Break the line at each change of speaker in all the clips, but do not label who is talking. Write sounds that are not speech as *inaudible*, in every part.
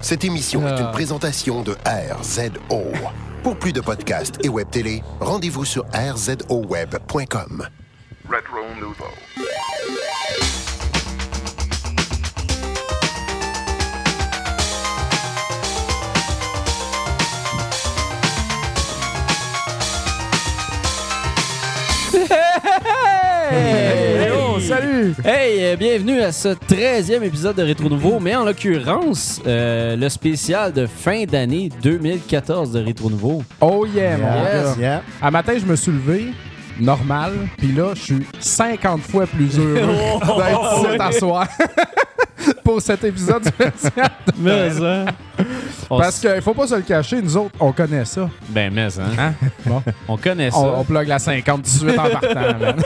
Cette émission est une présentation de RZO. Pour plus de podcasts et web télé, rendez-vous sur rzoweb.com.
Retro Nouveau.
Hey!
salut!
Hey, euh, bienvenue à ce 13e épisode de Rétro Nouveau, mais en l'occurrence, euh, le spécial de fin d'année 2014 de Rétro Nouveau.
Oh yeah, mon
Yes.
gars. À matin, je me suis levé, normal, puis là, je suis 50 fois
*laughs*
plus heureux
Oh,
d'être ici à soir *laughs* pour cet épisode spécial.
Mais, hein? On
*laughs* Parce
s-
qu'il faut pas se le cacher, nous autres, on connaît ça.
Ben, mais, hein?
Hein? Bon.
On connaît ça.
*laughs* On, on plug la 50 tout de suite en partant, man.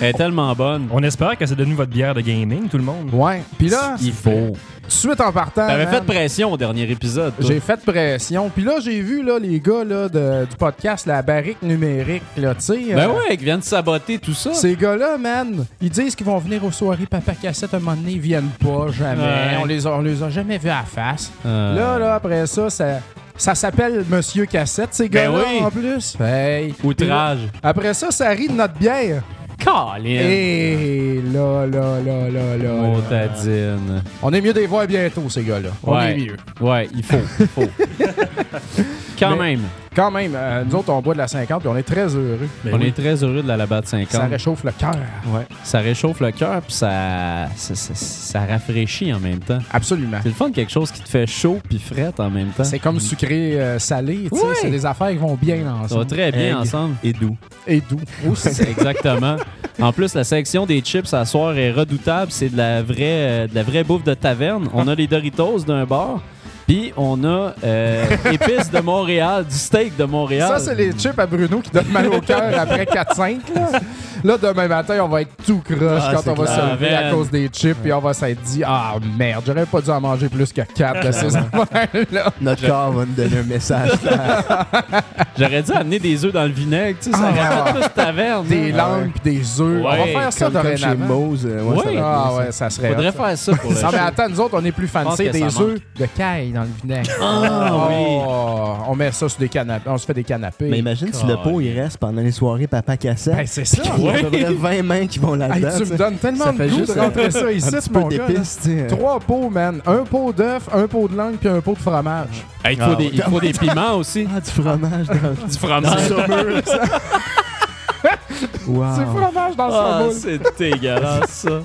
Elle est tellement bonne.
On espère que c'est devenu votre bière de gaming, tout
*laughs*
le monde.
Ouais. Puis là, tout
Il faut.
de suite en partant.
T'avais
man,
fait pression au dernier épisode. toi.
Ah, J'ai fait pression. Puis là, j'ai vu là, les gars là, de- du podcast La Barrique Numérique, là, tu sais.
Ben
euh,
ouais, qui viennent saboter tout ça.
Ces gars-là, man, ils disent qu'ils vont venir aux soirées Papa Cassette un moment donné, ils viennent pas, jamais.
Ouais.
On, les a, on les a jamais vus à la face.
Euh,
Là, là, après ça, ça, ça s'appelle Monsieur Cassette, ces
Ben
gars-là,
oui.
en plus. Hey.
Outrage.
Après ça, ça rit de notre bière.
Colin. Oh,
Et là, là, là, là, là. là.
Montadine.
On est mieux des voir bientôt, ces gars-là. On est
Ouais.
mieux.
Ouais, il faut. Il faut.
*laughs*
Quand même.
Quand même, euh, nous autres, on boit de la 50 et on est très heureux.
on est très heureux de la Labatt 50.
Ça réchauffe le cœur.
Ouais. Ça réchauffe le cœur puis ça ça, ça- ça rafraîchit en même temps.
Absolument.
C'est le fun de quelque chose qui te fait chaud puis frette en même temps.
C'est comme sucré, euh, salé. tu sais,
Ouais.
C'est des affaires qui vont bien
ça va
ensemble.
très bien
Egg.
ensemble. Et doux.
Et doux. Aussi.
Exactement. en plus, la section des chips à soir est redoutable. C'est de la vraie euh, de la vraie bouffe de taverne. On a les Doritos d'un bar. Puis on a euh,
*laughs*
épices de Montréal, du steak de Montréal.
Ça, c'est les chips à Bruno qui donnent mal au cœur après 4-5. Là. Là, demain matin, on va être tout croche
Ah,
quand
c'est
on va
clair.
se lever à
Man.
cause des chips et on va s'être dit Ah merde, j'aurais pas dû en manger plus que 4 de ces affaires-là.
Notre corps va nous donner
*laughs*
un message.
J'aurais dû amener des œufs dans le vinaigre, tu sais, ça
Ah.
aurait fait plus taverne.
Des
hein.
langues pis des œufs. on va
Ouais,
faire ça
Comme, comme chez
dorénavant.
Mose. euh, ouais,
Ouais.
ça va être
Ah
bien,
ouais, ça serait.
Faudrait
hot.
faire ça pour le
Non, mais
show.
attends, nous autres, on est plus
pense
fancy
que ça
des
manque.
œufs de caille dans le vinaigre.
Ah oui.
Oh, on met ça sur des canapés. On se fait des canapés.
Mais imagine si le pot il reste pendant les soirées Papa Cassette.
Ben, c'est ça.
Il y a à peu près 20 mains qui vont
Hey,
là-dedans.
tu
sais.
me donnes tellement
Ça
de
fait
goût
juste,
de rentrer ça ici,
un petit
mon
peu
gars. là.
d'épices, tu sais.
*laughs* Trois pots, man. Un pot d'œuf, un pot de langue, puis un pot de fromage.
Hey, il, faut
Ah,
des, il faut
*laughs*
des piments aussi.
Ah, du fromage dans
Du fromage.
Wow.
C'est fromage dans sa boule.
Ah, c'est dégueulasse,
*laughs*
ça.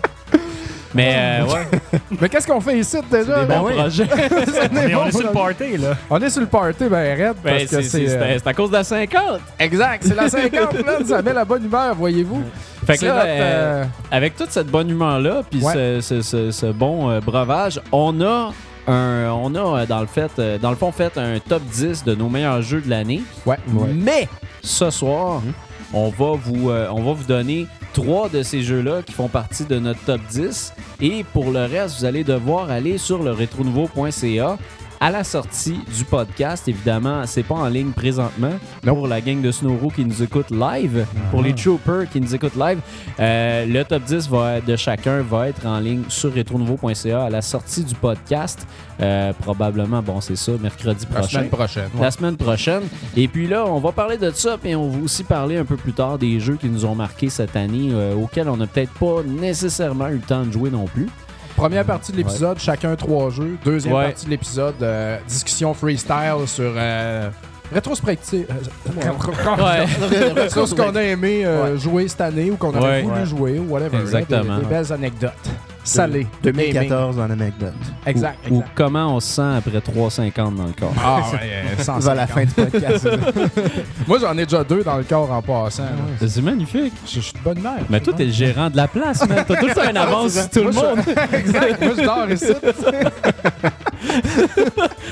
Mais euh, ouais,
Mais qu'est-ce qu'on fait ici déjà?
bon
là?
oui.
projet.
*laughs* C'est
On
des
est, on
bons
est sur le
produits.
party, là.
On est sur le party, ben raide,
Ben,
parce que
c'est- c'est
c'est... euh,
c'est à cause de la 50.
Exact, c'est
*laughs*
la 50, man. Ça met la bonne humeur, voyez-vous.
Fait que
C'est
là,
notre,
euh,
euh,
avec toute cette bonne humeur-là, puis
Ouais.
ce, ce- ce- ce bon euh, breuvage, on a, un, on a euh, dans, le fait, euh, dans le fond fait un top 10 de nos meilleurs jeux de l'année.
Ouais.
Mais ce soir,
Mhm.
on, va vous, euh, on va vous donner trois de ces jeux-là qui font partie de notre top 10. Et pour le reste, vous allez devoir aller sur le retronouveau.ca à la sortie du podcast. Évidemment, c'est pas en ligne présentement pour la gang de Snowro qui nous écoute live, pour
Ah.
les Troopers qui nous écoutent live. Euh, le top 10 va- de chacun va être en ligne sur retronouveau.ca à la sortie du podcast. Euh, probablement, bon, c'est ça, mercredi
La
prochain
semaine prochaine. ouais.
la semaine prochaine. Et puis là, on va parler de ça, mais on va aussi parler un peu plus tard des jeux qui nous ont marqués cette année, euh, auxquels on n'a peut-être pas nécessairement eu le temps de jouer non plus.
Première partie de l'épisode, chacun trois jeux. Deuxième
Ouais.
partie de l'épisode, euh, discussion freestyle sur euh, rétrospective. euh, *laughs* sur ce qu'on a aimé euh, jouer cette année ou qu'on aurait
Ouais.
voulu
Ouais.
jouer ou whatever. là, des-
Exactement.
Des, belles anecdotes. Salées.
2014 en anecdote.
gaming. Exact.
Ou, ou
exact.
comment on se sent après 3,50 dans le corps.
Ah, *laughs* ouais, euh,
On va à la
150.
fin du podcast. c'est ça.
*laughs* Moi, j'en ai déjà deux dans le corps en passant. là.
C'est magnifique.
Je je suis de bonne mère.
Mais toi, t'es le gérant de la place, man. T'as tout le temps *laughs* une avance sur tout le monde. *laughs*
Exact. Moi, je dors ici.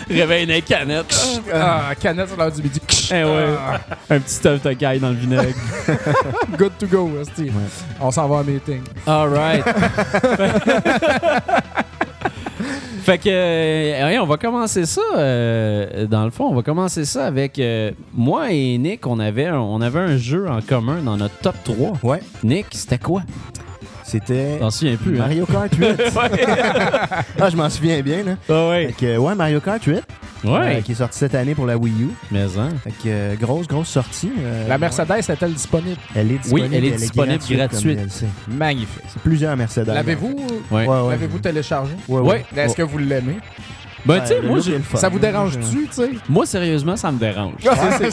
Réveille les canettes.
Ah, canette sur l'heure du midi. Ah,
Eh ouais. Un petit stuff de caille dans le vinaigre.
Good to go, hostie. On s'en va à meeting.
All right. fait que, euh, ouais, on va commencer ça, euh, dans le fond, on va commencer ça avec euh, moi et Nick, on avait, un, on avait un jeu en commun dans notre top 3.
Ouais.
Nick, c'était quoi?
C'était
T'en souviens plus, hein?
Mario Kart
*laughs*
8. *laughs* ah, je m'en souviens bien, là.
Ah
Fait
ouais.
que, ouais, Mario Kart 8, euh,
Ouais.
qui est sorti cette année pour la Wii U.
Mais hein.
Fait que, euh, grosse, grosse sortie. euh,
La
ouais.
Mercedes est-elle disponible?
Elle est disponible.
elle est disponible gratuite.
comme DLC.
Magnifique.
C'est plusieurs Mercedes.
L'avez-vous euh,
Ouais.
Ouais, ouais.
l'avez-vous téléchargé?
Ouais, ouais.
Ouais.
Est-ce que vous l'aimez?
Ben, tu sais,
le
moi,
look
j'ai-
est le fun.
Ça vous dérange-tu, tu sais?
moi, sérieusement, ça me dérange.
Ouais, c'est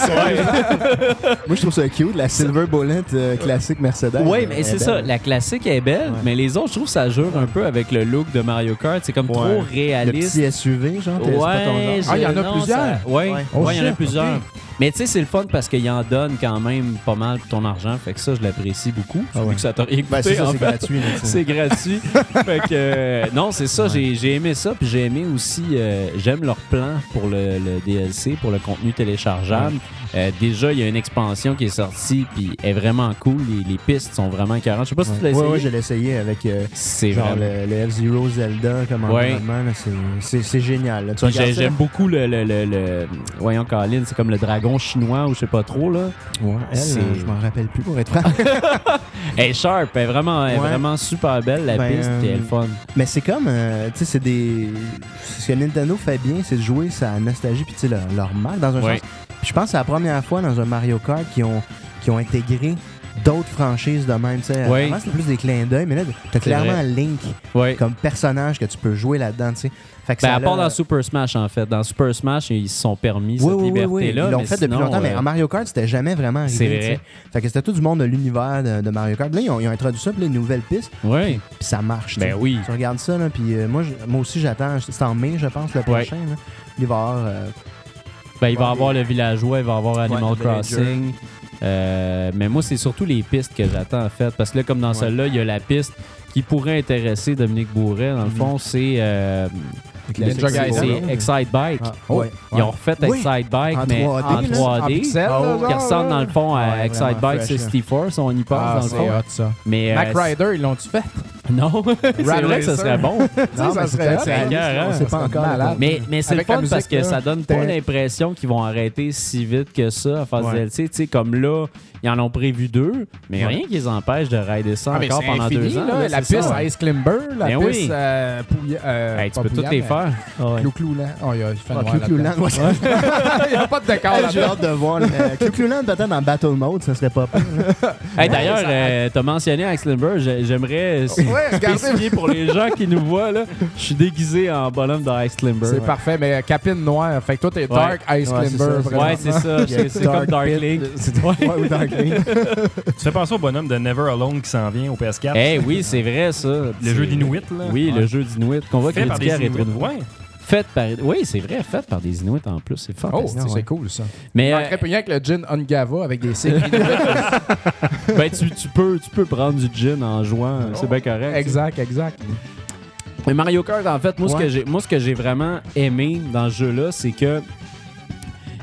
Moi, je trouve ça cute, la Silver Bullet euh, classique Mercedes.
Ah, Ouais,
Elle
mais
est
c'est
belle.
ça. La classique est belle,
Ouais.
mais les autres, je trouve, ça jure un peu avec le look de Mario Kart. C'est comme
Ouais.
trop
Le
réaliste.
petit SUV, genre, t'es- c'est pas ton genre.
Ouais,
Ah, il y en a
je- non,
plusieurs?
ça- Ouais,
Ouais. Oh,
ouais, il y en a
shit,
plusieurs.
ok.
Mais tu sais, c'est le fun parce qu'il en donne quand même pas mal pour ton argent. Fait que ça, je l'apprécie beaucoup.
Ah
Vu
ouais.
que ça t'a rien
Ben,
coûté,
c'est ça,
en
c'est
fait.
gratuit. là, tu sais.
C'est
*laughs*
gratuit. fait que, euh, non, c'est ça. J'ai j'ai aimé ça. Puis j'ai aimé aussi. euh, J'aime leur plan pour le, le DLC, pour le contenu téléchargeable. Euh, déjà, il y a une expansion qui est sortie. Puis elle est vraiment cool. Les, les pistes sont vraiment 40. Je sais pas si tu l'as
Ouais, ouais,
essayé.
je l'ai essayé avec euh,
c'est
genre
vraiment.
le, le F-Zero Zelda comme
Ouais.
environnement. là, c'est- C'est c'est génial. là. Tu
Puis j'ai-
regardes ça,
J'aime beaucoup le, le, le, le- Voyons, Colin, c'est comme le dragon chinois ou je sais pas trop, là.
Ouais, elle,
C'est-
euh, je m'en rappelle plus pour être franc.
Elle est sharp, elle est vraiment, elle est
Ouais.
vraiment super belle, la
Ben,
piste, puis elle est fun.
Mais c'est comme, euh, tu sais, c'est des. Ce que Nintendo fait bien, c'est de jouer sa nostalgie puis tu sais, leur, leur marque dans un
Ouais.
sens. Puis je pense que c'est la première fois dans un Mario Kart qui ont, qui ont intégré d'autres franchises de même. tu sais.
Ouais.
Avant, c'était plus des clins d'œil, mais là, t'as clairement
vrai.
Link
Ouais.
comme personnage que tu peux jouer là-dedans, tu sais. Fait que
Ben,
ça
à part
l'a-
dans Super Smash, en fait. Dans Super Smash, ils se sont permis
Oui,
cette
oui, oui, oui. Ils
liberté-là.
l'ont
mais
fait depuis
sinon,
longtemps, mais
euh,
en Mario Kart, c'était jamais vraiment arrivé.
C'est
tu
vrai.
sais. Fait que c'était tout du monde de l'univers de, de Mario Kart. Là, ils ont, ils ont introduit ça, puis là, une nouvelle piste,
Ouais.
puis ça marche. tu sais.
Ben oui.
Tu regardes ça, là, puis euh, moi, je- moi aussi, j'attends. C'est en mai, je pense, le
Ouais.
prochain. là. Il va y avoir. euh,
Ben, il va
Ouais,
avoir le villageois, il va avoir Animal
le villager.
Crossing. Euh, mais moi, c'est surtout les pistes que j'attends, en fait. Parce que là, comme dans
Ouais.
celle-là, il y a la piste qui pourrait intéresser Dominique Bourret, dans le
Mhm.
fond, c'est. euh,
la
c'est-
Ninja Gaiden.
c'est Excite Bike.
Ah,
Oh.
ouais.
Ils ont refait
Oui.
Excite Bike,
En
mais
3D,
en
là.
3D.
En pixels,
Ah,
là,
ouais.
oh, qui
genre,
ressemble dans le fond à
Ouais,
Excite
vraiment
Bike
fresh, là.
60 Force, on y pense
Ah,
dans le
c'est
fond.
hot, ça.
Mais, euh,
Mac Ryder, ils l'ont-tu fait?
c'est- *laughs* Non, *laughs* c'est
Rat
vrai que ça
Racer.
serait bon.
Non, mais c'est peut-être
hein. c'est
réaliste,
on sait
hein. ça
pas
serait
encore.
malade.
Mais, mais c'est le
Avec la
fun parce
musique,
que
là,
ça donne pas
t'es-
l'impression qu'ils vont arrêter si vite que ça à phase
Ouais.
DLC. Tu sais, comme là, ils en ont prévu deux, mais
Ouais.
rien qui les empêche de rider ça
Ah, mais
encore
c'est
pendant
infini,
deux ans.
là,
là,
la
c'est
piste
ça, ouais.
Ice Climber, la
Ben
piste
oui.
euh, Pouille- euh,
Hey, tu
pas
peux toutes
Pouillane,
les
mais
faire. Ouais.
Clou-Clou Land. Oh, il y a il fait
Ah,
noir
Clou-Clou
là-dedans.
Land, ouais, ça- *laughs*
*laughs* Il n'y a pas de décor
Hey, J'ai
là-dedans.
hâte de voir. là. Euh, Clou-Clou Land, peut-être dans Battle Mode, ça serait pas pire.
Hey, D'ailleurs, euh, t'as mentionné Axlimber, j'ai-
*laughs*
j'aimerais euh,
Ouais, regardez.
spécifier pour les gens qui nous voient, là, je suis déguisé en bonhomme de Axlimber.
C'est parfait, mais euh, capine noire. Fait que toi, t'es Dark Ice
Ouais, c'est ça,
Climber.
c'est-
vraiment.
Ouais, c'est
*laughs*
ça.
Il y a
C'est c'est comme
Dark Pit,
Darkling.
Ouais, ou Dark Lane.
Tu fais penser au bonhomme de Never Alone qui s'en vient au PS4.
Eh oui, c'est vrai ça.
Le jeu d'Inuit, là.
Oui,
Ouais.
le jeu d'Inuit qu'on va
Fait par des
critiquer à
Inuits.
Rétro Nouveau.
Ouais.
Fait par... Oui, c'est vrai, fait par des Inuits en plus. C'est
Oh,
fantastique.
c'est
ouais.
cool ça.
Mais
Il
euh,
manquerait plus rien que le gin Ungava avec des signes. *laughs*
ben, tu, tu peux, tu peux prendre du gin en jouant.
Oh.
C'est bien correct.
exact, exact.
Mais Mario Kart, en fait, moi, ce
Ouais.
que j'ai- moi, ce que j'ai vraiment aimé dans ce jeu-là, c'est que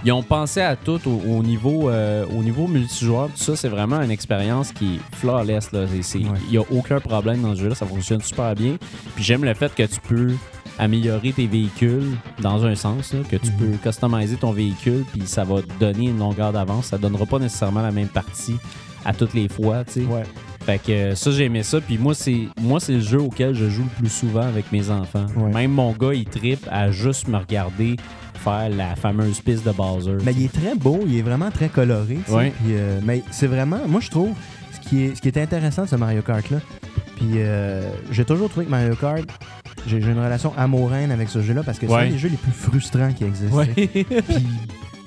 ils ont pensé à tout au, au niveau, euh, au niveau multijoueur. Tout ça, c'est vraiment une expérience qui est flawless. là. C'est- c'est- Il
Ouais.
n'y a aucun problème dans ce jeu-là. Ça fonctionne super bien. Puis j'aime le fait que tu peux améliorer tes véhicules dans un sens, là, que tu
Mhm.
peux customiser ton véhicule, puis ça va te donner une longueur d'avance. Ça donnera pas nécessairement la même partie à toutes les fois. tu sais.
Ouais.
Fait que euh, ça, j'aimais ça. Puis moi, c'est moi c'est le jeu auquel je joue le plus souvent avec mes enfants.
Ouais.
Même mon gars, il tripe à juste me regarder faire la fameuse piste de Bowser.
Mais il est très beau, il est vraiment très coloré. tu sais,
Ouais.
puis, euh, mais c'est vraiment, moi je trouve, ce qui est, ce qui est intéressant de ce Mario Kart-là, puis euh, j'ai toujours trouvé que Mario Kart, j'ai j'ai une relation amoureuse avec ce jeu-là parce que c'est
Ouais.
un des jeux les plus frustrants qui existent. tu sais.
Ouais. *laughs*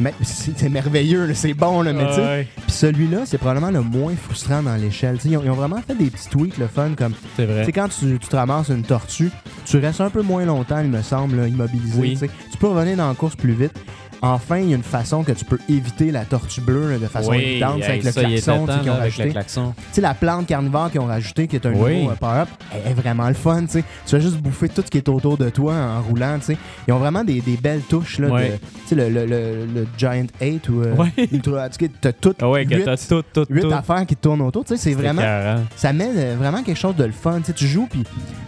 Puis, mais c'est c'est merveilleux, là, c'est bon, là, mais tu sais, Puis celui-là, c'est probablement le moins frustrant dans l'échelle. Tu sais, Ils, ont- ils ont vraiment fait des petits tweaks, le fun, comme, tu
c'est vrai.
sais, quand tu, tu te ramasses une tortue, tu restes un peu moins longtemps, il me semble, là, immobilisé.
Oui.
tu sais. Tu peux revenir dans la course plus vite. Enfin, il y a une façon que tu peux éviter la tortue bleue là, de façon
Oui,
évidente, c'est
hey,
avec le
ça, il était
klaxon tu sais,
temps,
qu'ils ont
là, avec
rajouté.
le klaxon.
Tu sais, la plante carnivore qu'ils ont rajouté, qui est un
Oui.
nouveau euh, power-up, elle est vraiment le fun, tu sais. Tu vas juste bouffer tout ce qui est autour de toi en roulant, tu sais. Ils ont vraiment des, des belles touches, là.
Ouais.
de- Tu sais, le, le- le- le Giant 8 ou... euh,
Ouais.
Ultra, tu sais, t'as tout
Ah ouais, que
huit-
t'as tout, tout,
huit
tout.
affaires qui tournent autour, tu sais. C'est vraiment...
C'était carré.
Ça mène euh, vraiment quelque chose de le fun, tu sais. Tu joues, puis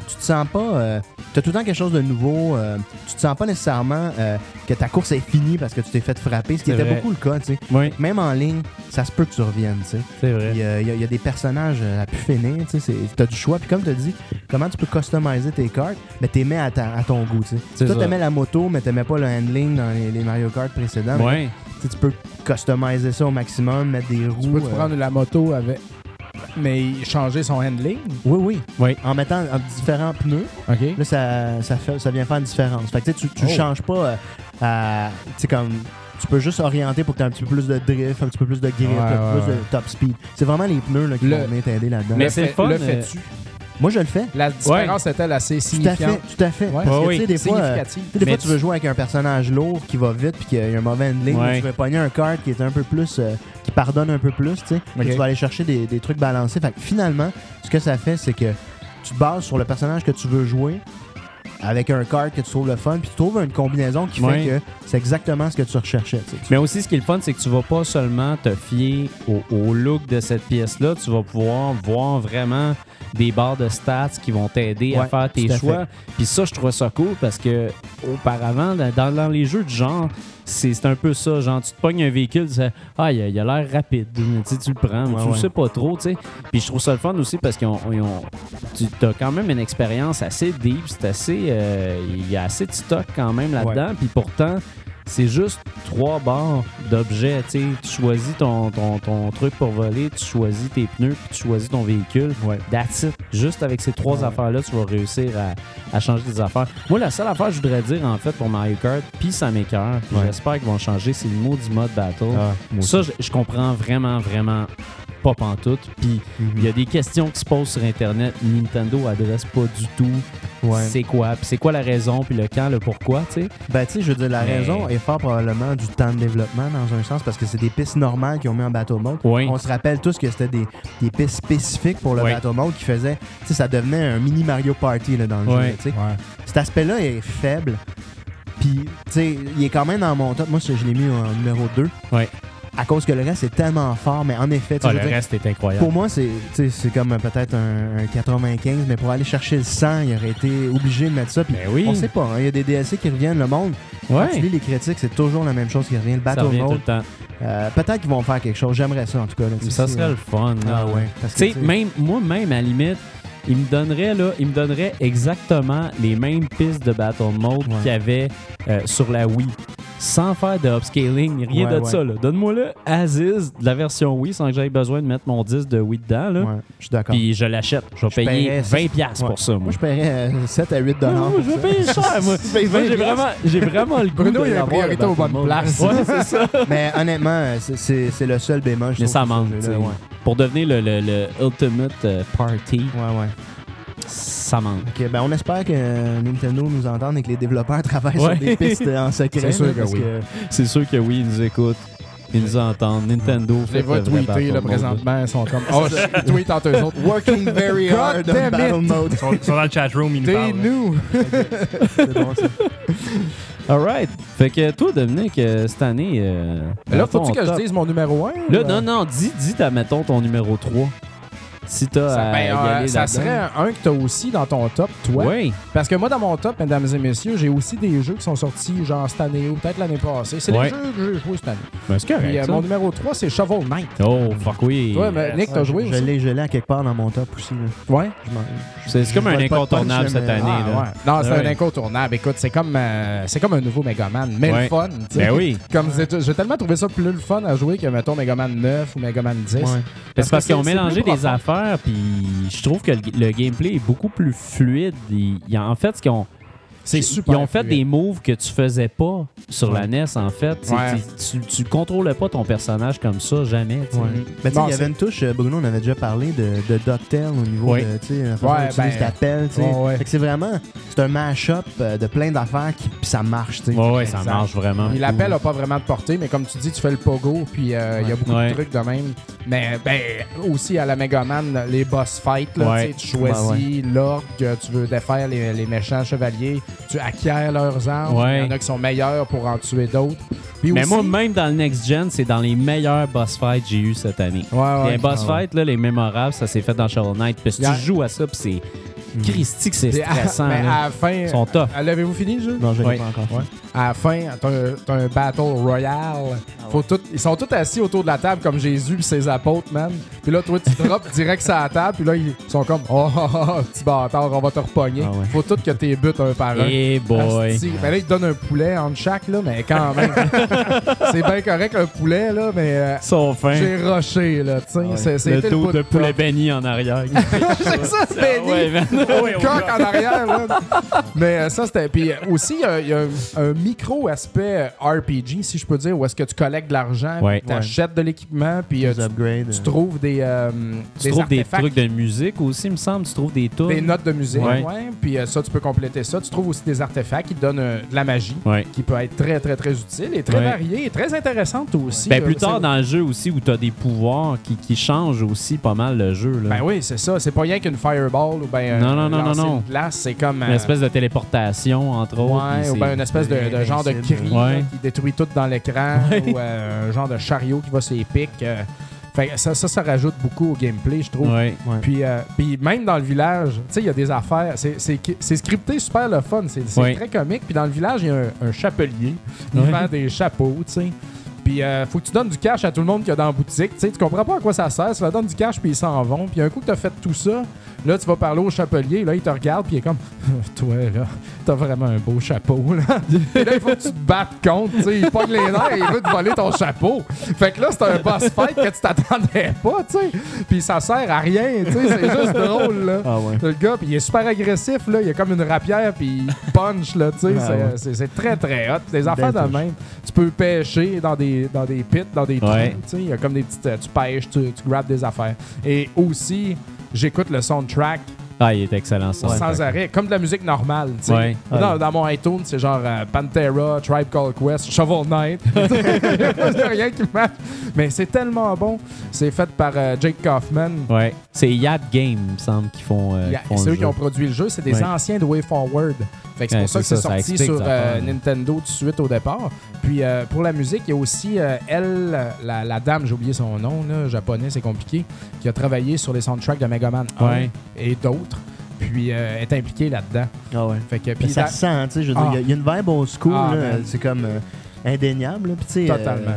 tu te sens pas. euh, t'as tout le temps quelque chose de nouveau. euh, tu te sens pas nécessairement euh, que ta course est finie parce que tu t'es fait frapper, ce qui
C'est
était
vrai.
beaucoup le cas, tu sais.
Oui,
Même en ligne, ça se peut que tu reviennes, tu sais.
c'est vrai.
Il y, a- il y a- il y a des personnages euh, à pu finir, tu sais, as du choix. Puis comme tu as dit, comment tu peux customiser tes cartes, ben t'aimais à, ta- à ton goût, tu sais.
C'est
Toi,
ça.
t'aimais la moto, mais t'aimais pas le handling dans les, les Mario Kart précédents. mais
Ouais.
tu sais, tu peux customiser ça au maximum, mettre des roues.
Tu peux te
euh,
prendre la moto avec. Mais changer son handling.
Oui, oui.
Oui.
En mettant euh, différents pneus,
OK.
là, ça, ça, fait- ça vient faire une différence. Fait que tu sais, tu, tu
Oh.
changes pas euh, à. Tu sais, comme. Tu peux juste orienter pour que tu aies un petit peu plus de drift, un petit peu plus de grip,
Ouais,
un petit peu
ouais,
plus
ouais.
de top speed. C'est vraiment les pneus là, qui
Le-
vont venir t'aider là-dedans.
Mais
Le
c'est
fait-
le fun,
Le
euh,
fais-tu?
Moi, je le fais.
La différence est-elle assez
Tout à fait,
signifiante?
tout à fait.
Ouais.
Parce que,
Ouais,
tu sais, des fois, euh,
Significative.
tu sais, des
Mais
fois, tu veux jouer avec un personnage lourd qui va vite puis qu'il y a un mauvais handling.
Ouais.
Tu vas pogner un card qui est un peu plus. euh, qui pardonne un peu plus, tu sais.
Ok.
Et Tu vas aller chercher des, des trucs balancés. Fait que finalement, ce que ça fait, c'est que tu te bases sur le personnage que tu veux jouer avec un card que tu trouves le fun, puis tu trouves une combinaison qui
Ouais.
fait que c'est exactement ce que tu recherchais. tu sais.
Mais aussi, ce qui est le fun, c'est que tu vas pas seulement te fier au, au look de cette pièce-là. Tu vas pouvoir voir vraiment des barres de stats qui vont t'aider à
Ouais,
faire tes
tout à
choix. Puis ça, je trouve ça cool parce que auparavant, dans, dans- dans les jeux de genre, c'est c'est un peu ça. Genre, tu te pognes un véhicule, tu sais, ah, il a, il a l'air rapide. Mais tu sais, tu le prends, mais
Ouais,
tu le
ouais.
sais pas trop, tu sais. Puis je trouve ça le fun aussi parce qu'ils ont- ils ont- tu as quand même une expérience assez deep. C'est assez. euh, Il y a assez de stock quand même là-dedans. Puis pourtant, c'est juste trois barres d'objets. tu sais. Tu choisis ton, ton, ton truc pour voler, tu choisis tes pneus, puis tu choisis ton véhicule.
Ouais.
That's it. Juste avec ces trois affaires-là, tu vas réussir à, à changer tes affaires. Moi, la seule affaire que je voudrais dire, en fait, pour Mario Kart, puis ça m'écœure, puis
Ouais.
j'espère qu'ils vont changer, c'est le mot du mode battle.
Ah, moi
ça, je, je comprends vraiment, vraiment pas pantoute. Puis
Mhm.
il y a des questions qui se posent sur Internet. Nintendo adresse pas du tout
Ouais.
c'est quoi, puis c'est quoi la raison, puis le quand, le pourquoi, tu sais.
Ben, tu sais, je veux dire, la
Mais-
raison est fort probablement du temps de développement dans un sens parce que c'est des pistes normales qu'ils ont mis en battle mode.
Oui.
On se rappelle tous que c'était des, des pistes spécifiques pour le
Oui.
battle mode qui faisaient. Tu sais, ça devenait un mini Mario Party là, dans le
Oui.
jeu. tu sais. Cet aspect-là est faible. Puis, tu sais, il est quand même dans mon top. Moi, je l'ai mis en numéro 2.
Oui.
À cause que le reste est tellement fort, mais en effet, tu sais,
Ah,
je
le
veux dire,
reste est
euh,
incroyable.
pour moi, c'est tu sais, c'est comme euh, peut-être un, un 95, mais pour aller chercher le 100, il aurait été obligé de mettre ça. Puis
Ben oui.
on sait pas, hein, il y a des DLC qui reviennent, le monde. Quand tu
Ouais.
lis les critiques, c'est toujours la même chose qui revient. Le
Ça
Battle
revient tout
Mode,
le temps.
euh, peut-être qu'ils vont faire quelque chose. J'aimerais ça, en tout cas. là, tu sais,
Ça
c'est-
serait le fun.
Ah
là.
ouais. Parce que,
Tu sais,
tu sais,
même moi-même, à la limite, il me donnerait là, il me donnerait exactement les mêmes pistes de Battle Mode
Ouais.
qu'il y avait euh, sur la Wii. Sans faire de upscaling, rien
Ouais,
de
ouais.
ça. là. Donne-moi le Aziz de la version Wii sans que j'aie besoin de mettre mon 10 de Wii dedans. Là.
ouais, je suis d'accord.
Puis je l'achète. Je vais
Je
payer
paierais
20$ piastres
Ouais.
pour ça, moi.
Moi, je paierais euh, 7 à 8
Non,
dollars.
non, je vais payer cher,
*laughs*
moi. Moi, j'ai vraiment, j'ai vraiment le goût
Bruno,
de
il a
l'avoir, le
priorité aux
Battle
bonnes
Mode.
places.
Ouais, c'est ça.
Mais honnêtement, euh, c'est- c'est c'est le seul bémol. je
Mais
trouve,
ça
sur ce
manque,
jeu-là,
tu sais.
ouais.
Pour devenir le, le- le Ultimate euh, Party,
Ouais, ouais.
ça manque.
Ok, ben on espère que euh, Nintendo nous entende et que les développeurs *laughs* travaillent
Ouais.
sur des pistes euh, en secret.
C'est sûr
là,
que
parce
oui.
C'est sûr que oui, ils nous écoutent. Ils nous entendent. Nintendo
Je les
fait
vois tweeter là, présentement, ils sont
*laughs*
comme. Oh, je tweet entre eux autres. *laughs*
Working very
God
hard on
damn
battle
it.
mode.
Ils sont, ils sont dans le chatroom, ils nous
T'es
parlent.
nous!
C'est bon, ça.
Alright. Fait que toi, Dominique, euh, cette année. euh,
Là,
dans ton
faut-tu que je
top-
dise euh, mon numéro 1?
Là, non, non, dis, dis ta- mettons, ton numéro 3. Si t'as.
Ça,
à
ben,
y
euh,
aller
ça
là-dedans.
serait un que t'as aussi dans ton top, toi.
Oui.
Parce que moi, dans mon top, mesdames et messieurs, j'ai aussi des jeux qui sont sortis genre cette année ou peut-être l'année passée. C'est
Ouais.
les jeux que j'ai joués cette année.
Ben, c'est
Puis, euh,
correct. ça.
mon numéro 3, c'est Shovel Knight.
Oh, fuck oui.
Toi, mais Nick, t'as joué
Je
aussi?
l'ai je l'ai à quelque part dans mon top aussi. là.
Ouais.
Je m'en-
C'est c'est comme
je
un
vois pas de punch,
incontournable
mais-
cette
Ah,
année.
Ah,
là.
ouais. Non, c'est
Ah
un
ouais.
incontournable. Écoute, c'est comme, euh, c'est comme un nouveau Megaman, mais
Ouais.
le fun. tu sais.
Ben oui.
Comme c'est- j'ai tellement trouvé ça plus le fun à jouer que, mettons, Megaman 9 ou Megaman 10.
ah, Ouais.
C'est parce qu'ils ont
c'est- c'est
mélangé
plus
des
profond.
affaires, puis je trouve que le, le gameplay est beaucoup plus fluide. Ils- ils- en fait, ce qu'ils ont,
C'est
ils-
super
Ils ont fait
fluide.
des moves que tu faisais pas sur la NES, en fait. C'est-
Ouais.
Tu, tu, tu contrôlais pas ton personnage comme ça, jamais. tu sais.
Ouais. Ben, tu sais,
Bon,
il y
c'est-
avait une touche, euh, Bruno, on avait déjà parlé de, de Doctel au niveau
Oui.
de, tu sais, la façon
Ouais,
dont tu
ben,
utilises ta pelle, tu sais.
ouais, ouais.
Fait que c'est vraiment, c'est un mash-up euh, de plein d'affaires qui puis ça marche, tu sais.
Ouais, ouais, ça
Exact.
marche vraiment.
Il l'appel n'a pas vraiment de portée, mais comme tu dis, tu fais le pogo, puis euh, il y a beaucoup
Ouais.
de trucs de même. Mais ben, aussi à la Megaman, les boss fights, là,
Bah, Ouais.
tu sais, tu choisis
Ben
l'orgue, tu veux défaire les, les méchants chevaliers, tu acquiers leurs armes.
Ouais.
Il y en a qui sont meilleurs pour en tuer d'autres. Puis
Mais
aussi-
moi, même dans le Next Gen, c'est dans les meilleurs boss fights que j'ai eu cette année.
Ouais, ouais.
les boss
Ah ouais.
fights, là, les mémorables, ça s'est fait dans Shovel Knight. Parce que
Yeah.
tu joues à ça, puis c'est Christy, que
*laughs*
c'est
Et à-
stressant.
mais
là.
à la fin.
Ils sont
*laughs*
tough.
à- L'avez-vous fini le jeu?
Non, je l'ai
Ouais.
pas encore fait.
Ouais. À la fin, t'as un, t'as un battle royal.
Ah
Faut tout- ils sont tous assis autour de la table comme Jésus et ses apôtres, man. Puis là, toi, tu drops *laughs* direct sur la table. Puis là, ils sont comme Oh, oh, oh, petit bâtard, on va te repogner.
Ah ouais.
Faut tout que t'es buts un par un.
Eh boy.
Asti. Ben là, ils te donnent un poulet entre chaque, là, mais quand
*laughs*
même. c'est bien correct, un poulet, là, mais euh,
Son fin.
j'ai rushé, là, tu sais.
Ah
C'est-
Le
C'était le,
dos
bout
de
prof.
poulet béni en
*laughs*
arrière.
C'est ça, c'était dit.
Ah ouais, man.
*laughs* coq en arrière, man. Mais euh, ça, c'était. Puis euh, aussi, il y a- il y a, un, un micro-aspect euh, RPG, si je peux dire, où est-ce que tu collectes de l'argent,
Ouais.
tu achètes de l'équipement, puis euh,
Les
tu,
upgrades.
tu trouves des. euh,
Tu trouves des
artefacts,
trucs de musique aussi, il me semble. Tu trouves des tunes.
des notes de musique,
Ouais.
ouais. Puis euh, ça, tu peux compléter ça. Tu trouves aussi des artefacts qui te donnent euh, de la magie,
Ouais.
qui peut être très, très, très utile et très
Ouais.
variée et très intéressante aussi.
Ben,
Euh,
plus tard
c'est-
dans le jeu aussi, où t'as des pouvoirs qui, qui changent aussi pas mal le jeu. Là.
Ben oui, c'est ça. C'est pas rien qu'une fireball ou ben. euh,
Non, non, non, non,
lancer
non.
une glace, c'est comme.
Une
euh,
espèce de téléportation, entre autres. puis
Ouais, ou
c'est-
ben, bien une espèce de, de genre de cri
Invincible.
là,
Ouais.
qui détruit tout dans l'écran,
Ouais.
ou euh, un genre de chariot qui va sur les pics. euh. Fait que ça, ça, ça rajoute beaucoup au gameplay, je trouve.
Ouais.
Ouais.
Puis, euh, puis même dans le village, tu sais, il y a des affaires. C'est- C'est c'est scripté super le fun. C'est c'est
Ouais.
très comique. Puis dans le village, il y a un, un chapelier. Il
Ouais.
vend des chapeaux, tu sais. Puis euh, faut que tu donnes du cash à tout le monde qu'il y a dans la boutique. Tu sais, tu comprends pas à quoi ça sert. Tu leur donnes du cash, puis ils s'en vont. Puis un coup que t'as fait tout ça, là, tu vas parler au chapelier. Là, il te regarde, puis il est comme *laughs* Toi, là, t'as vraiment un beau chapeau, là. *laughs* Et là, il faut que tu te battes contre. Tu sais, il pogne les nerfs et il veut te voler ton chapeau. Fait que là, c'est un boss fight que tu t'attendais pas, tu sais. Puis ça sert à rien, tu sais. C'est juste drôle, là.
Ah ouais.
T'as Le gars, puis il est super agressif, là. Il a comme une rapière, puis il punch, là, tu sais.
Ah
c'est-
ouais.
c'est- C'est très, très hot. Des affaires de
touche.
même. Tu peux pêcher dans des, dans des pits, dans des trous,
Ouais.
tu sais. Il y a comme des petites... euh, Tu pêches, tu, tu grabes des affaires. Et aussi, j'écoute le soundtrack
Ah, il est excellent, ça.
sans arrêt, comme de la musique normale. tu sais.
Ouais.
Dans, dans mon iTunes, c'est genre euh, Pantera, Tribe Called Quest,
*laughs*
Shovel Knight. *laughs* Il y a rien qui marche. Mais c'est tellement bon. C'est fait par euh, Jake Kaufman.
Ouais. C'est Yad Game, il me semble, qui font. euh,
Il y a-
qui font
C'est
le
eux qui
jeu.
ont produit le jeu, c'est des
Ouais.
anciens de Way Forward. Fait que c'est
Ouais,
pour ça que
c'est ça,
c'est
ça
sorti
explique
sur
ça,
euh,
ouais.
Nintendo tout de suite au départ. Puis euh, pour la musique, il y a aussi euh, elle, la, la dame, j'ai oublié son nom, là, japonais, c'est compliqué, qui a travaillé sur les soundtracks de Mega Man 1
Ouais.
et d'autres. Puis euh, est impliquée là-dedans.
Ah ouais.
Fait que
Puis
puis
ça
la-
se sent, tu sais, je veux dire,
Ah.
il y a- il y, a une vibe old school,
Ah,
là,
man.
c'est comme euh, indéniable. là. Puis tu sais, euh,
Totalement.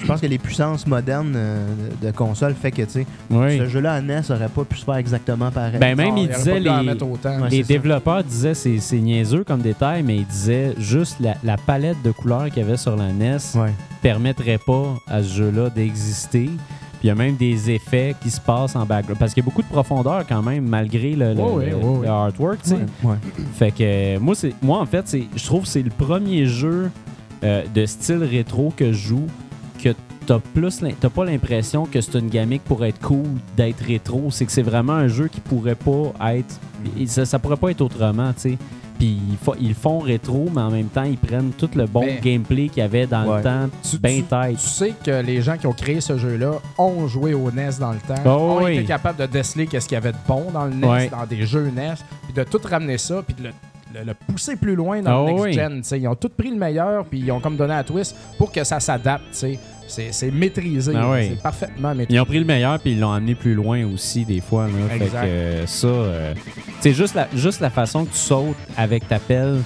je pense que les puissances modernes euh, de de consoles fait que, tu sais,
Oui.
ce jeu-là à NES aurait pas pu se faire exactement pareil.
Ben, même,
Non,
il
Ah, aurait
disait
pas pu en
les.
mettre autant.
Ouais,
les
c'est ça.
développeurs disaient, c'est c'est niaiseux comme détail, mais ils disaient juste la, la palette de couleurs qu'il y avait sur la E NES
ouais.
permettrait pas à ce jeu-là d'exister. Puis il y a même des effets qui se passent en background. Parce qu'il y a beaucoup de profondeur quand même, malgré le, le-
Ouais, ouais,
le-
ouais, ouais.
le artwork. tu sais.
Ouais.
Fait que euh, moi, c'est moi en fait, c'est- je trouve que c'est le premier jeu euh, de style rétro que je joue que t'as plus l'im- t'as pas l'impression que c'est une gimmick pour être cool d'être rétro. C'est que c'est vraiment un jeu qui pourrait pas être. il- Ça, ça pourrait pas être autrement, tu sais. Puis ils, fa- ils le font rétro, mais en même temps, ils prennent tout le bon
Mais-
gameplay qu'il y avait dans
Ouais.
le temps,
Tu-
bien
tu-
tête.
Tu sais que les gens qui ont créé ce jeu-là ont joué au NES dans le temps,
Oh
ont été
oui.
capables de déceler qu'est-ce qu'il y avait de bon dans le NES,
Ouais.
dans des jeux NES, puis de tout ramener ça, puis de le, le- le pousser plus loin dans le
Oh oui.
next-gen. Ils ont tout pris le meilleur, puis ils ont comme donné un twist pour que ça s'adapte. tu sais. C'est c'est maîtrisé,
Ah oui.
c'est parfaitement maîtrisé.
Ils ont pris le meilleur puis ils l'ont amené plus loin aussi des fois. Là. Fait
Exact.
que euh, ça, euh, c'est juste la, juste la façon que tu sautes avec ta pelle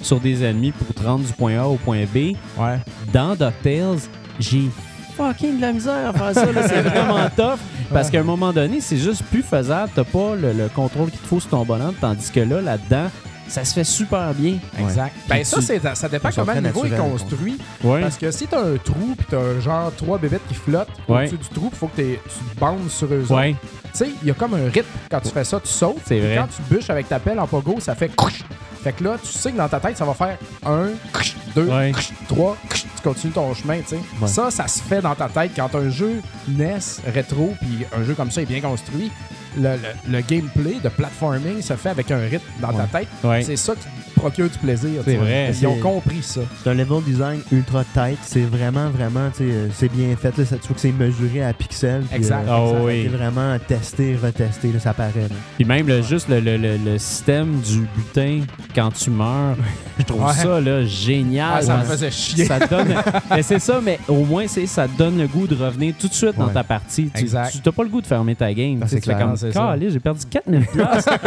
sur des ennemis pour te rendre du point A au point B.
Ouais.
Dans DuckTales, j'ai fucking de la misère à faire ça. là. C'est
*laughs*
vraiment tough parce qu'à un moment donné, c'est juste plus faisable. T'as pas le, le contrôle qu'il te faut sur ton bonhomme tandis que là, là-dedans, ça se fait super bien.
Exact.
Puis
Ben, ça,
tu-
c'est- ça dépend
Ils sont
comment le
très
niveau est
naturels,
construit.
Ouais.
Parce que si t'as un trou, puis t'as un genre trois bébêtes qui flottent
Ouais.
au-dessus du trou, il faut que t'aies- tu te bandes sur eux autres.
Ouais.
Tu sais, il y a comme un rythme. Quand tu fais ça, tu sautes.
C'est
Puis
vrai.
Quand tu bûches avec ta pelle en pogo, ça fait couch. Fait que là, tu sais que dans ta tête, ça va faire un, couch, deux,
Ouais.
couch, trois, couch. tu continues ton chemin, tu sais.
Ouais.
Ça, ça se fait dans ta tête. Quand un jeu NES rétro, puis un jeu comme ça est bien construit, le, le- le gameplay de platforming se fait avec un rythme dans ta tête.
Ouais.
C'est ça qui procure du plaisir.
C'est
tu vois.
vrai.
Ils ont
C'est-
compris ça.
C'est un level design ultra tight. C'est vraiment, vraiment, tu sais, euh, c'est bien fait. Là, Ça- tu vois que c'est mesuré à pixels. puis,
Exact. Ah
ça,
Oh
ça a
oui.
été vraiment testé, retesté. là, ça paraît. là.
Puis même le, juste le, le- le- le système du butin quand tu meurs, *laughs* je trouve
Ouais.
ça là, génial.
Ah, ça me
Ça-
faisait chier.
ça te donne. mais c'est ça, mais au moins, c'est ça te donne le goût de revenir tout de suite dans
Ouais.
ta partie. Tu-
Exact.
Tu n'as pas le goût de fermer ta game.
Ah,
Tu sais,
c'est
tu fais
clair,
comme,
c'est ça.
Calé, j'ai perdu 4000
*laughs*
places. Là,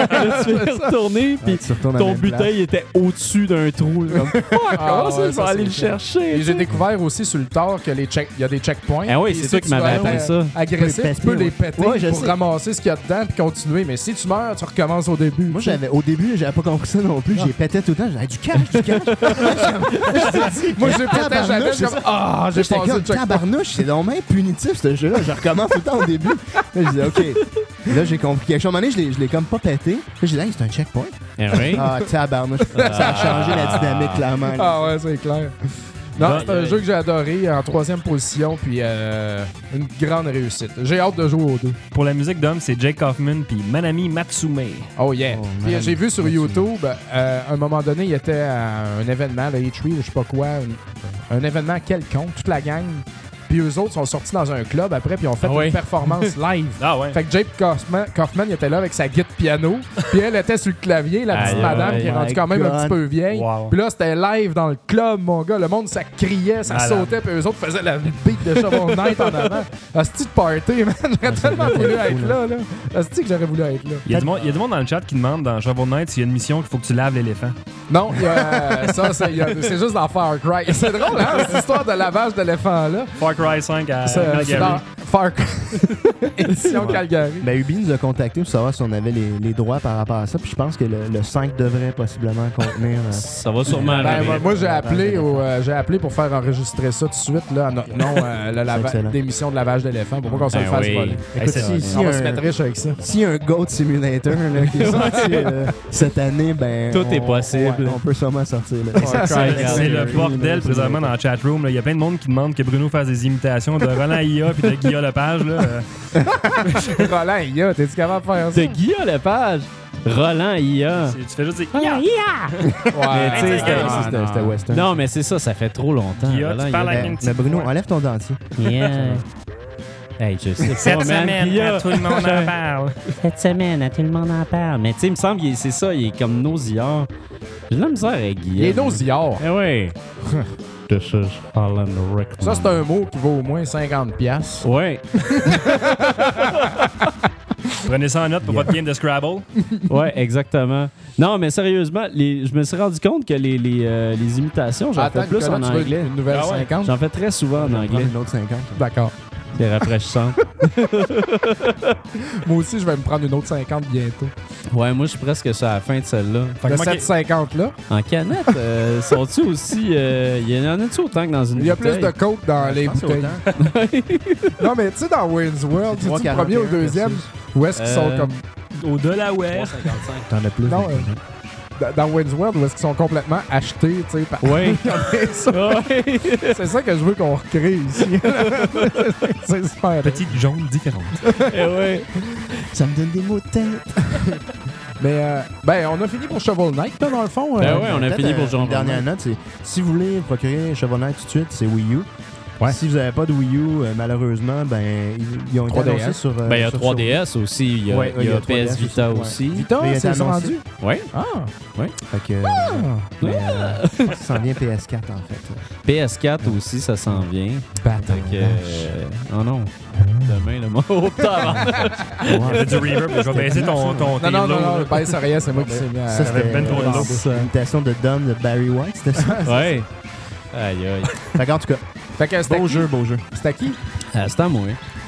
tu fais retourner, puis
Ouais, tu retournes à
ton
la même
butin
place.
il était au-dessus d'un trou. là,
*laughs*
Comme, fuck,
Ah,
comment ça,
ouais,
je vais
ça,
aller
c'est
le
chiant.
chercher?
Et j'ai
tu sais?
découvert aussi sur le tard que les check- il y a des checkpoints.
Ah oui,
Puis
c'est
si
ça qui
tu vas
m'avait
être,
appris
euh,
ça.
Tu
Agressif,
peux
tu peux
péter,
les
ouais.
péter
Ouais, je
pour
sais.
ramasser ce qu'il y a dedans puis continuer. Mais si tu meurs, tu recommences au début.
Moi, j'avais, au début, j'avais pas compris ça non
Ah.
plus. J'ai pété tout le temps. J'avais du cash, du cash.
*laughs*
Moi, j'ai pété
Tabarnouche,
jamais.
c'est
J'ai comme, ah, j'ai
J'étais
passé
comme
le checkpoint.
tabarnouche, c'est donc même punitif ce jeu-là. Je recommence tout le temps au début. Là, je disais, OK. Là, j'ai compris quelque chose. À un moment donné, je l'ai- je l'ai comme pas pété. Là, j'ai dit, hey, c'est un checkpoint.
Eh oui.
Ah, tabarnouche. Ça a changé la dynamique, clairement. là.
Ah ouais, c'est clair. Non,
Ouais,
c'est un
ouais.
jeu que j'ai adoré en troisième position, puis euh, une grande réussite. J'ai hâte de jouer aux deux.
Pour la musique d'homme, c'est Jake Kaufman puis Manami Matsume.
Oh yeah.
Oh,
Puis,
man.
j'ai vu sur
Merci.
YouTube, euh, à un moment donné, il était à un événement, le E3 ou je sais pas quoi, un, un événement quelconque, toute la gang. Puis eux autres sont sortis dans un club après, puis ils ont fait
Ah ouais.
une performance live.
Ah ouais.
Fait que Jake Kaufman, Kaufman, il était là avec sa guitare piano, puis elle était sur le clavier, la petite
Aïe,
madame
aïe,
qui est
my
rendue quand même un
God.
petit peu vieille.
Wow.
Puis là, c'était live dans le club, mon gars. Le monde, ça criait, ça
Malade.
sautait, puis eux autres faisaient la beat de Shovel Knight en avant. Hostie de party, man. J'aurais tellement voulu être là, là. Hostie que j'aurais voulu être là.
Il y, a du monde, il y a du monde dans le chat qui demande dans Shovel Knight s'il y a une mission qu'il faut que tu laves l'éléphant.
Non, il y a- euh, ça, c'est il y a- c'est juste dans Far Cry. *laughs* C'est drôle, hein, cette histoire de lavage d'éléphant-là.
Far Cry 5 à
C'est c'est dans
Euh, Calgary.
Far Cry. *laughs* Édition Calgary.
Ben, Ubi nous a contactés pour savoir si on avait les, les droits par rapport à ça. Puis je pense que le, le 5 devrait possiblement contenir. euh,
Ça va sûrement
Ben,
arriver.
moi, moi, j'ai appelé, au, euh, j'ai appelé pour faire enregistrer ça tout de suite, là, à notre nom, euh, le lava-
excellent.
l'émission de lavage d'éléphant, pour pas qu'on se le
Ben
fasse
oui.
voler.
Hey,
écoute,
c'est-
si, si
On
un,
va se mettre riche avec ça.
si un Goat Simulator là, qui *laughs* est sorti euh, cette année, ben.
Tout est
on-
possible.
ouais, on peut sûrement sortir. là.
C'est c'est le
Calgary.
bordel présentement dans la chatroom. là. Il y a plein de monde qui demande que Bruno fasse des imitations de Roland Ia puis de Guilla Lepage. Là. Euh,
Roland, il y a, t'es-tu capable de faire ça?
De Guillaume Lepage, Roland IA.
c'est- Tu fais juste des
Roland IA!
Ouais,
tu sais, c'était-
Ah,
c'était-
non.
c'était Western.
Non, mais c'est ça, ça fait trop longtemps.
Guilla,
Roland
tu parles
IA.
avec
Ben,
une petite
mais Bruno,
voix.
enlève ton dentier.
Yeah. Hey, je sais pas, man. Guilla.
le monde en parle.
Cette semaine, à tout le monde en parle. Mais tu sais, il me semble que c'est ça, il est comme nauséard. J'ai de la misère avec Guilla.
Il est nauséard.
Eh oui. *laughs* This is Alan Rickman.
Ça, c'est un mot qui vaut au moins 50$. piastres.
Ouais,
Prenez ça en note pour votre game de Scrabble.
ouais, exactement. Non, mais sérieusement, les- je me suis rendu compte que les, les, euh, les imitations, j'en
Attends,
fais plus
Nicolas,
en
tu veux
anglais.
une nouvelle
Ah ouais.
50$?
J'en fais très souvent en
Prends
anglais.
une autre 50.
D'accord.
C'est rafraîchissant.
Moi aussi, je vais me prendre une autre 50 bientôt.
Ouais, moi, je suis presque sur la fin de celle-là.
Fait que
Le
moi,
750-là,
En canette, euh, sont-tu aussi. euh, Il y en a-tu autant que dans une
il y a plus
bouteille?
de coke dans les bouteilles. *laughs* Non, mais tu sais, dans Wayne's World, tu
C'est
du premier au
3,41
deuxième,
versus-
où est-ce qu'ils sont
Euh,
comme.
Au Delaware.
T'en as plus.
Non,
mais-
euh, dans- Dans Wayne's World, où est-ce qu'ils sont complètement achetés, tu sais, par- *laughs*
Ouais. Ouais.
C'est ça que je veux qu'on recrée ici. *laughs* c'est super.
Petite jaune différente.
Eh ouais.
Ça me donne des mots de tête.
Mais euh, ben, on a fini pour Shovel Knight, là, dans le fond.
Ben
euh,
ouais, on a
Peut-être,
fini
euh,
pour
une
Jean
Dernière
Valjean.
note, c'est si vous voulez procurer Shovel Knight tout de suite, c'est Wii U.
Ouais.
Si vous n'avez pas de Wii U, euh, malheureusement, ben ils, ils ont été
3DS.
annoncés sur. euh,
Ben, il y a
sur-
3DS aussi, il y a,
Ouais, ouais,
il y a
il y a 3DS
PS Vita
aussi,
aussi.
Vita,
Mais il a été
c'est
annoncé.
rendu.
Ouais. Ah,
Ah,
Fait que, euh, mais, euh, je pense que ça s'en vient PS4 en
*laughs*
fait.
PS4 aussi, ça s'en vient.
bâtard.
Fait que, euh, oh non. Demain, le mot. Oh, tabarnak.
Fais du reverb, je vais baisser ton, ton
Non,
tes
non, non,
lows,
non,
là.
ben, c'est rien, c'est moi qui s'est mis à.
Ça, c'était
ben trop
euh,
long.
c'est une imitation de Dom de Barry White, c'était
*laughs*
ça?
*laughs* ouais. Aïe, aïe.
fait que, en tout cas,
Fait que c'était
beau
qui?
jeu, beau jeu.
C'était qui?
Ah, c'est à moi.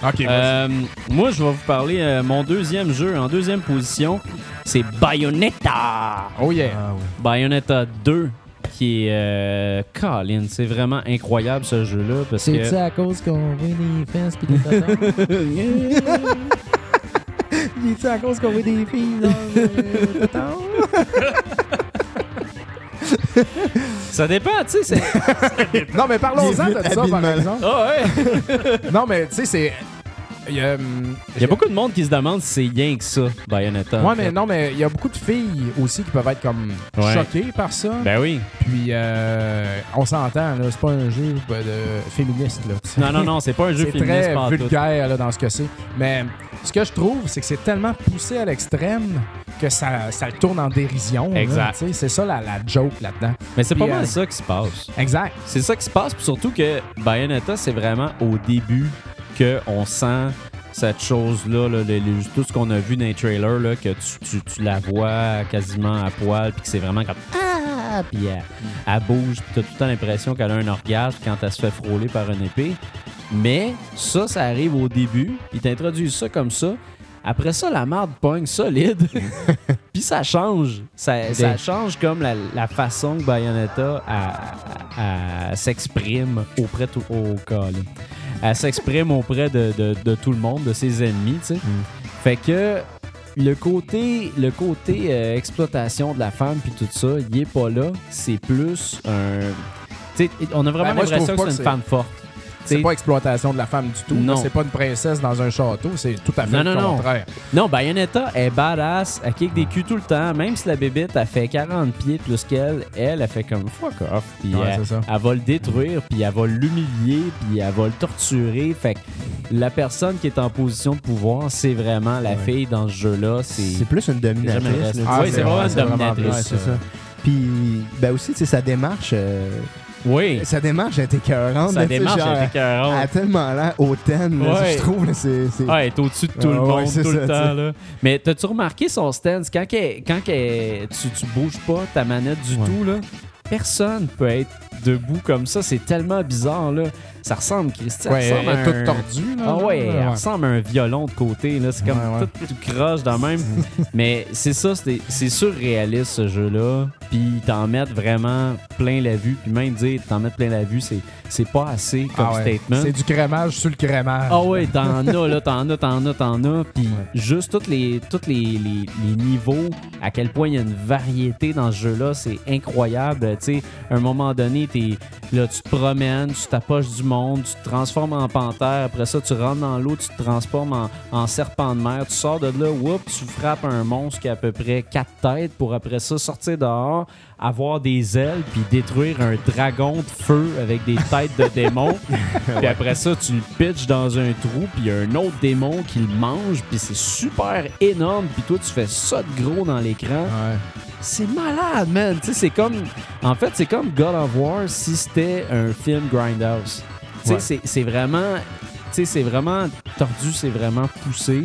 Ok,
Euh, moi, je vais vous parler euh, mon deuxième jeu en deuxième position. C'est Bayonetta.
Oh yeah.
Ah ouais.
Bayonetta 2 qui est euh, Colin, c'est vraiment incroyable ce jeu là parce que
à cause qu'on voit des fesses pis des *laughs* tatons? C'est-tu à cause qu'on voit des filles dans tatons?
ça dépend, tu sais, c'est
Non, mais parlons-en de
Il est
ça, par
habilement.
exemple.
Ah ouais.
Non, mais tu sais, c'est. il y a, hum,
Il y a beaucoup de monde qui se demande si c'est rien que ça, Bayonetta.
Ouais,
en
mais
fait.
non, mais il y a beaucoup de filles aussi qui peuvent être comme
Ouais.
choquées par ça.
Ben oui.
Puis euh, on s'entend, là, c'est pas un jeu ben, de féministe là. tu sais.
Non, non, non, c'est pas un jeu
C'est
féministe
très
pantoute.
vulgaire là, dans ce que c'est. Mais ce que je trouve, c'est que c'est tellement poussé à l'extrême que ça, ça le tourne en dérision. là,
Exact.
tu sais. c'est ça la, la joke là-dedans.
Mais c'est pas
Puis, euh,
mal ça qui se passe.
Exact.
C'est ça qui se passe, puis surtout que Bayonetta, c'est vraiment au début qu'on sent cette chose-là, là, le- le- tout ce qu'on a vu dans les trailers, là, que tu, tu- tu la vois quasiment à poil, puis que c'est vraiment comme Ah! Puis elle, elle bouge, puis t'as tout le temps l'impression qu'elle a un orgasme quand elle se fait frôler par une épée. Mais ça, ça arrive au début. Ils t'introduisent ça comme ça. Après ça, la marde pogne solide. Puis ça change. Ça, ça change comme la, la façon que Bayonetta elle- elle s'exprime auprès tout, au câlin. Elle s'exprime auprès de, de- de tout le monde, de ses ennemis. tu sais.
Mm.
Fait que le côté, le côté euh, exploitation de la femme puis tout ça, il est pas là. C'est plus un. tu sais, on a vraiment
Ben, moi, je trouve
l'impression que
pas
c'est
que
une
c'est-
femme forte.
C'est
T'sais,
pas exploitation de la femme du tout.
Non.
là. C'est pas une princesse dans un château. C'est tout à fait
Non,
le
non, non.
contraire.
Non, Bayonetta est badass, elle kick des culs tout le temps, même si la bébite a fait 40 pieds plus qu'elle, elle a fait comme fuck off, puis
Ouais,
elle,
c'est ça.
elle va le détruire, puis elle va l'humilier, puis elle va le torturer. Fait que la personne qui est en position de pouvoir, c'est vraiment la fille dans ce jeu-là.
C'est
C'est
plus une
J'aime le
dominatrice.
reste.
là,
Ah,
tu
oui,
sais.
c'est vraiment une
c'est vraiment
dominatrice.
Ouais, c'est ça. Puis, ben aussi, tu sais, sa démarche, euh,
Oui,
sa démarche a été écœurante.
sa
là, tu sais,
démarche
genre,
est
Elle a
écœurante.
tellement l'air hautaine, là,
Ouais.
je trouve. là, c'est- c'est-
Ah, elle est au-dessus de tout le
Ah ouais,
monde
c'est
tout
ça,
le
tu
temps.
sais.
Là. Mais t'as-tu remarqué son stance? Quand, qu'elle- quand qu'elle- tu, tu bouges pas ta manette du
Ouais.
tout, là, personne peut être debout comme ça. C'est tellement bizarre. Là. Ça ressemble, Christy, elle
Ouais, elle
ressemble à
est
un-
toute tordue. Là,
Ah ouais, elle
Ouais.
ressemble à un violon de côté. là. C'est comme
Ouais,
tout,
ouais.
tout croche dans le même. Mais c'est ça, c'est c'est surréaliste ce jeu-là. Puis ils t'en mettent vraiment plein la vue. Puis même dire t'en mettre plein la vue, c'est c'est pas assez comme
Ah ouais.
statement.
C'est du crémage sur le crémage.
Ah ouais, t'en as, là, t'en as, t'en as, t'en as. Puis juste tous les, toutes les, les- les niveaux, à quel point il y a une variété dans ce jeu-là, c'est incroyable. Tu sais, à un moment donné, t'es, là, tu te promènes, tu t'approches du monde, tu te transformes en panthère. Après ça, tu rentres dans l'eau, tu te transformes en, en serpent de mer. Tu sors de là, whoop, tu frappes un monstre qui a à peu près quatre têtes pour après ça sortir dehors, avoir des ailes, puis détruire un dragon de feu avec des têtes de démons. *laughs* Puis après ça, tu le pitches dans un trou, puis il y a un autre démon qui le mange, puis c'est super énorme, puis toi, tu fais ça de gros dans l'écran.
Ouais.
C'est malade, man! Tu sais, c'est comme... En fait, c'est comme God of War si c'était un film Grindhouse. Tu sais,
Ouais.
c'est- c'est vraiment... Tu sais, c'est vraiment tordu, c'est vraiment poussé.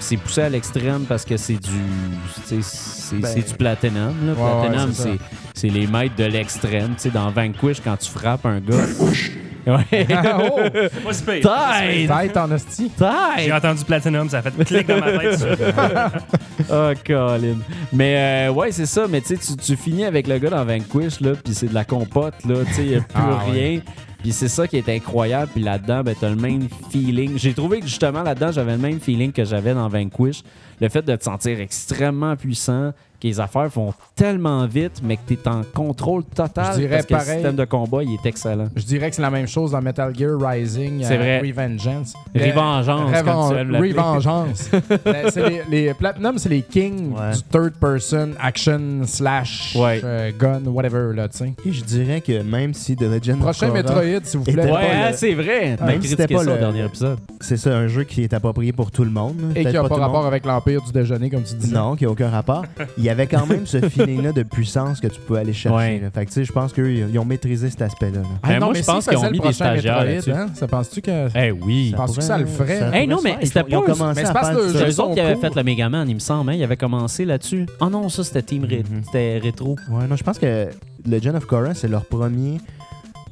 C'est poussé à l'extrême parce que c'est du... Tu sais, c'est
Ben,
c'est du platinum, là.
ouais,
platinum,
c'est ça.
c'est- c'est les maîtres de l'extrême. Tu sais, dans Vanquish, quand tu frappes un gars... *laughs*
*laughs*
Ouais.
Ah, oh!
Pas si pire.
Tide!
Tête en hostie.
J'ai
Tide!
entendu Platinum, ça a fait clic dans ma tête.
Oh, Colin. Mais euh, ouais, c'est ça. Mais tu sais, tu- tu finis avec le gars dans Vanquish, là, puis c'est de la compote, là. Tu sais, y a plus
Ah, ouais.
rien. Puis c'est ça qui est incroyable. Puis là-dedans, ben, t'as le même feeling. J'ai trouvé que justement, là-dedans, j'avais le même feeling que j'avais dans Vanquish. Le fait de te sentir extrêmement puissant, que les affaires vont tellement vite, mais que t'es en contrôle total.
Je dirais
parce que le
pareil.
système de combat, il est excellent.
Je dirais que c'est la même chose dans Metal Gear Rising.
C'est
euh,
vrai.
Revengeance.
Revengeance,
Euh,
comme tu aimes l'appeler. *laughs*
Revengeance. Ben, c'est les, les Platinum, c'est les kings
Ouais.
du third person action slash
Ouais.
euh, gun, whatever, là, tu sais.
Et je dirais que même si The Legend of
Prochain
Korra-
Metroid, s'il vous plaît.
C'était
Ouais,
pas
hein,
le-
c'est vrai. T'as
Même
critiqué
si c'était pas
ça au
le-
dernier épisode.
c'est ça, un jeu qui est approprié pour tout le monde. là.
Et
Peut-être
qui n'a pas
euh, tout le monde.
rapport avec l'Empire du déjeuner, comme tu disais.
Non, qui n'a aucun rapport. Il y avait quand
*laughs*
même ce feeling-là de puissance que tu peux aller chercher.
Ouais.
là. Fait que tu sais, je pense qu'eux, ils ils ont maîtrisé cet aspect-là. là.
Ah,
Ben,
non,
moi,
mais
je pense
s'ils faisaient
qu'ils ont
le
mis des
prochain
stagiaires
Metroid,
là-dessus.
hein, ça penses-tu que.
Eh oui.
Je pense que ça le ferait.
ça
Eh non,
pourrait
mais
se
c'était
faire. Ils ont-
pas
ils
eux-
ont commencé
mais c'est
à
parce
faire
que
ça.
le
C'est
jeu-
eux autres qui avaient
concours.
fait le Megaman, il me semble. Hein? Ils avaient commencé là-dessus. Ah non, ça, c'était Team Ré-
Mhm.
c'était Rétro.
Ouais, non, je pense que Legend of Korra, c'est leur premier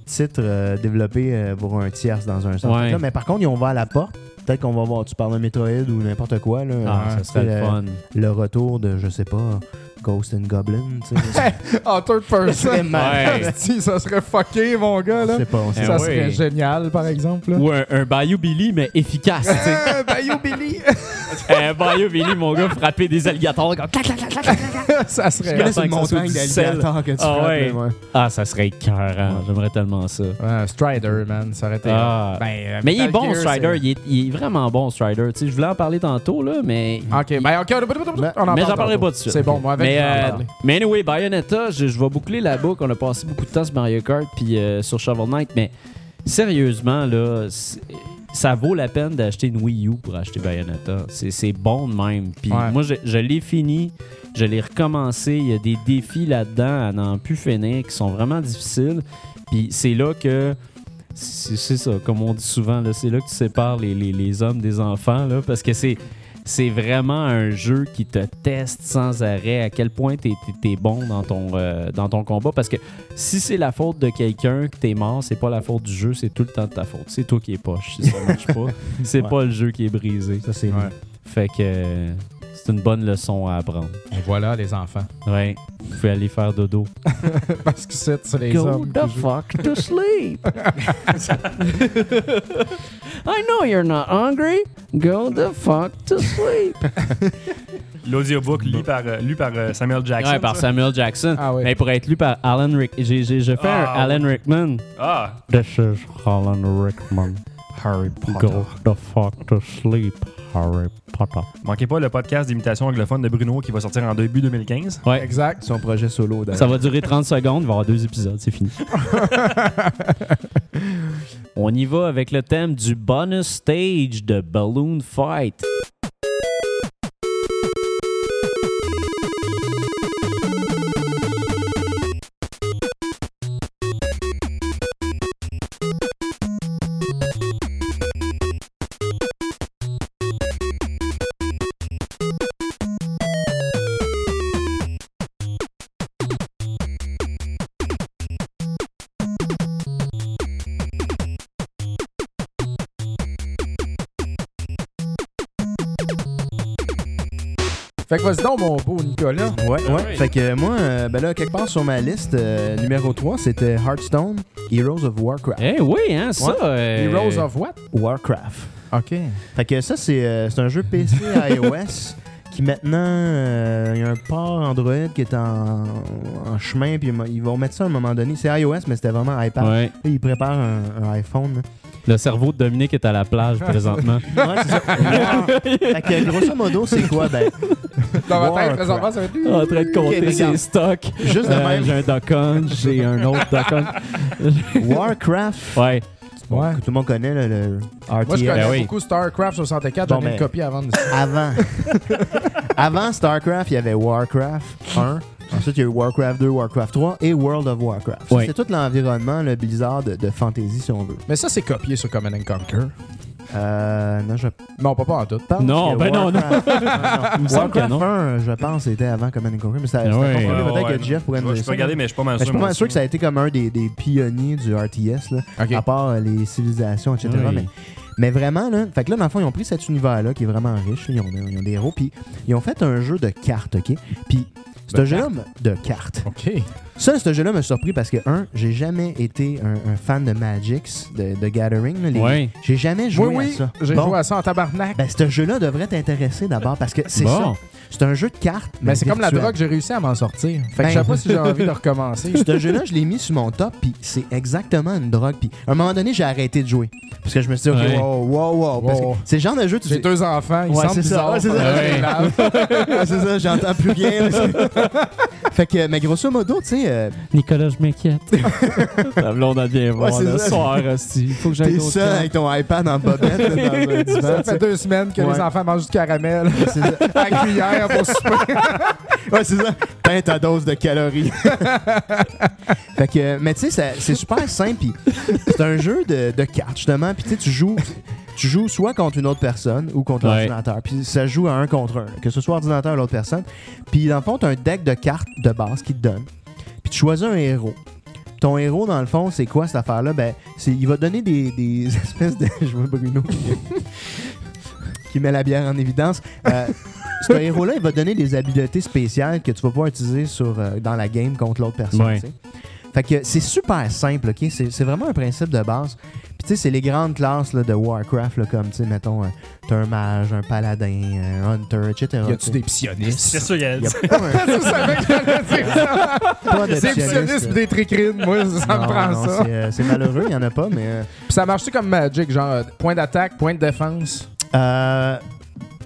titre euh, développé euh, pour un tierce dans un sens.
Ouais.
Là, mais par contre, ils ont ouvert la porte. Peut-être qu'on va voir, tu parles d'un Metroid ou n'importe quoi. Là,
Ah,
Euh,
ça serait
c'est
le
le-
fun.
le retour de, je sais pas, Ghost and Goblin, tu
*laughs*
sais.
En third person. *laughs*
Ouais.
Si, ça serait fucké, mon gars, là.
C'est pas, on sait
Eh
Ça
pas.
ouais.
serait génial, par exemple. là.
Ou un, un Bayou Billy, mais efficace. tu sais.
*laughs* Euh, Bayou Billy!
*laughs* un Bayou Billy, mon gars, frapper des alligators. comme clac, clac, clac, clac, clac.
*laughs* ça
Tu
serait.
connais
Attends
une
que ça
montagne
soit du sel.
d'alligators que tu
Ah
frappes,
ouais.
là, ouais.
Ah, ça serait écœurant. J'aimerais tellement ça.
Ouais, Strider, man, ça aurait été.
Ah.
Ben, euh,
Mais il est
Metal
bon,
Gear,
Strider.
c'est-
Il est, il est vraiment bon, Strider. Tu sais, je voulais en parler tantôt, là, mais.
Ok, ben, ok,
Mais-
on en
mais j'en parlerai
parle
pas
tantôt.
tout de suite.
C'est bon, moi, avec.
mais,
on va en
euh,
parler.
mais anyway, Bayonetta, je, je vais boucler la boucle. On a passé beaucoup de temps sur Mario Kart puis euh, sur Shovel Knight, mais sérieusement, là, c'est- ça vaut la peine d'acheter une Wii U pour acheter Bayonetta. C'est c'est bon de même. Puis
Ouais.
moi, je, je l'ai fini, je l'ai recommencé. Il y a des défis là-dedans à n'en plus finir qui sont vraiment difficiles. Puis c'est là que. C'est c'est ça, comme on dit souvent, là, c'est là que tu sépares les, les- les hommes des enfants, là, parce que c'est. C'est vraiment un jeu qui te teste sans arrêt à quel point t'es es, bon dans ton, euh, dans ton combat. Parce que si c'est la faute de quelqu'un que t'es mort, c'est pas la faute du jeu, c'est tout le temps de ta faute. C'est toi qui es poche. Si ça marche pas, c'est
*laughs* Ouais.
pas le jeu qui est brisé.
Ça, c'est
Ouais.
Fait que euh, c'est une bonne leçon à apprendre.
Et voilà, les enfants.
Ouais, vous pouvez aller faire dodo.
*laughs* Parce que c'est c'est les
Go
hommes.
the
qui jouent.
fuck to
*laughs*
sleep. I know you're not hungry. Go the fuck to sleep.
L'audiobook lu par, euh, lu par euh, Samuel Jackson.
ouais, par
ça?
Samuel Jackson.
Ah oui.
Mais pour être lu par Alan Rickman. J'ai j'ai- j'ai fait un
Ah,
Alan Rickman.
Ah,
This is Alan Rickman. Harry Potter. Go the fuck to sleep, Harry Potter.
manquez pas le podcast d'imitation anglophone de Bruno qui va sortir en début 2015.
Ouais.
Exact.
son projet solo. d'ailleurs.
Ça va durer 30 secondes, il va y avoir deux épisodes, c'est fini. *laughs* On y va avec le thème du bonus stage de Balloon Fight.
Fait que vas-y donc, mon beau Nicolas.
Ouais, ouais. Fait que euh, moi, euh, ben là, quelque part sur ma liste, euh, numéro 3, c'était Hearthstone, Heroes of Warcraft.
Eh oui, hein, ça.
Ouais.
euh,
Heroes of what?
Warcraft.
Ok.
Fait que ça, c'est euh, c'est un jeu PC iOS qui maintenant, euh, il y a un port Android qui est en, en chemin, puis ils vont mettre ça à un moment donné. C'est iOS, mais c'était vraiment iPad.
Ouais.
Là, ils préparent un, un iPhone. là.
Le cerveau de Dominique est à la *laughs* plage présentement.
Ouais, c'est ça. *laughs* fait que grosso modo, c'est quoi? Ben,
Dans ma tête,
Warcraft.
présentement, ça va être.
Ah, en train de compter
Ok, regarde.
ses stocks.
juste de
Euh, j'ai
même,
un Dokkan, j'ai un autre *laughs* Dokkan.
Warcraft,
Ouais.
Ouais.
que tout le monde connaît, là, le RTS.
Moi, je connais
Ben oui.
beaucoup StarCraft 64.
Bon,
J'en ai
ben-
une copie avant de
Avant. *laughs* Avant StarCraft, il y avait Warcraft 1. Ensuite, il y a eu Warcraft 2, Warcraft 3 et World of Warcraft. Ça,
Ouais.
C'est tout l'environnement, le blizzard de, de fantasy, si on veut.
Mais ça, c'est copié sur Command and Conquer.
Euh, non, je
Non, pas, pas en tout.
pense
Non,
que
ben non, *laughs*
Warcraft- non, non.
me semble que
Warcraft
non.
1, je pense, c'était avant Command and Conquer, mais ça,
Ah
ça
ouais.
confirmé,
Ouais,
peut-être
ouais.
que Jeff pourrait
Je
nous
vais-
dire
je peux
ça.
regarder, mais je suis pas mal sûr.
Mais Ben, je suis pas
moi
mal sûr que ça a été comme un des, des pionniers du RTS, là,
Ok.
à part euh, les civilisations, etc.
Oui.
Mais, mais vraiment, là, fait que là, dans le fond, ils ont pris cet univers-là qui est vraiment riche. Ils ont, ils ont des héros, puis ils ont fait un jeu de cartes, OK? Puis ce jeu-là, me- de cartes.
Ok.
Ça, ce jeu-là m'a surpris parce que, un, j'ai jamais été un, un fan de Magix, de, de Gathering. là, les-
Ouais.
J'ai jamais joué
Oui, oui,
à ça.
j'ai
Bon.
joué à ça en tabarnak.
Ben, ce jeu-là devrait t'intéresser d'abord parce que c'est
Bon.
ça. C'est un jeu de cartes.
Mais Ben, c'est comme la
ben, virtuel.
drogue, j'ai réussi à m'en sortir. Fait que
Ben-
je sais pas si j'ai envie de recommencer.
ce jeu-là, *laughs* je l'ai mis sur mon top, puis c'est exactement une drogue. Puis à un moment donné, j'ai arrêté de jouer. Parce que je me suis dit, OK,
Ouais.
wow, wow, wow. Parce que
Wow.
c'est le genre de jeu, tu
J'ai
sais. *laughs*
deux enfants, ils
Ouais,
sentent
c'est ça.
bizarre.
Ouais, c'est ça.
faudrait que je les
*laughs*
lave.
Ah, c'est ça, j'entends plus bien. *laughs* fait que, mais grosso modo, tu sais, euh,
Nicolas, je
*laughs*
m'inquiète. Ta blonde elle vient voir
c'est
le
ça.
soir, hostie. Il faut que j'aille
t'es
au
seul
camp.
avec ton iPad en bobette là, dans
*laughs*
un divan.
Ça fait deux semaines que
Ben, Ouais.
les enfants mangent du caramel
tu sais. C'est ça.
*laughs* à la cuillère pour souper.
Ouais, c'est ça. Peins ta dose de calories. fait que, euh, mais tu sais, ça- c'est super simple. puis C'est un jeu de, de cartes, justement. Puis tu sais, tu joues. Tu joues soit contre une autre personne ou contre
Ouais.
l'ordinateur. Puis ça joue à un contre un, là, que ce soit ordinateur ou l'autre personne. Puis dans le fond, tu un deck de cartes de base qui te donne. Puis tu choisis un héros. Ton héros, dans le fond, c'est quoi cette affaire-là? Ben, c'est- il va donner des, des *laughs* espèces de. Je vois Bruno qui, qui met la bière en évidence. Euh, ce héros-là, il va donner des habiletés spéciales que tu vas pouvoir utiliser sur, euh, dans la game contre l'autre personne.
Ouais.
tu sais. Fait que c'est super simple, OK? C'est c'est vraiment un principe de base. Puis tu sais, c'est les grandes classes là, de Warcraft, là, comme, tu sais, mettons, euh, t'as un mage, un paladin, un hunter, etc.
Y a-tu des *laughs* psionistes?
C'est sûr qu'il y a.
Il a pas, un-
Je savais que j'allais dire ça.
pas
*laughs*
de
Des psionistes pis des tricrines, moi, ça me
Non,
prend
non,
ça.
c'est, euh, C'est malheureux, il y en a pas, mais... euh,
Pis ça marche-tu comme Magic, genre euh, point d'attaque, point de défense?
Euh,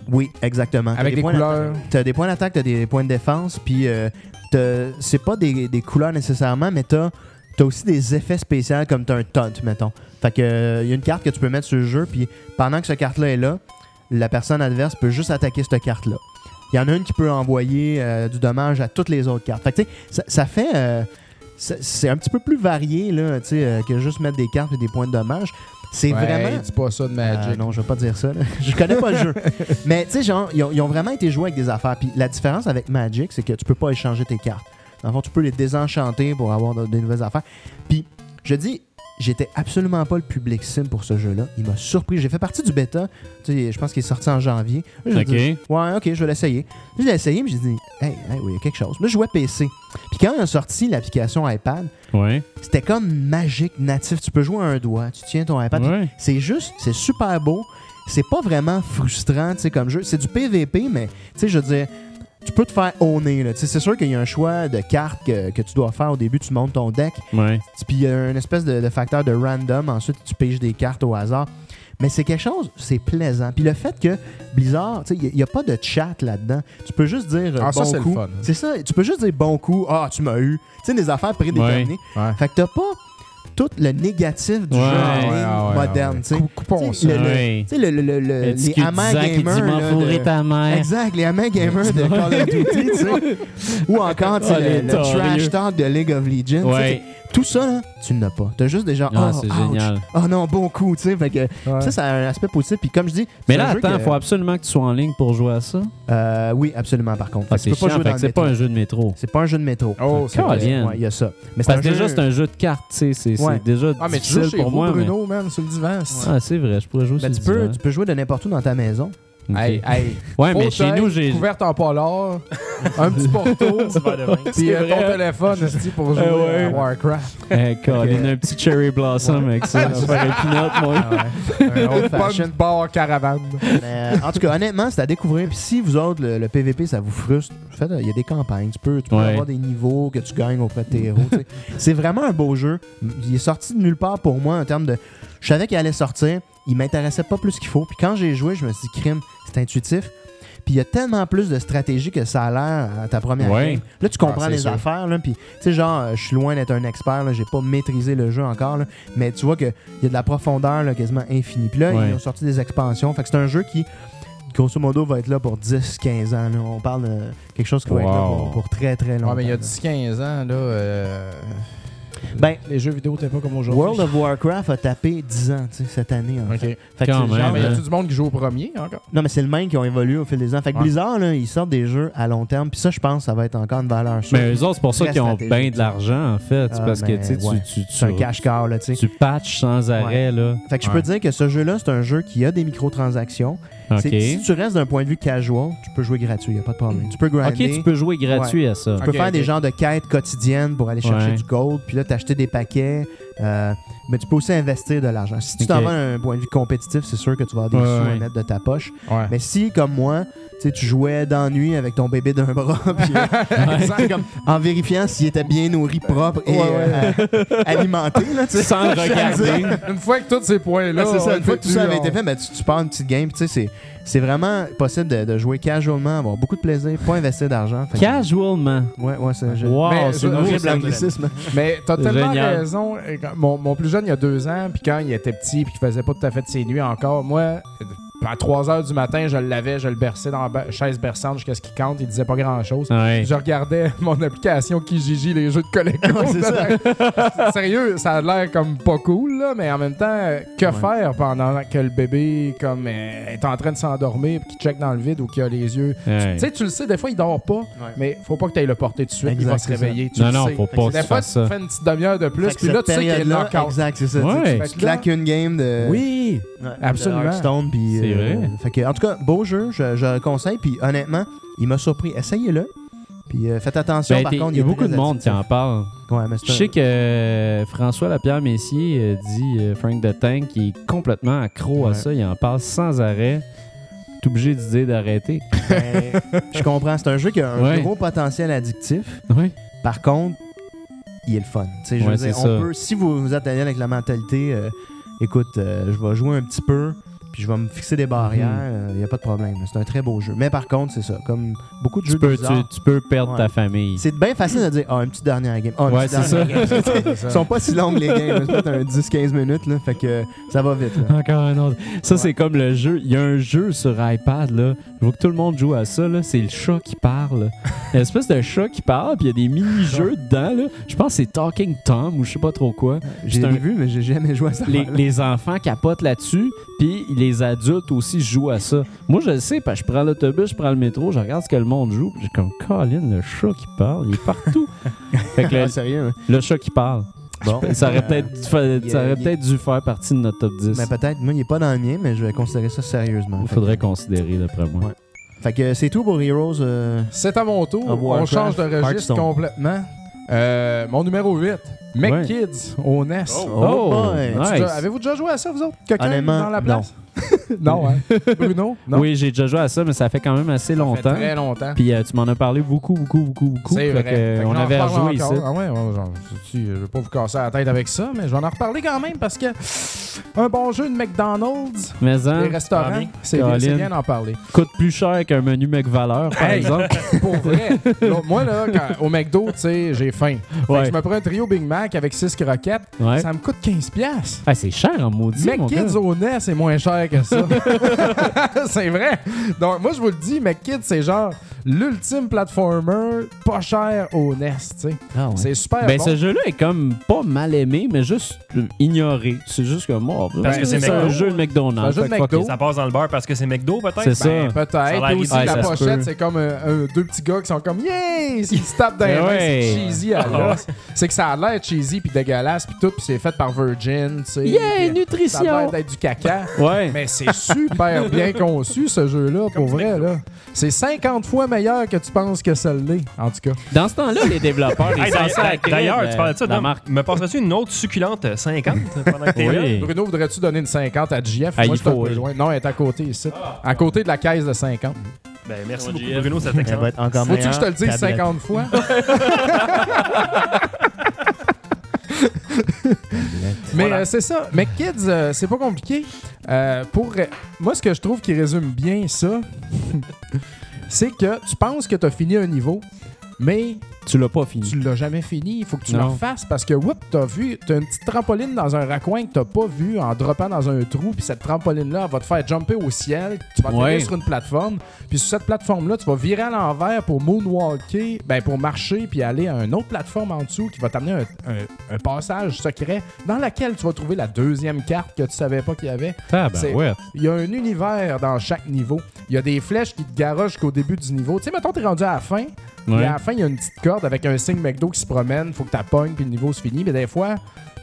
oui, exactement. T'as
Avec des
points
couleurs.
d'attaque- T'as des points d'attaque, t'as des points de défense, puis euh, t'as- c'est pas des, des couleurs nécessairement, mais t'as as aussi des effets spéciaux comme t'as un taunt, mettons. Fait que euh, y a une carte que tu peux mettre sur le jeu, puis pendant que cette carte-là est là, la personne adverse peut juste attaquer cette carte-là. Il y en a une qui peut envoyer euh, du dommage à toutes les autres cartes. Fait que, tu sais, ça, ça fait. euh, ça- c'est un petit peu plus varié là, tu sais, euh, que juste mettre des cartes et des points de dommage. C'est
Ouais,
vraiment.
Dis pas ça de
Euh,
Magic.
non, je vais pas dire ça. là. *laughs* je connais pas le jeu. Mais tu sais, genre, ils ont, ils ont vraiment été joués avec des affaires. Puis la différence avec Magic, c'est que tu peux pas échanger tes cartes. Dans le fond, tu peux les désenchanter pour avoir de- des nouvelles affaires. Puis, je dis, j'étais absolument pas le public sim pour ce jeu-là. Il m'a surpris. J'ai fait partie du bêta. Tu sais, je pense qu'il est sorti en janvier. Là, j'ai
Ok.
dit, ouais, ok, je vais l'essayer. Je l'ai essayé, mais j'ai dit, hey, hey, oui, il y a quelque chose. Là, je jouais PC. Puis quand ils ont sorti l'application iPad,
Ouais.
c'était comme magique, natif. Tu peux jouer à un doigt, tu tiens ton iPad,
Ouais.
c'est juste, c'est super beau. C'est pas vraiment frustrant, tu sais, comme jeu. C'est du PVP, mais, tu sais, je veux dire, tu peux te faire honner, là. Tu sais, c'est sûr qu'il y a un choix de cartes que, que tu dois faire au début. Tu montes ton deck,
Ouais.
puis il y a une espèce de, de facteur de random. Ensuite, tu piges des cartes au hasard. Mais c'est quelque chose, c'est plaisant. Puis le fait que Blizzard, tu sais, il n'y a pas de chat là-dedans. Tu peux juste dire euh,
Ah, ça,
bon
c'est le
coup.
fun.
C'est ça, tu peux juste dire bon coup, ah, tu m'as eu. Tu sais, des affaires prédéterminées.
Ouais.
Fait que t'as pas tout le négatif du
Ouais,
jeu en
ouais,
ligne
ouais, ouais,
moderne,
ouais.
tu sais.
Coup- coupons
Tu sais,
ça.
le- le-
Ouais.
Tu sais, le, le, le, le-
Le petit
les amas
cul-de-sac qui dit
gamers.
m'en
là,
fourrer
de-
ta mère.
Exact, les amas
*laughs*
gamers de Call of Duty, tu sais. Ou encore, tu sais,
Oh,
le,
les
le
torreux.
trash talk de League of Legends. tu sais,
Ouais.
c'est- Tout ça, là, tu n'as pas. T'as juste des gens,
Ah,
oh,
c'est
ouch.
génial.
Oh non, bon coup, tu sais. Fait que
Ouais.
ça, ça a un aspect positif. Puis comme je dis,
Mais
c'est
là,
un jeu
attends,
que-
faut absolument que tu sois en ligne pour jouer à ça.
Euh, oui, absolument, par contre.
Ah,
Fait que tu
c'est
peux pas
chiant, fait
jouer dans
que
le
c'est pas
métro.
un jeu de métro.
C'est pas un jeu de métro.
Oh, c'est
Ah,
vrai.
bien.
Ouais, il y a ça. Mais c'est
Parce
un
que déjà,
jeu...
c'est un jeu de cartes, tu sais. C'est c'est
Ouais.
déjà
Ah, mais tu joues
difficile
chez
pour
vous,
moi. mais-
Bruno, man, sur le divan. c'est-
Ah, c'est vrai, je pourrais jouer
Ben, tu,
sur
peux,
le
tu peux jouer de n'importe où dans ta maison.
divan.
Hey,
Ok.
hey.
Ouais, mais chez
Fauteuil,
nous, j'ai.
Couverte en polar, un petit *laughs* porto, puis euh, ton *laughs* téléphone, aussi pour jouer à Warcraft.
Hey, Eh, Colin, un petit cherry blossom avec
Ah,
ça. On va faire un peanut, moi.
*laughs* Un old
Une bonne
fashioned.
bar caravane.
Mais, euh, en tout cas, honnêtement, c'est à découvrir. Puis si vous autres, le, le PVP, ça vous frustre, en fait, il y a des campagnes. Tu peux, tu peux
Ouais.
avoir des niveaux que tu gagnes auprès de tes héros. tu sais. c'est vraiment un beau jeu. Il est sorti de nulle part pour moi en termes de. Je savais qu'il allait sortir. Il m'intéressait pas plus qu'il faut. Puis quand j'ai joué, je me suis dit, crime, c'est intuitif. Puis il y a tellement plus de stratégie que ça a l'air à ta première
Ouais.
game. Là, tu comprends
Ah, c'est
les
sûr.
affaires. Là, puis, tu sais, genre, euh, je suis loin d'être un expert. là, J'ai pas maîtrisé le jeu encore. là, mais tu vois qu'il y a de la profondeur là, quasiment infinie. Puis là,
Ouais.
ils ont sorti des expansions. Fait que c'est un jeu qui, grosso modo, va être là pour 10-15 ans. là. On parle de quelque chose qui va être là
Wow.
pour, pour très, très longtemps.
Ouais, mais il y a
là.
10-15 ans, là, euh,
Ben,
les jeux vidéo, t'es pas comme aujourd'hui.
World of Warcraft a tapé 10 ans tu sais, cette année. en
Ok.
fait. Fait que
Quand même,
c'est genre-
Non, mais y
hein.
a-tu du monde qui joue au premier encore?
Non, mais c'est le même qui ont évolué au fil des ans. Fait que
Ouais.
Blizzard, là, ils sortent des jeux à long terme. Puis ça, je pense, ça va être encore une valeur sûre.
Mais eux autres, c'est pour ça
Très
qu'ils ont
stratégique.
bien de l'argent, en fait.
Ah,
parce que,
ben,
tu sais, tu-
ouais.
tu- tu-
C'est un cash-car, là, tu sais.
Tu patches sans arrêt, là.
Fait que je peux
Ouais.
dire que ce jeu-là, c'est un jeu qui a des microtransactions.
OK.
C'est- Si tu restes d'un point de vue casual, tu peux jouer gratuit, il a pas de problème. Tu peux grinder.
OK, tu peux jouer gratuit à ça.
tu peux
Ok,
faire
ok.
des genres de quêtes quotidiennes pour aller chercher
Ouais.
du gold, puis là, t'acheter des paquets. euh, mais tu peux aussi investir de l'argent. Si tu t'en
Ok.
vas d'un point de vue compétitif, c'est sûr que tu vas avoir des
Ouais,
sous à
ouais.
mettre de ta poche.
Ouais.
Mais si, comme moi, tu sais, tu jouais d'ennui avec ton bébé d'un bras, *laughs* puis, euh,
*laughs* Exact, comme-
en vérifiant s'il était bien nourri, propre et
Ouais, ouais.
euh, *laughs* alimenté, là, tu sais. *laughs*
Sans regarder.
une fois que tous ces points-là.
Là, Ben, c'est
on
ça,
le
une fois
fait
que tout ça
plus,
avait été
on-
fait, ben, tu, tu pars une petite game. puis Tu sais, c'est- c'est vraiment possible de, de jouer casualement, avoir beaucoup de plaisir, pas investir d'argent. Fait que-
Casualement.
Ouais, ouais, c'est je-
Mais
Wow,
je-
c'est
je-
nouveau.
horrible
anglicisme.
Mais t'as tellement
Génial.
raison. Et quand- Mon, mon plus jeune, il y a deux ans, puis quand il était petit, puis qu'il faisait pas tout à fait de ses nuits encore, moi, à 3 heures du matin, je le lavais, je le berçais dans la ba- chaise berçante jusqu'à ce qu'il cante, il disait pas grand-chose.
Ouais.
Je regardais *laughs* mon application Kijiji, les jeux de collecte. *laughs* Sérieux, ça a l'air comme pas cool, là, mais en même temps, euh, que faire pendant que le bébé comme, euh, est en train de s'endormir, puis qu'il check dans le vide ou qu'il a les yeux.
Ouais.
Tu sais, tu le sais, des fois, il dort pas, mais faut pas que tu ailles le porter tout de suite, il
Exact,
va se
c'est ça.
réveiller. Tu
Non,
le
non,
sais.
faut pas que
Des
tu
fois,
fasses
tu
ça.
fais une petite demi-heure de plus,
Fait que
puis là,
cette
tu sais qu'il est
période-là,
knock-out.
Exact, c'est ça.
Ouais.
Tu-
Fait
Tu
que là-
claques une game de,
Oui.
de
Absolument.
Hearthstone, puis
C'est
vrai.
euh, fait que, en tout cas, beau jeu, je, je le conseille. Puis honnêtement, il m'a surpris. Essayez-le. Puis euh, faites attention,
Ben,
par
t'es-
contre.
il y a
est
beaucoup
très
de monde qui en
addictif.
parle.
Ouais, mais c'est
Je
un-
sais que euh, François Lapierre Messier euh, dit euh, Frank the Tank qui est complètement accro à
Ouais.
ça, il en parle sans arrêt. T'es obligé de dire d'arrêter.
*laughs* Ben, je comprends. C'est un jeu qui a un
Ouais.
gros potentiel addictif.
Oui.
Par contre, il est le fun. Tu sais, je veux
Ouais,
dire,
c'est
on
ça.
peut- si vous vous atteignez avec la mentalité, euh, écoute, euh, je vais jouer un petit peu, puis je vais me fixer des barrières,
Hmm.
il n'y a pas de problème. C'est un très beau jeu. Mais par contre, c'est ça. Comme beaucoup de
Tu
jeux
peux, tu,
bizarres,
tu peux perdre
Ouais.
ta famille.
c'est bien facile de dire Ah, une petite dernière game. Ah, une
Ouais,
petite
c'est
dernière game.
*laughs*
Ils
Son
sont pas si longues les games, c'est peut-être un 10-15 minutes, là, fait que ça va vite.
*laughs*
là.
Encore un autre. Ça, c'est comme le jeu. Il y a un jeu sur iPad, là. Je veux que tout le monde joue à ça, là. C'est le chat qui parle. Une espèce de chat qui parle, puis il y a des mini-jeux dedans, là. Je pense que c'est Talking Tom ou je sais pas trop quoi.
J'ai
un-
vu, mais j'ai jamais joué à ça.
les, les enfants capotent là-dessus, puis les adultes aussi jouent à ça. Moi, je le sais, parce que je prends l'autobus, je prends le métro, je regarde ce que le monde joue, puis j'ai comme Colin, le chat qui parle, il est partout. fait que
*laughs* Ah,
le,
sérieux. hein.
le chat qui parle,
Bon.
ça aurait peut-être dû, fa-
il-
ça aurait
il-
peut-être dû faire partie de notre top 10.
Mais Euh, ben, peut-être, moi, il n'est pas dans le mien, mais je vais considérer ça sérieusement.
Il
Fait
faudrait considérer, d'après moi.
Ouais. Fait que c'est tout pour Heroes. euh,
C'est à mon tour.
Ah,
On
Warcraft,
change de registre
Hearthstone.
complètement. Euh, mon numéro 8, McKids au NES.
Oh, boy.
Tu
nice.
déjà- Avez-vous déjà joué à ça, vous autres? Quelqu'un
Honnêtement,
dans la place? *laughs* non, hein?
*laughs*
Bruno? Non?
Oui, j'ai déjà joué à ça, mais ça fait quand même assez
Ça fait
longtemps.
très longtemps.
Puis euh, tu m'en as parlé beaucoup, beaucoup, beaucoup, beaucoup.
C'est
Fait
vrai.
que, euh,
Fait que
on
j'en
avait
reparle
rejoué
encore.
ici.
Ah ouais, ouais, genre, sais-tu, je vais pas vous casser la tête avec ça, mais je vais en reparler quand même parce que un bon jeu de McDonald's,
Mais hein,
les restaurants,
Parmi-
c'est bien, c'est
Colin.
bien d'en parler.
*laughs* coûte plus cher qu'un menu McValeur, par
Hey. *laughs*
exemple.
Pour vrai. Là, Moi, là, quand- au McDo, tu sais, j'ai faim. Fait que
Ouais.
je me prends un trio Big Mac avec 6 croquettes.
Ouais.
Ça me coûte 15$. piastres.
Ah, c'est cher en maudit, mon gars.
McKids au nez, c'est moins cher
*laughs*
que ça. *laughs* c'est vrai. Donc, moi, je vous le dis, McKids, c'est genre l'ultime platformer pas cher au NES, tu sais.
Ah ouais.
C'est super
Ben,
bon.
ce jeu-là est comme pas mal aimé, mais juste euh, ignoré. C'est juste comme, oh,
Parce
ben,
que c'est
un
McDo.
jeu de
C'est un
McDonald's.
jeu de
Fait que fuck
McDo.
it.
Ça passe dans le beurre parce que c'est McDo, peut-être?
C'est ça.
Ben, Ça a
*laughs* Peut-être.
l'air
Et aussi,
ridicule.
la
Ouais, ça se
pochette,
peut.
c'est comme euh, un- deux petits gars qui sont comme Yeah! Ils se tapent dans les mains, c'est
Ben Ouais. *laughs*
cheesy à
Ah.
l'os. C'est que ça a l'air cheesy puis dégueulasse puis tout, puis c'est fait par Virgin, tu sais.
Yeah,
Puis ben, Ça a l'air
nutrition!
d'être du caca.
Ouais.
Mais c'est super bien conçu, ce jeu-là, pour vrai. là. C'est 50 fois meilleur que tu penses que ça l'est, en tout cas.
Dans ce temps-là, les développeurs, ils
Hey,
sont censés
D'ailleurs,
acquérir,
d'ailleurs,
euh,
tu parlais de ça,
la
Dom.
marque.
Me passerais-tu une autre succulente 50 pendant que t'es là?
Oui.
Bruno, voudrais-tu donner une 50 à JF?
Ah,
Moi,
il
je suis un
faut, oui.
peu
Ah.
loin. Non, elle est à côté, ici. À côté de la caisse de 50.
*laughs* Ben, merci beaucoup, Bruno, ça t'excellent.
Elle va être encore
Faut-tu que je te le
meilleure
dise
tablette.
50 fois? Mais
Voilà.
euh, c'est ça. Mais Kids, euh, c'est pas compliqué. Euh, pour euh, Moi, ce que je trouve qui résume bien ça, *laughs* c'est que tu penses que tu as fini un niveau, mais
Tu l'as pas fini.
tu l'as jamais fini. Il faut que tu le
Non.
refasses parce que, whoop, t'as vu, t'as une petite trampoline dans un raccoin que t'as pas vu en droppant dans un trou, puis cette trampoline-là, elle va te faire jumper au ciel. Tu vas atterrir
Ouais.
sur une plateforme, puis sur cette plateforme-là, tu vas virer à l'envers pour moonwalker, ben pour marcher, puis aller à une autre plateforme en dessous qui va t'amener un, un- un passage secret dans laquelle tu vas trouver la deuxième carte que tu savais pas qu'il y avait.
Ah,
C'est- Il y a un univers dans chaque niveau. Il y a des flèches qui te garochent jusqu'au début du niveau. Tu sais, mettons, t'es rendu à la fin. Et à la fin, il y a une petite corde avec un signe McDo qui se promène. Faut que tu pognes, puis le niveau se finit. Mais des fois,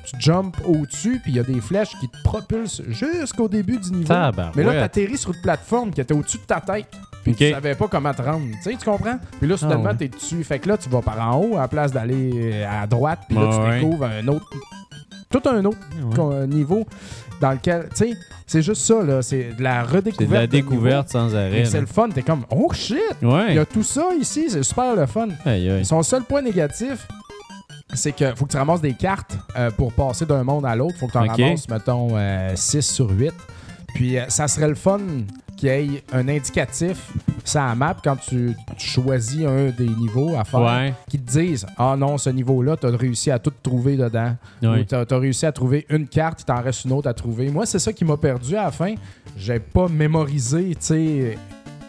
tu jumps au-dessus, puis il y a des flèches qui te propulsent jusqu'au début du niveau.
Tabarouette.
Mais là, t'atterris sur une plateforme qui était au-dessus de ta tête. Puis
Ok. Ah
tu savais pas comment te rendre. Tu sais, tu comprends? Puis là, soudainement,
ouais.
t'es dessus. Fait que là, tu vas par en haut à la place d'aller à droite. Puis là, tu
Ah Ouais. Ah
découvres un autre. Tout un autre co- niveau dans lequel. Tu sais, c'est juste ça, là. C'est de la redécouverte.
C'est de la
de niveau.
découverte sans arrêt.
Et C'est
là.
le fun. T'es comme, oh shit! Il y
Ouais.
a tout ça ici. C'est super le fun.
Aïe, aïe.
Son seul point négatif, c'est que faut que tu ramasses des cartes euh, pour passer d'un monde à l'autre. Faut que tu en
Ok.
ramasses, mettons, 6 sur 8. Puis euh, ça serait le fun qu'il y ait un indicatif sur la map quand tu, tu choisis un des niveaux à faire
Ouais.
qui te disent « Ah non, ce niveau-là, t'as réussi à tout trouver dedans.
Ouais.
Ou t'as t'as réussi à trouver une carte, il t'en reste une autre à trouver. » Moi, c'est ça qui m'a perdu à la fin. J'ai pas mémorisé, tu sais,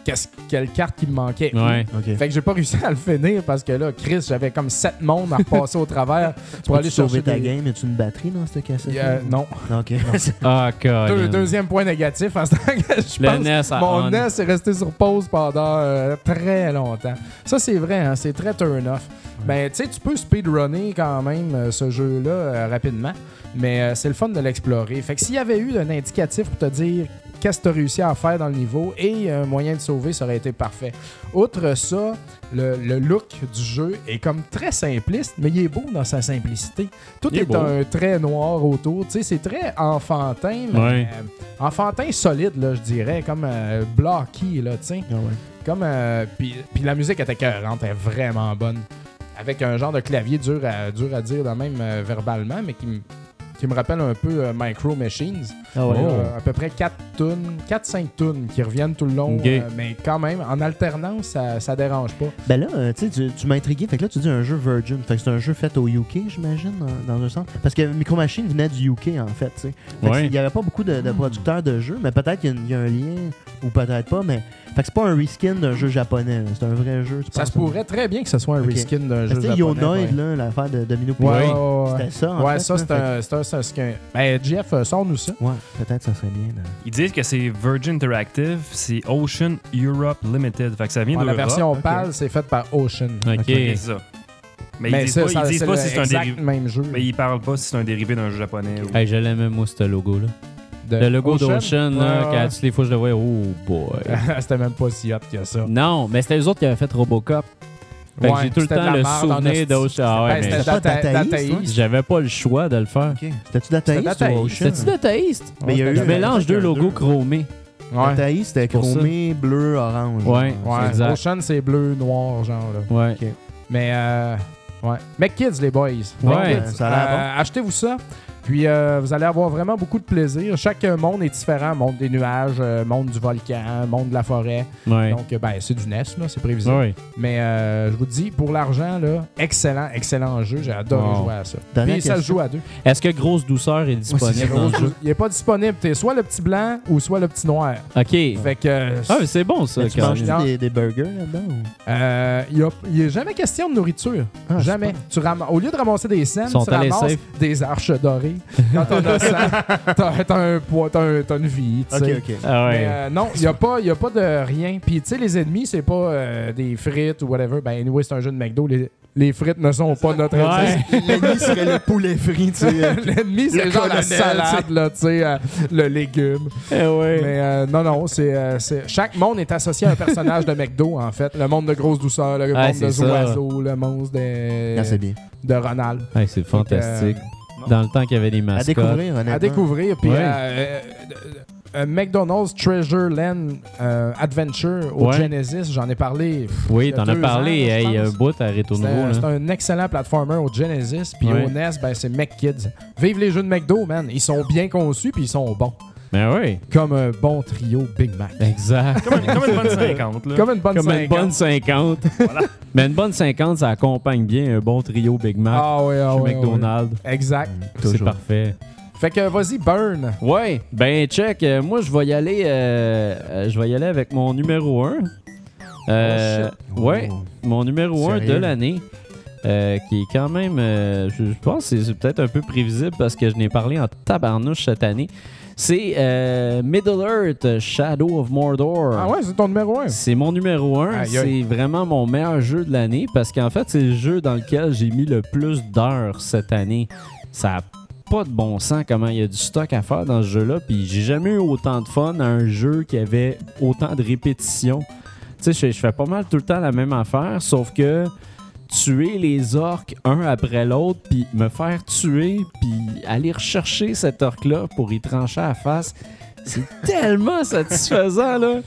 qu'est-ce- quelle carte qui me manquait.
Ouais.
Ok.
Fait que j'ai pas réussi à le finir parce que là, Chris, j'avais comme sept mondes à repasser au
*laughs*
travers pour aller
Peux-tu sauver
chercher
ta
des-
game, as-tu une batterie dans cette cassette?
Euh, non.
Ok. *laughs*
Ah,
Deux-
euh,
Colin.
deuxième point négatif, en ce temps que je
Le
pense
NES à
mon
on.
NES est resté sur pause pendant euh, très longtemps. Ça, c'est vrai, hein, c'est très turn-off. Ben, tu sais, tu peux speedrunner quand même euh, ce jeu-là euh, rapidement, mais euh, c'est le fun de l'explorer. Fait que s'il y avait eu un indicatif pour te dire qu'est-ce que tu as réussi à faire dans le niveau et euh, un moyen de sauver, ça aurait été parfait. Outre ça, le, le look du jeu est comme très simpliste, mais il est beau dans sa simplicité. Tout
Il est
est,
beau.
un trait noir autour. Tu sais, c'est très enfantin, mais
Ouais.
euh, enfantin solide, là, je dirais, comme euh, blocky, là, tu sais.
Ah
Comme euh, puis, puis la musique était cohérente, elle est vraiment bonne. Avec un genre de clavier dur à, dur à dire de même euh, verbalement, mais qui, me- qui me rappelle un peu euh, Micro Machines.
Ah ouais.
oh.
Euh, à peu près 4 tunes, 4-5 tunes qui reviennent tout le long,
Ok.
euh, mais quand même, en alternance, ça, ça dérange pas.
Ben là, euh, tu sais, tu- tu m'as intrigué. Fait que là, tu dis un jeu Virgin. Fait que c'est un jeu fait au UK, j'imagine, dans, dans un sens. Parce que Micro Machine venait du UK, en fait. tu sais. Fait que
Ouais.
c'est- Il n'y avait pas beaucoup de, de producteurs de jeux, mais peut-être qu'il y a une- il y, a un lien, ou peut-être pas. Mais fait que c'est pas un reskin d'un jeu japonais. là. C'est un vrai jeu. tu
Ah,
Ça
penses,
se pourrait très bien que ce soit un
Ok.
reskin d'un
hein? Parce
jeu
que Tu sais,
japonais. ouais.
Yonoid, là, l'affaire de Domino
Ouais,
Pizza,
ouais, ouais, ouais.
C'était ça, en
Ouais,
fait,
ça,
là.
c'est
Fait
un, c'est un, c'est un- c'est un- Ben, Jeff, euh, sors-nous ça.
que- Ouais, peut-être ça serait bien. là.
Ils disent que c'est Virgin Interactive, c'est Ocean Europe Limited. Fait que ça vient
Ouais,
de
la version
ok.
pâle, c'est faite par Ocean.
Ok.
c'est ça. Mais, ils disent
Ben, ça,
pas,
ça-
ils disent pas
le
si c'est un
exact
dérivé.
même jeu.
Mais ils parlent pas si c'est un dérivé d'un jeu japonais. ou-
Hey, je l'aime, moi, ce logo-là.
de
Le logo d'Ocean, là,
Euh, Ouais,
quand
ouais. Ah.
toutes les fois je le voyais, oh boy.
*laughs* C'était même pas si hot que ça.
non, mais c'était eux autres qui avaient fait Robocop. Fait que
Ouais,
j'ai tout le
c'était de
temps
la
le
merde en
souvenir
hostie.
d'Ocean. Ah ouais,
Ben,
mais
c'était
C'était pas
Data-
Dataist,
Dataist.
ouais?
j'avais pas le choix de le faire.
C'était-tu Dataist
C'était
ou
Dataist.
Ocean?
C'était-tu dataïste?
Mais il y a eu-
Je mélange deux logos chromés.
Ouais.
Dataist, c'était
Pour ça.
chromé, bleu, orange.
Ouais.
genre.
Ouais,
exact.
Ocean, c'est bleu, noir, genre. Là.
Ouais.
Mais, euh, ouais. Mais kids, les boys.
Ouais,
Kids,
ça a l'air
euh, Achetez-vous ça. Puis euh, vous allez avoir vraiment beaucoup de plaisir. Chaque euh, monde est différent. Monde des nuages, euh, monde du volcan, monde de la forêt.
Ouais.
Donc, euh, ben, c'est du NES, là, c'est prévisible.
Ouais.
Mais euh, je vous dis, pour l'argent, là, excellent, excellent jeu. J'ai adoré
Wow.
jouer à ça.
Dernière
Puis ça se
question.
joue à deux.
Est-ce que Grosse Douceur est
c'est
disponible dans le jeu?
Il n'est pas disponible. T'es soit le petit blanc ou soit le petit noir.
Ok.
Fait que. euh,
Ah, mais c'est bon, ça,
Mais Tu
quand
manges
même.
même.
des, des burgers là-dedans? ou-
Euh, Il n'y a, jamais question de nourriture.
Ah,
jamais. Tu ram- Au lieu de ramasser des scènes,
Ils sont
tu
allés
ramasses
safe.
des arches dorées. Quand on a ça, t'as t'as un poids, t'as un- t'as une vie. tu
Ok,
sais.
ok. *laughs*
Ah
Mais,
ouais.
euh, non, il n'y a, pas- y a pas de rien. Puis, tu sais, les ennemis, c'est pas euh, des frites ou whatever. Ben, anyway, c'est un jeu de McDo. Les, les frites ne sont pas notre ennemi.
Ouais.
L'ennemi serait le poulet frit, tu sais.
L'ennemi, c'est
Le
genre la
colonel,
salade, là, tu sais, euh, le légume.
*laughs* Eh ouais.
Mais euh, non, non, c'est, euh, c'est- Chaque monde est associé à un personnage de McDo, en fait. Le monde de Grosse Douceur, le
Ah,
monde
c'est
des
ça.
oiseaux, le monde des-
Ah, c'est bien.
de Ronald.
Hey, c'est fantastique.
euh,
Dans le temps qu'il y avait des
À
mascottes.
découvrir, honnêtement.
À découvrir. Puis
Ouais.
euh, euh, euh, McDonald's Treasure Land euh, Adventure au
Ouais.
Genesis, j'en ai parlé. pff, il y
Oui,
a
t'en as
deux
parlé.
ans, je
hey, il y a un
pense.
bout à Rétro
C'est
Nouveau.
un,
là.
c'est un excellent platformer au Genesis. Puis
Ouais.
au NES, ben, c'est McKids. Vive les jeux de McDo, man. Ils sont bien conçus, puis ils sont bons.
Mais Ben oui.
Comme un bon trio Big Mac.
Exact.
Comme, comme
*laughs*
une bonne 50. Là.
Comme une bonne
Comme une
50.
bonne 50.
*laughs*
Mais une bonne 50, ça accompagne bien un bon trio Big Mac
Ah oui, ah
chez
oui, ah oui.
McDonald's.
Exact.
C'est
Mm, Toujours.
parfait.
Fait que vas-y, burn.
Ouais, ben check, euh, moi je vais y aller euh, euh, je vais y aller avec mon numéro 1.
Oh,
Oh.
ouais, mon numéro 1 de
Sérieux?
l'année. euh, qui est quand même, euh, je, je pense que c'est- c'est peut-être un peu prévisible parce que je n'ai parlé en tabarnouche cette année. C'est euh, Middle Earth Shadow of Mordor.
Ah ouais, c'est ton numéro 1.
C'est mon numéro 1.
Aïe,
C'est
aïe.
vraiment mon meilleur jeu de l'année parce qu'en fait, c'est le jeu dans lequel j'ai mis le plus d'heures cette année. Ça a pas de bon sens comment il y a du stock à faire dans ce jeu-là. Puis j'ai jamais eu autant de fun à un jeu qui avait autant de répétitions. Tu sais, je, je fais pas mal tout le temps la même affaire, sauf que tuer les orques un après l'autre, puis me faire tuer, puis aller rechercher cet orque-là pour y trancher à la face, c'est *laughs* tellement satisfaisant, là!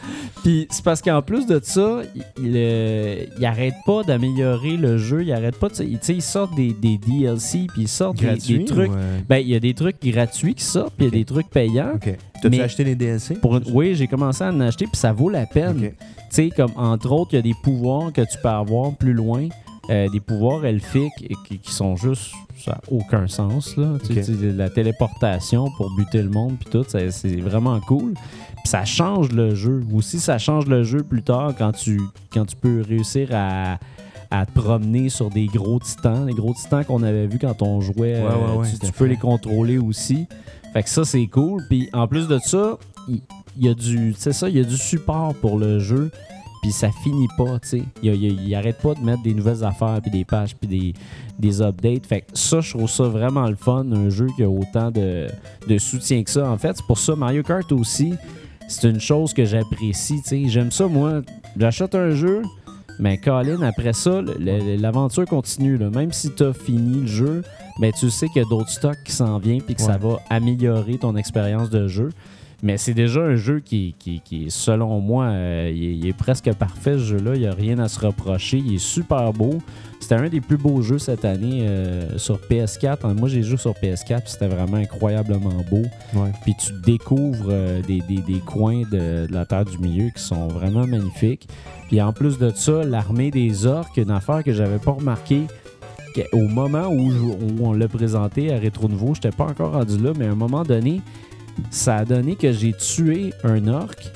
Puis c'est parce qu'en plus de ça, il, il, euh, il arrête pas d'améliorer le jeu, il arrête pas de. Tu sais, ils sortent des, des DLC, puis ils sortent des- des,
Gratuit
trucs.
ou, euh,
Ben, il y a des trucs gratuits qui sortent, puis il y a des trucs payants.
OK.
Mais-
Toi, tu as acheté les DLC?
Pour une- Oui, j'ai commencé à en acheter, puis ça vaut la peine.
OK.
Tu sais, comme entre autres, il y a des pouvoirs que tu peux avoir plus loin, euh, des pouvoirs elfiques et qui, qui sont juste. Ça n'a aucun sens, là. Tu sais,
Ok.
tu sais, La téléportation pour buter le monde, puis tout, ça- c'est vraiment cool. Puis ça change le jeu. Aussi, ça change le jeu plus tard quand tu, quand tu peux réussir à, à te promener sur des gros titans, les gros titans qu'on avait vus quand on jouait. euh,
Ouais, ouais, ouais,
tu- tu
tout à
peux
fait.
les contrôler aussi. Fait que ça, c'est cool. Puis en plus de ça, il il y a du c'est ça il y a du support pour le jeu puis ça finit pas tu sais il, y a- il y a- il arrête pas de mettre des nouvelles affaires puis des patchs puis des, des updates fait que ça je trouve ça vraiment le fun un jeu qui a autant de, de soutien que ça en fait c'est pour ça Mario Kart aussi c'est une chose que j'apprécie. tu sais. J'aime ça, moi. J'achète un jeu, mais Colin, après ça, le- le- l'aventure continue. là. Même si tu as fini le jeu, mais tu sais qu'il y a d'autres stocks qui s'en viennent puis que ça va améliorer ton expérience de jeu. Mais c'est déjà un jeu qui, qui, qui est, selon moi, euh, il, est, il est presque parfait ce jeu-là. Il n'y a rien à se reprocher. Il est super beau. C'était un des plus beaux jeux cette année euh, sur PS4. Moi, j'ai joué sur PS4 puis c'était vraiment incroyablement beau
Ouais.
puis tu découvres euh, des, des- des coins de, de la Terre du Milieu qui sont vraiment magnifiques. Puis en plus de ça, l'armée des orques, une affaire que j'avais pas remarquée que- au moment où, je- où on l'a présenté à Rétro Nouveau, j'étais pas encore rendu là, mais à un moment donné, ça a donné que j'ai tué un orque.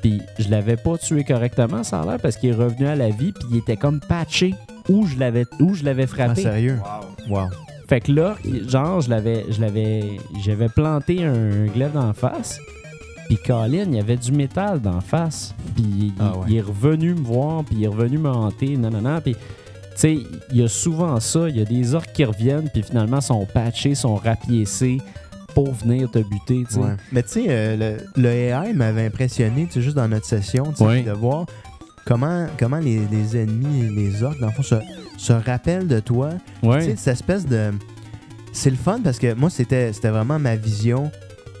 Puis je l'avais pas tué correctement, ça a l'air, parce qu'il est revenu à la vie, puis il était comme patché où je l'avais où je l'avais
Ah,
frappé.
sérieux? Wow.
Fait que là, genre, je l'avais, je l'avais, j'avais planté un glaive d'en face. Puis Colin, il y avait du métal d'en face. Puis il,
Ah ouais.
il est revenu me voir, puis il est revenu me hanter, non, non, non. Puis, tu sais, il y a souvent ça. Il y a des orques qui reviennent, puis finalement, sont patchés, sont rapiécés pour venir te buter, tu sais.
Ouais. Mais tu sais, euh, le, le AI m'avait impressionné, tu sais, juste dans notre session, tu sais,
Ouais.
de voir comment, comment les, les ennemis, les orques, dans le fond, se, se rappellent de toi. Tu sais, cette espèce de. C'est le fun parce que moi, c'était c'était vraiment ma vision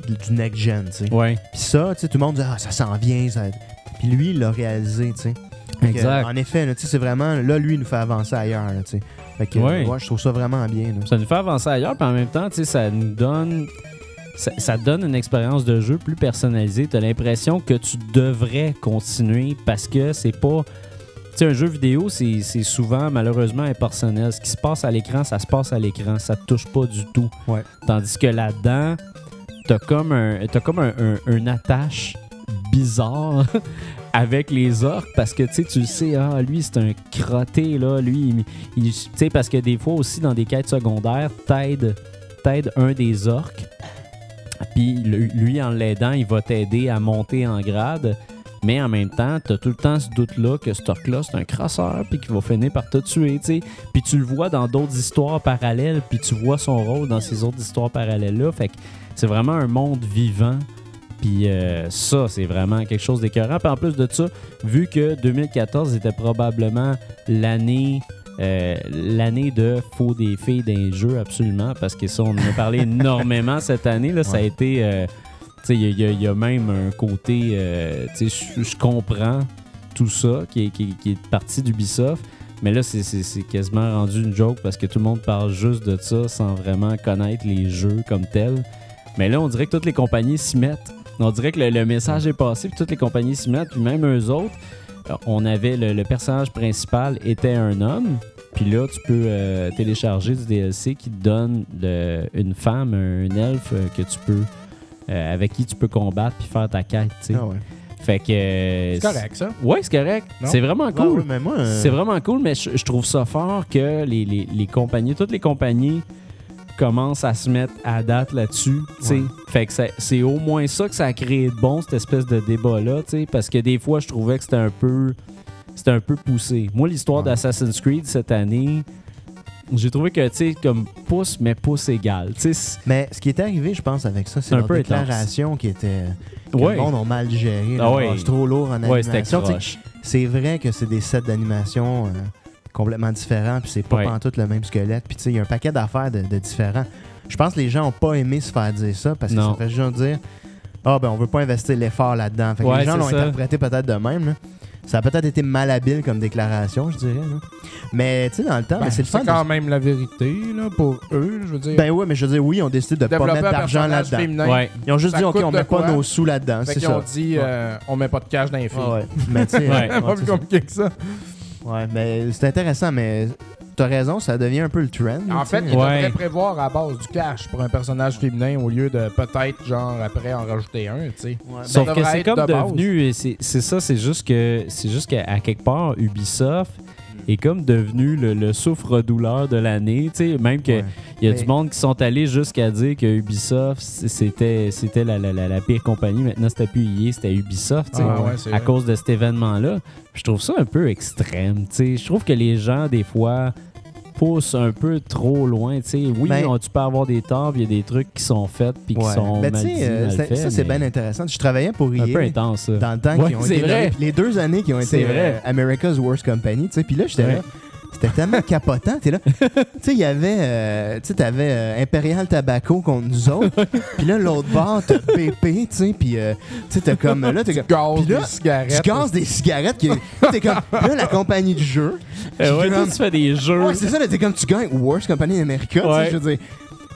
du du next-gen, tu sais.
Ouais.
Puis ça, tu sais, tout le monde dit, ah, ça s'en vient, ça. Puis lui, il l'a réalisé, tu sais. Fait que,
Exact.
en effet, là, tu sais, c'est vraiment. Là, lui, il nous fait avancer ailleurs, là, tu sais. Fait que,
Ouais.
ouais, je trouve ça vraiment bien, là.
Ça nous fait avancer ailleurs, puis en même temps, tu sais, ça nous donne. Ça, ça donne une expérience de jeu plus personnalisée. Tu as l'impression que tu devrais continuer parce que c'est pas. Tu sais, un jeu vidéo, c'est c'est souvent malheureusement impersonnel. Ce qui se passe à l'écran, ça se passe à l'écran. Ça te touche pas du tout.
Ouais.
Tandis que là-dedans, t'as comme un t'as comme un, un- une attache bizarre *laughs* avec les orques parce que tu sais tu le sais ah lui c'est un crotté là lui il, il- tu sais parce que des fois aussi dans des quêtes secondaires t'aides t'aides un des orques puis le- lui en l'aidant il va t'aider à monter en grade mais en même temps t'as tout le temps ce doute là que cet orc là c'est un crasseur puis qu'il va finir par te tuer tu sais puis tu le vois dans d'autres histoires parallèles puis tu vois son rôle dans ces autres histoires parallèles là fait que c'est vraiment un monde vivant. Puis euh, ça, c'est vraiment quelque chose d'écœurant. Puis en plus de ça, vu que 2014 était probablement l'année euh, l'année de Faut des filles d'un jeu, absolument, parce que ça, on en a parlé énormément cette année. Là, Ça a été. euh, tu sais, il y, a- il y a- il y a même un côté. euh, tu sais, je- je comprends tout ça qui est, qui, est- qui est parti d'Ubisoft. Mais là, c'est- c'est c'est quasiment rendu une joke parce que tout le monde parle juste de ça sans vraiment connaître les jeux comme tels. Mais là, on dirait que toutes les compagnies s'y mettent. On dirait que le, le message est passé, puis toutes les compagnies s'y mettent, puis même eux autres. euh, On avait le, le personnage principal était un homme, puis là, tu peux euh, télécharger du DLC qui te donne le- une femme, un elfe euh, que tu peux, euh, avec qui tu peux combattre puis faire ta quête. tu sais.
Ah ouais.
Fait que euh,
C'est correct, ça.
Ouais, c'est correct.
Non?
C'est vraiment
Ah
cool.
ouais, mais moi, euh,
C'est vraiment cool, mais je, je trouve ça fort que les, les- les compagnies, toutes les compagnies commencent à se mettre à date là-dessus. tu sais.
Ouais.
Fait que ça- c'est au moins ça que ça a créé de bon, cette espèce de débat-là, tu sais, parce que des fois, je trouvais que c'était un peu. C'était un peu poussé. Moi, l'histoire
Ouais.
d'Assassin's Creed cette année, j'ai trouvé que, tu sais, comme pouce, mais pouce égal. Tu sais, c'est-
Mais ce qui est arrivé, je pense, avec ça, c'est
Un
leur
peu intense.
déclaration qui était. que
Ouais.
Le monde a mal géré. là.
Ah ouais.
Ah, C'est trop lourd en
ouais, c'était
animation. Tu sais,
croche.
C'est vrai que c'est des sets d'animation euh, complètement différents, puis c'est pas
Ouais.
pantoute le même squelette. Puis tu sais, il y a un paquet d'affaires de, de différents. Je pense que les gens ont pas aimé se faire dire ça parce que
Non.
ça fait juste dire Ah, ben on veut pas investir l'effort là-dedans. Fait que
Ouais,
les gens
c'est
l'ont
ça.
interprété peut-être de même. là. Ça a peut-être été malhabile comme déclaration, je dirais. là. Mais tu sais, dans le temps, ben, c'est le fun.
C'est
de-
quand même la vérité là, pour eux, je veux dire.
Ben ouais, mais je veux dire, oui, on décide de pas
développer un
mettre d'argent
personnage
là-dedans.
féminin.
Ouais.
Ils ont juste
Ça
dit, OK,
coûte
on
de
met
quoi?
pas nos sous là-dedans,
Fait
c'est
qu'ils
ça.
ont dit, euh, on met pas de cash dans les filles. *laughs*
Ah ouais. Mais *laughs* tu sais, ouais,
pas
ouais,
plus
c'est ça.
compliqué que ça.
Ouais, mais c'est intéressant, mais t'as raison, ça devient un peu le trend.
En
tu sais.
fait, ils
Ouais.
devraient prévoir à base du cash pour un personnage féminin au lieu de peut-être, genre, après en rajouter un, tu sais.
Ah,
Ça
ben,
Sauf que
devrait
c'est
être
comme
de base.
devenu, c'est c'est ça, c'est juste que c'est juste qu'à à quelque part Ubisoft
Hmm.
est comme devenu le, le souffre-douleur de l'année, tu sais, même que
Ouais.
il y a
Mais-
du monde qui sont allés jusqu'à dire que Ubisoft c- c'était c'était la, la, la, la pire compagnie, maintenant c'était plus EA, c'était Ubisoft, tu sais,
Ah ouais, c'est
à
vrai.
cause de cet événement là. Je trouve ça un peu extrême, tu sais, je trouve que les gens des fois pousse un peu trop loin. tu sais. Oui,
Ben-
on- tu peux avoir des torts, puis il y a des trucs qui sont faits, puis qui
Ouais.
sont
Ben,
mal
tu sais,
dits,
euh,
mal
c'est-
faits,
ça, c'est
mais
bien intéressant. Je travaillais pour
un peu
EA
intense. ça.
dans le temps
Ouais,
qui ont
c'est
été
vrai.
donnés, puis les deux années qui ont
C'est
été
vrai.
euh, America's Worst Company, tu sais, puis là j'étais là,
Ouais.
c'était tellement capotant,
*laughs*
t'es là, tu sais, il y avait, euh, tu sais, t'avais euh, Imperial Tobacco contre nous autres, puis là l'autre bar t'as PP, tu sais, puis euh, tu sais, t'as comme là
*laughs*
t'es comme
Gaz,
Puis là,
des cigarettes.
tu casses des cigarettes, qui, t'es comme là la compagnie du jeu,
Euh, ouais,
Puis
toi,
comme-
tu fais des jeux.
Ouais, c'est ça, là, t'es comme tu gagnes Worst Company in America, tu sais,
Ouais.
je veux dire.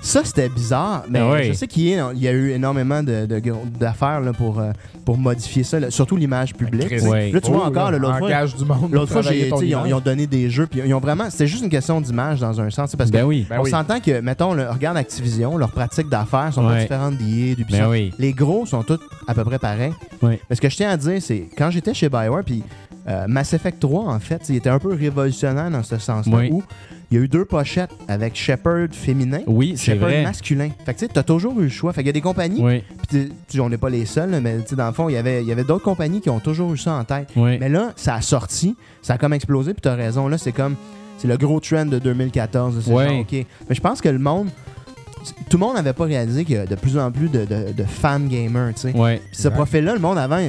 Ça, c'était bizarre, mais
Ah ouais.
je sais qu'il y a, il y a eu énormément de- de gros- d'affaires là, pour, euh, pour modifier ça, là, surtout l'image publique.
Chris,
Ouais. Oh,
Là, tu vois encore, là, l'autre fois,
Engage du monde.
l'autre fois, j'ai- tu sais, ils, ont,
ils
ils ont donné des jeux, puis ils ont vraiment. C'était juste une question d'image dans un sens, tu sais, parce que.
Ben oui.
Ben
on
oui.
s'entend que, mettons, le, regarde Activision, leurs pratiques d'affaires sont
Ouais.
pas différentes d'IA, du
Ben oui.
les gros sont tous à peu près pareils.
Ouais.
Mais ce que je tiens à dire, c'est quand j'étais chez Bioware, puis euh, Mass Effect 3, en fait, il était un peu révolutionnaire dans ce sens-là
Oui.
où il y a eu deux pochettes avec Shepard féminin.
Oui, c'est
Shepard
vrai.
masculin. Fait que tu sais, t'as toujours eu le choix. Fait qu'il y a des compagnies,
Oui,
puis tu- tu- on n'est pas les seuls, là, mais tu sais, dans le fond, il y avait, il y avait d'autres compagnies qui ont toujours eu ça en tête.
oui.
Mais là, ça a sorti, ça a comme explosé, puis t'as raison, là, c'est comme, c'est le gros trend de 2014, là, c'est
Ouais.
genre, ok. Mais je pense que le monde, tout le monde n'avait pas réalisé qu'il y a de plus en plus de, de, de fan gamers, tu sais.
Ouais.
Puis ce profil-là, le monde avant,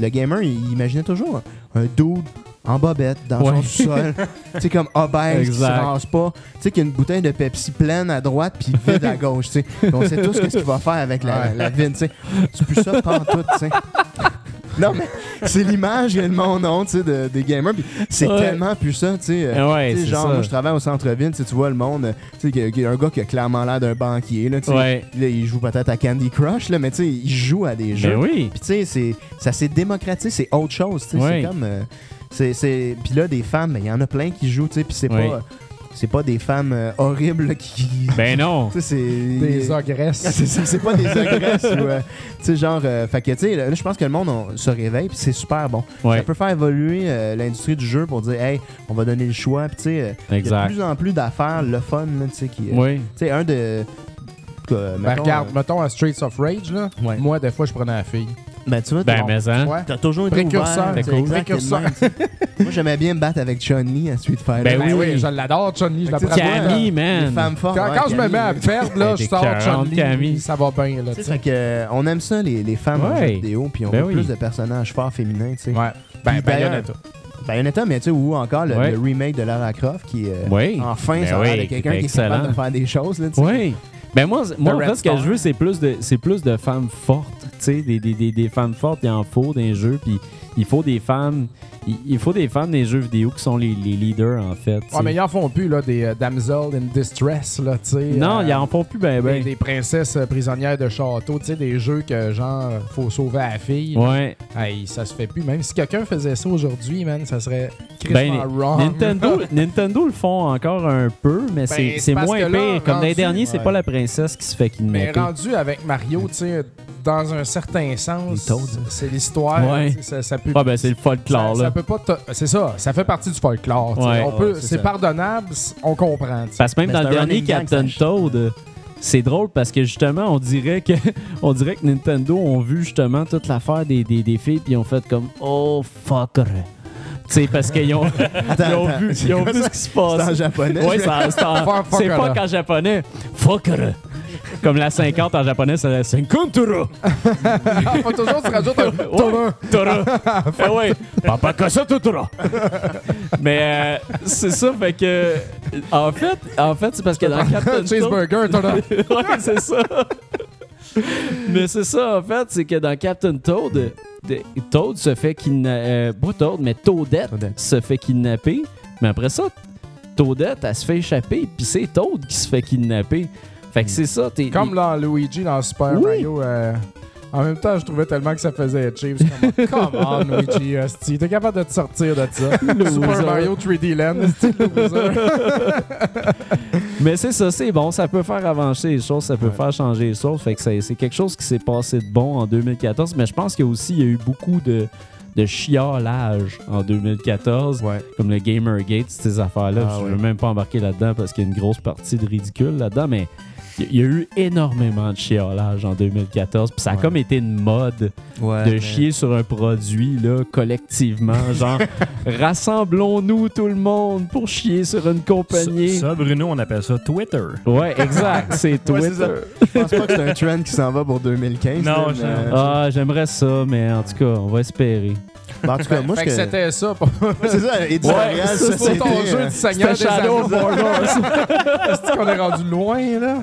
le gamer, il imaginait toujours un dude en bobette, dans
Ouais. *laughs*
son sous-sol, tu sais, comme obèse, qui se
Exact.
rase pas, tu sais, qui a une bouteille de Pepsi pleine à droite, puis vide à gauche, tu sais. Puis on sait tous ce qu'il va faire avec la,
Ouais.
la vine, tu sais. C'est plus ça, pas en tout, tu sais. Non, mais c'est l'image que le monde a, tu sais, de- des gamers, puis c'est
Ouais.
tellement plus ça, tu sais. euh,
Ah ouais,
tu sais,
c'est
genre,
ça.
moi, je travaille au centre-ville, tu sais, tu vois le monde, euh, tu sais, qu'il y a- qu'il y a un gars qui a clairement l'air d'un banquier, là, tu sais.
Ouais.
Là, il joue peut-être à Candy Crush, là, mais tu sais, il joue à des jeux.
Ben oui.
Puis tu sais, c'est- ça s'est démocratisé, c'est autre chose. tu sais,
Ouais.
C'est comme. euh, c'est- c'est- Puis là, des femmes, ben, il y en a plein qui jouent, tu sais, puis c'est
Ouais.
pas. C'est pas des femmes euh, horribles là, qui.
Ben non.
*laughs* Tu sais, c'est. *laughs*
Des
Ah,
agresses.
c'est ça, c'est pas des agresses ou. euh, tu sais, genre. euh, fait que, tu sais, là, je pense que le monde on- se réveille, puis c'est super bon.
Ouais.
Ça peut faire évoluer euh, l'industrie du jeu pour dire, hey, on va donner le choix, puis tu sais, euh, il y a de
Exact.
plus en plus d'affaires, le fun, là, tu sais, qui. euh,
Oui.
Tu sais, un de. euh,
Ben,
mettons,
regarde,
euh,
mettons à Streets of Rage, là.
Ouais.
Moi, des fois, je prenais la fille.
ben, tu vois,
Ben
ton-
mais hein.
Ouais.
T'as toujours été
Précurseur,
ouvert,
t'es
t'sais,
cool.
exact, t'es le
Précurseur.
même, t'sais. *laughs* Moi, j'aimais bien me battre avec Chun-Li à Street Fighter.
Ben
Ben
oui.
oui, je l'adore, Chun-Li. Je la
Fait que,
prends
t'sais,
pas, là.
Camille,
Les
man.
femmes fortes.
Quand,
ouais,
quand je me
Camille,
mets à
oui.
perdre, là,
Elle
je
était
sors
carrante,
Chun-Li,
Camille.
ça va bien, là,
Tu
tu
sais,
sais.
fait que, euh, on aime ça, les, les femmes en
Ouais.
jeu vidéo, puis on
Ben
veut
oui.
plus de personnages forts féminins, tu sais.
Ouais. Ben,
Puis
Bayonetta.
Bayonetta, mais tu sais, ou encore le,
Ouais.
le remake de Lara Croft qui, euh,
Oui.
enfin,
Ben
ça
oui,
a l'air de quelqu'un
qui était
qui est capable
excellent.
de faire des choses, là, tu sais.
Oui. Ben moi, moi en
Red
fait, ce que
Star.
je veux, c'est plus de c'est plus de femmes fortes, tu sais, des, des, des, des femmes fortes, il en faut dans les jeux, puis il faut des femmes, il, il faut des femmes dans les jeux vidéo qui sont les, les leaders en fait. tu sais.
Ouais, mais ils en font plus, là, des euh, damsels in distress, là, tu sais.
non,
euh,
ils en font plus ben
des,
ben.
des princesses euh, prisonnières de château, tu sais, des jeux que, genre, faut sauver la fille.
Ouais.
Hey, ça se fait plus. Même si quelqu'un faisait ça aujourd'hui, man, ça serait
Ben,
crissement wrong.
Nintendo, Nintendo le font encore un peu, mais c'est-
c'est
c'est
parce
moins
que
pire.
là,
Comme
rendu-
l'année dernière, c'est
ouais.
pas la princesse qui se fait
Mais
kidnapper.
rendu avec Mario, tu sais, dans un certain sens,
Les Toads.
c'est l'histoire.
Ouais.
tu sais, Ça, ça peut
Ah ben c'est le folklore
ça, ça
là.
peut pas te- c'est ça, ça fait partie du folklore. tu sais.
Ouais.
on peut,
Ouais, c'est
c'est
ça.
pardonnable, c- on comprend. tu sais.
Parce que même
Mais
dans
c'est
le
un
dernier
running gag,
Captain
ça.
Toad, c'est drôle parce que justement, on dirait que, *laughs* on dirait que Nintendo ont vu justement toute l'affaire des, des, des filles puis ils ont fait comme Oh fucker. Tu sais, parce qu'ils ont,
Attends,
ils ont
attends,
vu,
c'est
ils ont
quoi
vu
ça?
ce qui se
C'est en
passe.
japonais.
Ouais, c'est en- c'est en-
Fuck,
c'est
fucker.
pas qu'en japonais. Fucker. Comme la 50 en japonais, c'est la 50
Ah,
Ben.
faut toujours se
*laughs*
rajouter un
Ouais. Tora. Eh ouais. Papa Casa Totora. *laughs* Mais euh, c'est ça, fait que. euh, En fait, en fait c'est parce que dans Captain Toad. *laughs*
*laughs* cheeseburger. t'en as-
ouais, c'est ça. Mais c'est ça, en fait, c'est que dans Captain Toad, euh, de- Toad se fait kidnapper. pas Toad, mais Toadette,
Toadette.
se fait kidnapper. Mais après ça, Toadette, elle se fait échapper, puis c'est Toad qui se fait kidnapper. Fait que c'est ça, t'es.
Comme dans Luigi dans Super
Oui.
Mario. euh, en même temps, je trouvais tellement que ça faisait cheap. C'est Comme, oh, come on, Luigi, hostie, t'es capable de te sortir de ça. Super Mario 3D Land, hostie, loser.
Mais c'est ça, c'est bon. Ça peut faire avancer les choses, ça peut
Ouais.
faire changer les choses. Fait que c'est c'est quelque chose qui s'est passé de bon en 2014. Mais je pense qu'il y a aussi il y a eu beaucoup de, de chiolage en 2014,
Ouais.
comme le Gamergate, ces affaires-là.
Ah
je
ouais.
veux même pas embarquer là-dedans parce qu'il y a une grosse partie de ridicule là-dedans. Mais il y a eu énormément de chiolage en 2014. Puis ça a
Ouais.
comme été une mode
Ouais,
de
mais-
chier sur un produit là, collectivement.
*laughs*
Genre, rassemblons-nous tout le monde pour chier sur une compagnie.
Ça, Bruno, on appelle ça Twitter.
Ouais, exact.
*laughs*
C'est
Ouais,
Twitter.
c'est ça. Je pense pas que c'est un trend qui s'en va pour 2015.
Non,
là,
je-
mais- euh,
ah, j'aimerais ça, mais en tout cas, on va espérer.
Ben, en tout cas, moi,
Fait
je
que
que-
c'était ça. pour-
C'est ça, éditorial,
Ouais,
ça,
ça,
C'est
c'était...
ton jeu
euh,
du Seigneur des
c'était Shadow
Anneaux. C'est qu'on est rendu loin, là.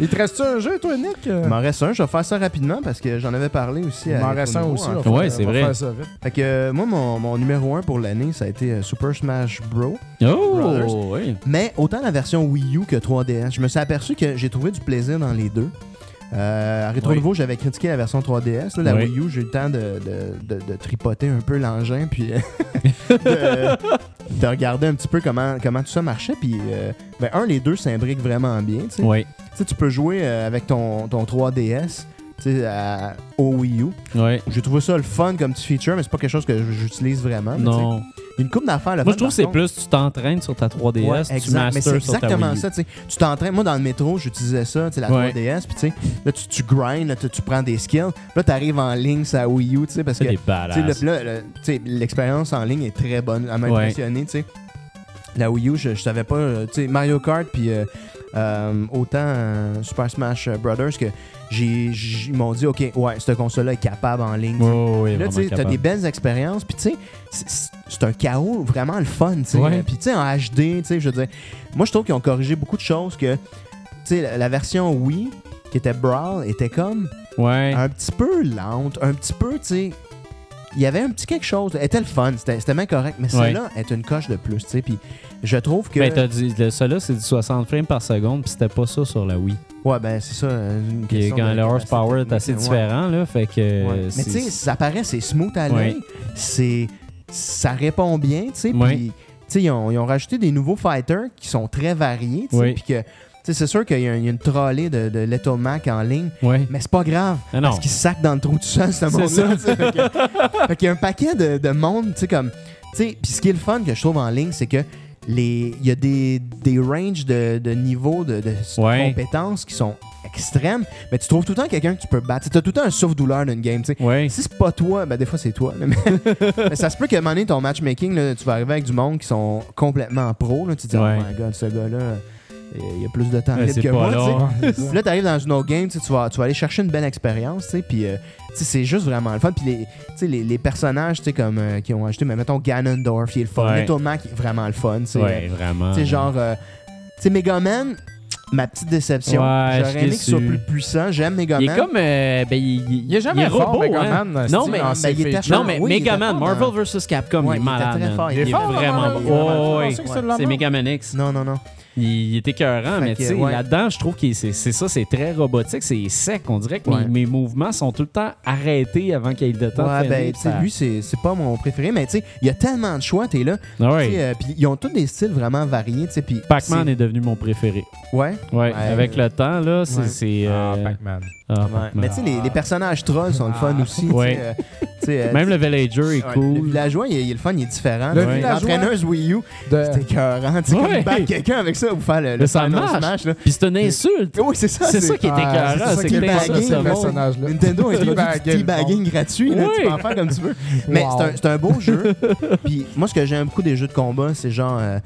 Il te reste un jeu, toi, Nick?
Il m'en reste un, je vais faire ça rapidement parce que j'en avais parlé aussi.
Il
à
m'en reste un
Retro
aussi.
Nouveau,
on
en
va
Ouais,
faire-
fait.
c'est
on va
vrai.
faire ça vite.
Fait que euh, moi, mon, mon numéro 1 pour l'année, ça a été euh, Super Smash Bros. Brothers.
Oh, oui.
Mais autant la version Wii U que 3DS, je me suis aperçu que j'ai trouvé du plaisir dans les deux. Euh, à Rétro
Oui.
Nouveau, j'avais critiqué la version 3DS. là, la
Oui.
Wii U, j'ai eu le temps de, de- de- de tripoter un peu l'engin, puis
*laughs*
euh, de, de regarder un petit peu comment, comment tout ça marchait. Puis, euh, ben, un, les deux s'imbriquent vraiment bien. tu sais.
Oui,
Tu sais, tu peux jouer euh, avec ton, ton 3DS tu sais, à- au Wii U.
oui.
J'ai trouvé ça le fun comme petit feature, mais c'est pas quelque chose que j- j'utilise vraiment. Ah, mais
Non.
tu sais, Une coupe d'affaires. le
Moi,
fun,
je trouve
par
que c'est
contre.
plus tu t'entraînes sur ta 3DS,
Ouais,
tu
exact, mais c'est
masters sur ta Wii
exactement
U.
ça. tu sais. Tu t'entraînes. Moi, dans le métro, j'utilisais ça, tu sais, la
Ouais.
3DS. Puis, tu sais, là, tu, tu grindes, là, tu, tu prends des skills. Là, tu arrives en ligne, ça Wii U, tu sais, parce que
C'est des
tu sais, le-
badass.
là, le- tu sais, l'expérience en ligne est très bonne. Elle m'a
Ouais.
impressionné, tu sais. La Wii U, je, je savais pas. euh, Tu sais, Mario Kart, puis euh, euh, autant euh, Super Smash Brothers que j'ai, j'- ils m'ont dit, OK, ouais, cette console-là est capable en ligne. tu sais.
Oh, oui,
Là,
vraiment
tu sais, t'as
capable.
des belles expériences. Puis, tu sais, c'est- c'est c'est un chaos vraiment le fun, tu sais.
Ouais.
Puis, tu sais, en HD, tu sais, je veux dire, moi, je trouve qu'ils ont corrigé beaucoup de choses que, tu sais, la, la version Wii, qui était Brawl, était comme
Ouais.
un petit peu lente, un petit peu, tu sais. Il y avait un petit quelque chose. Elle était le fun, c'était c'était bien correct. Mais
Ouais.
celle-là est une coche de plus, tu sais. Puis je trouve que.
Mais Ben, t'as dit, le, ça là, c'est du 60 frames par seconde, puis c'était pas ça sur la Wii.
ouais, ben c'est ça. Une
Puis
question
quand
de
le
capacité
horsepower est assez
technique, ouais.
différent, là, fait que.
Ouais.
euh,
Mais tu sais,
c'est-
ça paraît, c'est smooth à l'œil.
Ouais.
C'est, ça répond bien, tu sais.
Ouais.
Puis, tu sais, ils ont, ils ont rajouté des nouveaux fighters qui sont très variés, tu sais.
Oui.
Puis que, tu sais, c'est sûr qu'il y a, il y a une trollée de, de Little Mac en ligne.
Ouais.
Mais c'est pas grave,
Ah non.
parce qu'il se sac dans le trou du sol, ce monde-là. tu sais. fait, que- fait qu'il y a un paquet de, de monde, tu sais, comme... tu sais, Puis ce qui est le fun que je trouve en ligne, c'est que les il y a des, des ranges de, de niveaux de, de
Ouais.
compétences qui sont extrêmes, mais tu trouves tout le temps quelqu'un que tu peux battre. Tu as tout le temps un souffle-douleur d'une game, tu sais.
Ouais.
Si c'est pas toi, ben des fois c'est toi. là,
*laughs*
mais, mais ça se peut que un moment donné, ton matchmaking, là, tu vas arriver avec du monde qui sont complètement pro. Là, tu te dis,
Ouais.
oh my god, ce gars-là, il il a plus de temps
Ouais,
libre
c'est
que
pas
moi. tu sais.
long.
Puis Là, t'arrives dans une autre game, tu sais, tu vas, tu vas aller chercher une belle expérience, tu sais, puis euh, tu sais, c'est juste vraiment le fun. Puis les, tu sais, les, les personnages, tu sais, comme euh, qui ont ajouté, mais mettons Ganondorf, il est le fun.
Ouais.
Little Mac, il est vraiment le fun, tu sais.
Ouais, vraiment.
Tu sais, genre, euh, tu sais, Megaman, ma petite déception.
Ouais, je suis
J'aurais aimé qu'il soit
déçu.
plus puissant. J'aime Megaman.
Il est comme. euh, ben, il,
Il est jamais
est
fort,
robot, hein. Non,
Megaman. Steve,
mais-
en
mais
ses
il était
features.
Non,
fort.
mais
Oui, il était
Megaman,
fort,
Marvel
hein.
vs. Capcom, il est
Ouais, il était
malade.
très
man.
fort, il
Il
est
est
fort,
vraiment
Megaman, il est vraiment
bon.
fort,
Ouais,
c'est que
ouais.
c'est de la
C'est
merde.
Megaman X.
Non, non, non.
Il, il est écœurant,
Fait
mais
que,
tu sais,
ouais.
là-dedans, je trouve que c'est c'est ça, c'est très robotique, c'est sec. On dirait que mes-
Ouais.
mes, mouvements sont tout le temps arrêtés avant qu'il y ait le temps
Ouais,
de freiner,
ben, tu sais,
ça-
lui, c'est c'est pas mon préféré, mais tu sais, il y a tellement de choix, t'es là.
Ah
Tu
ouais.
sais, euh, puis ils ont tous des styles vraiment variés, tu sais, puis.
Pac-Man est... devenu mon préféré.
c'est- Ouais.
Ouais, avec le temps, là, c'est.
Ouais.
c'est,
Ah,
euh,
Pac-Man.
ah,
Ouais.
Pac-Man.
Mais tu sais, les, les personnages trolls sont le fun
Ah.
aussi. tu sais,
Ouais.
euh, tu sais, euh,
Même le Villager est
Ouais, Le
cool.
villageois, il, est- il est le fun, il est différent.
Le
Ouais.
villageois-
L'entraîneuse Wii U,
De-
c'était écœurant. Tu sais,
Euh. Ouais.
comme battre quelqu'un avec ça ou faire le, le
Mais ça
final
marche.
smash. Là.
Puis c'est une insulte.
Oui, c'est ça.
C'est ça qui est
Ah,
écœurant,
c'est ça
c'est
qui
que
est
t'es
fun de
tagué,
ce
le
personnage-là.
Nintendo a introduit
Teabagging,
du teabagging gratuit. là,
Ouais.
tu peux en faire comme
*laughs*
tu veux. Mais
Wow.
c'est un- c'est un, beau jeu. Puis moi, ce que j'aime beaucoup des jeux de combat, c'est genre, euh,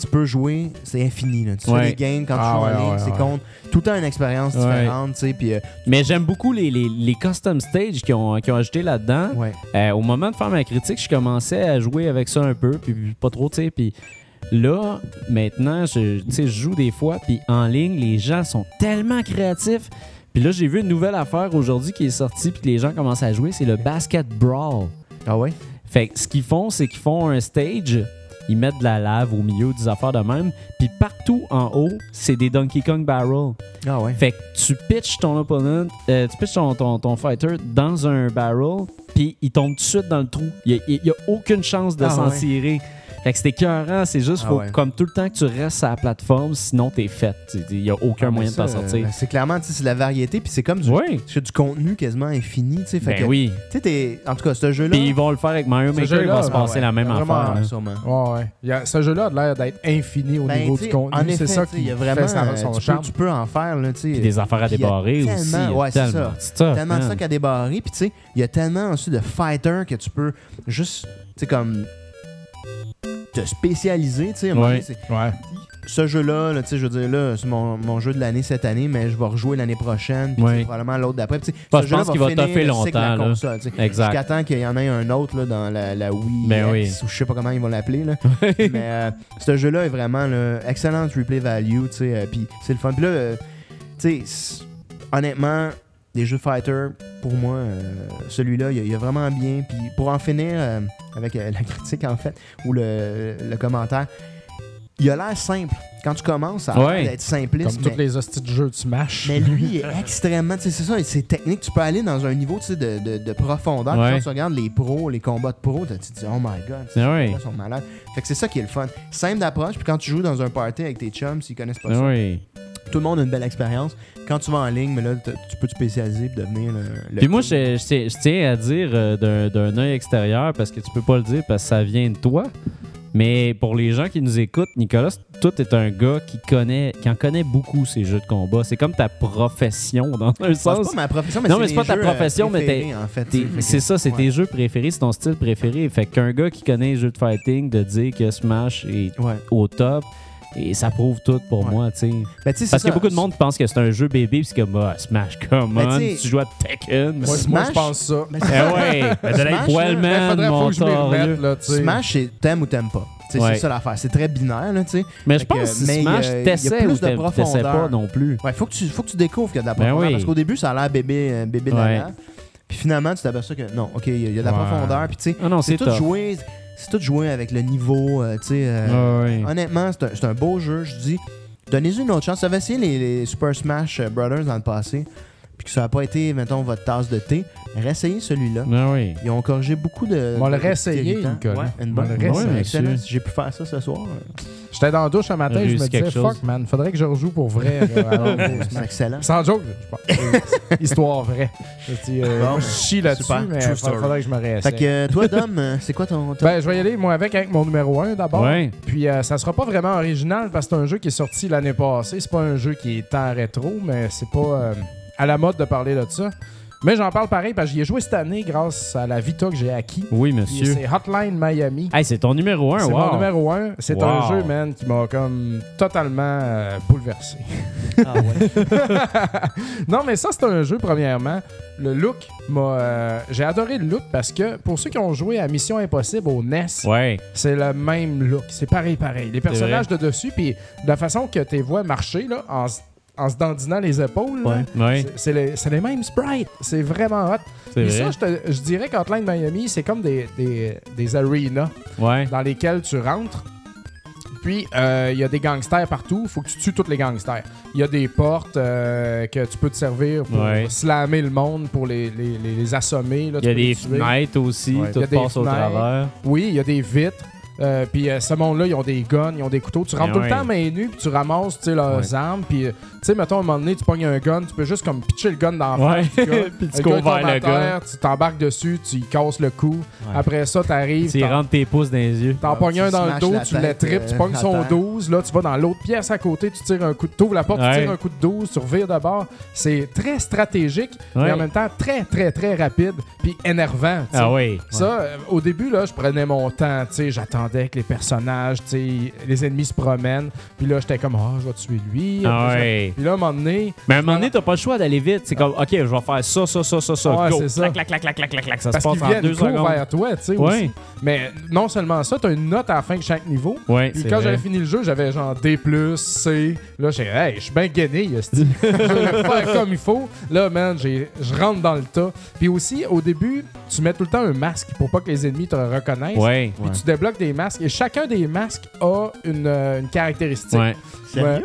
tu peux jouer, c'est infini. là. Tu fais
Ouais.
des games quand
Ah,
tu joues
ouais,
en ligne,
ouais,
c'est
ouais.
contre. Tout le temps une expérience
Ouais.
différente. tu sais, Puis, euh,
Mais j'aime beaucoup les, les, les custom stages qu'ils ont, qu'ils ont ajouté là-dedans.
ouais.
Euh, au moment de faire ma critique, je commençais à jouer avec ça un peu, puis puis pas trop, tu sais. Puis là, maintenant, je, tu sais, je joue des fois, puis en ligne, les gens sont tellement créatifs. Puis là, j'ai vu une nouvelle affaire aujourd'hui qui est sortie, puis que les gens commencent à jouer, c'est le basket brawl.
Ah ouais?
Fait que ce qu'ils font, c'est qu'ils font un stage, ils mettent de la lave au milieu des affaires de même, puis partout en haut, c'est des Donkey Kong Barrel.
Ah ouais.
Fait que tu pitches ton opponent, euh, tu pitches ton, ton, ton fighter dans un barrel, puis il tombe tout de suite dans le trou. Il n'y a, il y a aucune chance de
Ah
s'en
ouais.
tirer. Fait que c'est écœurant, c'est juste,
Ah
faut
ouais.
comme tout le temps que tu restes à la plateforme, sinon t'es fait. Il n'y a aucun
Ah, mais
moyen de t'en
ça,
sortir.
euh, c'est clairement, tu sais, c'est de la variété, puis c'est comme du,
oui.
c'est du contenu quasiment infini, tu sais. Fait
Ben
que,
oui.
tu sais, t'es- en tout cas, ce jeu-là.
Puis ils vont le faire avec Mario Maker, il
jeu-là,
va se
ah
passer
ouais,
la même
vraiment,
affaire.
Ouais,
là.
Ouais,
sûrement.
ouais. Il y a- ce jeu-là a l'air d'être infini au
Ben,
niveau
tu
du
sais, en
contenu.
effet,
C'est ça
tu sais, il
qui
y a vraiment,
fait sa-
euh,
son
tu,
charme.
peux, tu peux en faire, là, tu sais.
Puis des affaires à
Puis il y a
débarrer
tellement-
aussi. il y a
ouais, c'est ça.
tellement de stuff,
tellement de
man.
ça qu'à débarrer. Puis, tu sais, il y a tellement ensuite de fighters que tu peux juste, tu sais, comme te spécialiser, tu sais. à un moment
Ouais.
donné, c'est-
Ouais.
Ce jeu-là, là, tu sais, je veux dire, là, c'est mon, mon jeu de l'année cette année, mais je vais rejouer l'année prochaine, puis
Ouais.
tu sais, probablement l'autre d'après. Puis, tu sais,
Bah,
ce
je
jeu-là
pense qu'il va
finir
toffer
le cycle de la
longtemps, là.
console, tu sais.
Exact.
Jusqu'à temps qu'il y en ait un autre là, dans la, la Wii
Ben
X,
oui.
ou je sais pas comment ils vont l'appeler.
*laughs*
là. Mais euh, ce jeu-là est vraiment là, excellent replay value, tu sais, euh, puis c'est le fun. Puis là, euh, tu sais, c'est- honnêtement, les jeux fighter, pour moi, euh, celui-là, il y a- il y a vraiment bien. Puis pour en finir euh, avec euh, la *laughs* critique, en fait, ou le, le commentaire, il a l'air simple. Quand tu commences, ça a
Ouais.
l'air d'être simpliste,
Comme
mais-
tous les hosties de jeu, tu mâches.
mais lui, il est
*laughs*
extrêmement. tu sais, C'est ça, c'est technique. Tu peux aller dans un niveau tu sais, de, de- de profondeur. Puis
Ouais.
Quand tu regardes les pros, les combats de pros, tu te dis, oh my god, ces
Ah oui.
gens-là sont malades. Fait que c'est ça qui est le fun. Simple d'approche. Puis quand tu joues dans un party avec tes chums, s'ils connaissent pas
Ah
ça,
oui.
tout le monde a une belle expérience. Quand tu vas en ligne, mais là, t- tu peux te spécialiser et devenir le. le
Puis moi, je, je tiens- je tiens à dire euh, d'un- d'un œil extérieur, parce que tu peux pas le dire parce que ça vient de toi. Mais pour les gens qui nous écoutent, Nicolas, toi, t'es un gars qui connaît, qui en connaît beaucoup ces jeux de combat. C'est comme ta profession dans un
Bon, c'est
sens.
pas ma profession, mais
Non,
c'est
mais c'est
mes
pas ta
jeux, euh,
profession, mais
préférés,
t'es-
en fait,
T'es-
tu sais. Fait que-
C'est ça, c'est
ouais.
tes jeux préférés, c'est ton style préféré. Fait qu'un gars qui connaît les jeux de fighting, de dire que Smash est
Ouais.
au top, et ça prouve tout pour
Ouais.
moi, tu sais.
Ben, tu sais, c'est
Parce qu'il y a
ça.
beaucoup de monde qui pense que c'est un jeu bébé, puis c'est comme, ah, Smash, come
Ben,
on,
tu sais-
tu joues à Tekken.
Moi, moi, je
Smash?
pense ça.
Ben,
Eh
c'est ça.
ouais,
Ben, t'as l'air-
Smash,
poil,
là,
Il
man,
faudrait faut
mon
que je m'y
torrent.
remette, là, tu sais.
Smash, c'est t'aimes ou t'aimes pas. Tu sais,
Ouais.
C'est ça l'affaire. C'est très binaire, là, tu sais.
Mais je
Fait
pense
que,
que si
mais,
Smash,
euh, il y a
t'essaies
plus
ou
de
t'es- t'essaies pas
profondeur.
non plus.
Ouais, faut que tu, faut que tu découvres qu'il y a de la
Ben
profondeur.
oui.
Parce qu'au début, ça a l'air bébé, euh, bébé
Ouais.
nana. Puis finalement, tu t'aperçois que non, OK, il y, a- il y a de la
Ouais.
profondeur. Puis tu sais,
Ah non,
c'est
c'est
tout
top.
joué. C'est tout joué avec le niveau, euh, tu sais.
hein.
euh,
Ah Ouais, ouais.
Honnêtement, c'est un, c'est un beau jeu, je dis. Donnez-y une autre chance. J'avais essayé les, les Super Smash Brothers dans le passé, puis que ça n'a pas été, mettons, votre tasse de thé. Réessayez celui-là.
Ah oui.
Ils ont corrigé beaucoup de.
On
de-
l'a
de-
réessayé,
d'irritants.
Nicole.
Ouais, une
On
bonne
l'a
raison.
réessayé.
Excellent. Si j'ai pu faire ça ce soir, euh,
J'étais dans la douche un matin, je me
Réussi
disais,
quelque chose.
fuck, man, faudrait que je rejoue pour
*laughs*
vrai. là, avant le gros
c'est
Smash.
excellent.
Sans joke, je
*laughs*
pense. Histoire vraie. Je dis, euh,
Bon,
moi, je chie là-dessus,
super.
mais
True story.
faudrait que je me réessaye.
Fait que euh, toi, Dom, euh, c'est quoi ton. ton-
Ben, je vais y aller, moi, avec, avec mon numéro 1 d'abord.
Ouais.
Puis euh, ça sera pas vraiment original parce que c'est un jeu qui est sorti l'année passée. C'est pas un jeu qui est en rétro, mais c'est pas euh, à la mode de parler de ça. Mais j'en parle pareil parce que j'y ai joué cette année grâce à la Vita que j'ai acquis.
Oui,
Puis
monsieur.
C'est Hotline Miami.
Hey, c'est ton numéro 1,
C'est
wow.
mon numéro 1. C'est un
Wow.
jeu, man, qui m'a comme totalement euh, bouleversé. *laughs* Ben,
Ah,
non, mais ça, c'est un jeu, premièrement. Le look m'a. euh, J'ai adoré le look parce que pour ceux qui ont joué à Mission Impossible au NES,
Ouais.
c'est le même look. C'est pareil, pareil. Les personnages de dessus, puis la façon que tu les vois marcher, là, en, s- en se dandinant les épaules, là,
Ouais.
Ouais,
c'est- c'est les, c'est les mêmes sprites. C'est vraiment hot.
c'est
Puis
vrai.
ça, je, te- je dirais qu'Outline Miami, c'est comme des, des, des arenas
Ouais.
dans lesquels tu rentres. Puis, euh, il y a des gangsters partout. faut que tu tues tous les gangsters. Il y a des portes euh, que tu peux te servir pour
Ouais.
slammer le monde, pour les, les, les- les assommer. là,
Il
tu
y a
peux
des
les tuer.
fenêtres aussi,
Ouais. Il
tout
y a des
passe au
fenêtres.
travers.
Oui, il y a des vitres. Euh, puis euh, ce monde-là, ils ont des guns, ils ont des couteaux. Tu rentres
Ben
tout le
ouais.
temps main nue, puis tu ramasses tu sais, leurs
Ouais.
armes. Puis, euh, tu sais, mettons, à un moment donné, tu pognes un gun, tu peux juste comme pitcher le gun dans la
Ouais.
face du gars.
*laughs* Puis tu
Le gars,
cours
il tombe
vers
à
le gars.
terre, Tu t'embarques dessus, tu y casses le cou. Après ça, t'arrives,
Tu
t'en-
rentres tes pouces dans les yeux.
T'en
Ah,
pognes
tu
un dans le
smashes
dos,
la
tu le
tête,
tripes, tu
euh,
pognes
à
son
terre.
12, là tu vas dans l'autre pièce à côté, tu tires un coup de t'ouvres la porte, tu
Ouais.
tires un coup de 12, tu revires de bord. C'est très stratégique, mais
Ouais.
en même temps très très très rapide puis énervant. tu sais.
Ah oui.
Ça, euh, au début, là, je prenais mon temps, tu sais, j'attendais que les personnages, tu sais, les ennemis se promènent, puis là, j'étais comme, ah, je vais tuer lui.
Ah
Après, je-
ouais.
Puis là, à un moment donné,
Mais à un moment donné, t'as pas le choix d'aller vite. C'est comme, OK, je vais faire ça, ça, ça, ça, ça.
Ah. Ouais,
go.
c'est ça.
Clac, clac, clac, clac, clac, clac, clac. Ça se
parce qu'ils
passe en
viennent
deux
court
secondes.
vers toi, tu sais,
Ouais.
aussi. Mais non seulement ça, t'as une note à la fin de chaque niveau.
Ouais,
Puis
c'est
quand
vrai.
j'avais fini le jeu, j'avais genre D, C. Là, j'ai hey, je suis bien gainé, esti. *laughs* Je vais faire comme il faut. Là, man, j'ai- je rentre dans le tas. Puis aussi, au début, tu mets tout le temps un masque pour pas que les ennemis te reconnaissent.
Ouais.
Puis tu débloques des masques. Et chacun des masques a une, euh, une caractéristique.
Ouais.
Sérieux?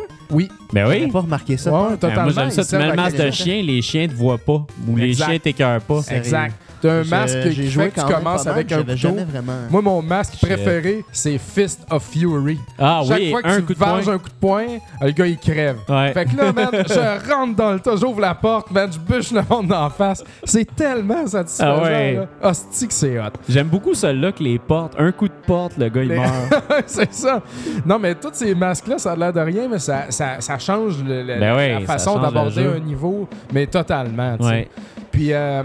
Ouais. Oui.
Ben
J'avais
oui.
pas remarqué ça.
Ouais,
toi.
Ben,
totalement.
moi, j'aime ça.
ils
Tu
servent
mets
à
le masque
quelque
de
chose.
chien, les chiens te voient pas. Ou les
Exact.
chiens t'écœurent pas.
Sérieux.
Exact. T'as un
J'ai-
masque
j'ai
qui
joué
fait que
quand
tu
même
commences
pas mal,
avec un
j'avais
couteau.
jamais vraiment.
Moi, mon masque
Shit.
préféré, c'est Fist of Fury.
Ah
Chaque
oui,
fois que
un
tu
coup de poing.
venges un coup de poing, le gars, il crève.
Ouais.
Fait que là, man, je rentre dans le tas, j'ouvre la porte, man, je bûche le monde d'en face. C'est tellement satisfaisant.
Ah ouais.
là. Hostie que c'est hot. *laughs*
J'aime beaucoup celle-là que les portes. Un coup de porte, le gars, il
Les- *laughs*
meurt.
c'est ça. Non, mais tous ces masques-là, ça a l'air de rien, mais ça, ça, ça change le- le-
Ben oui,
la
ça
façon
change le
d'aborder
jeu.
un niveau, mais totalement. tu sais.
Ouais.
Puis euh,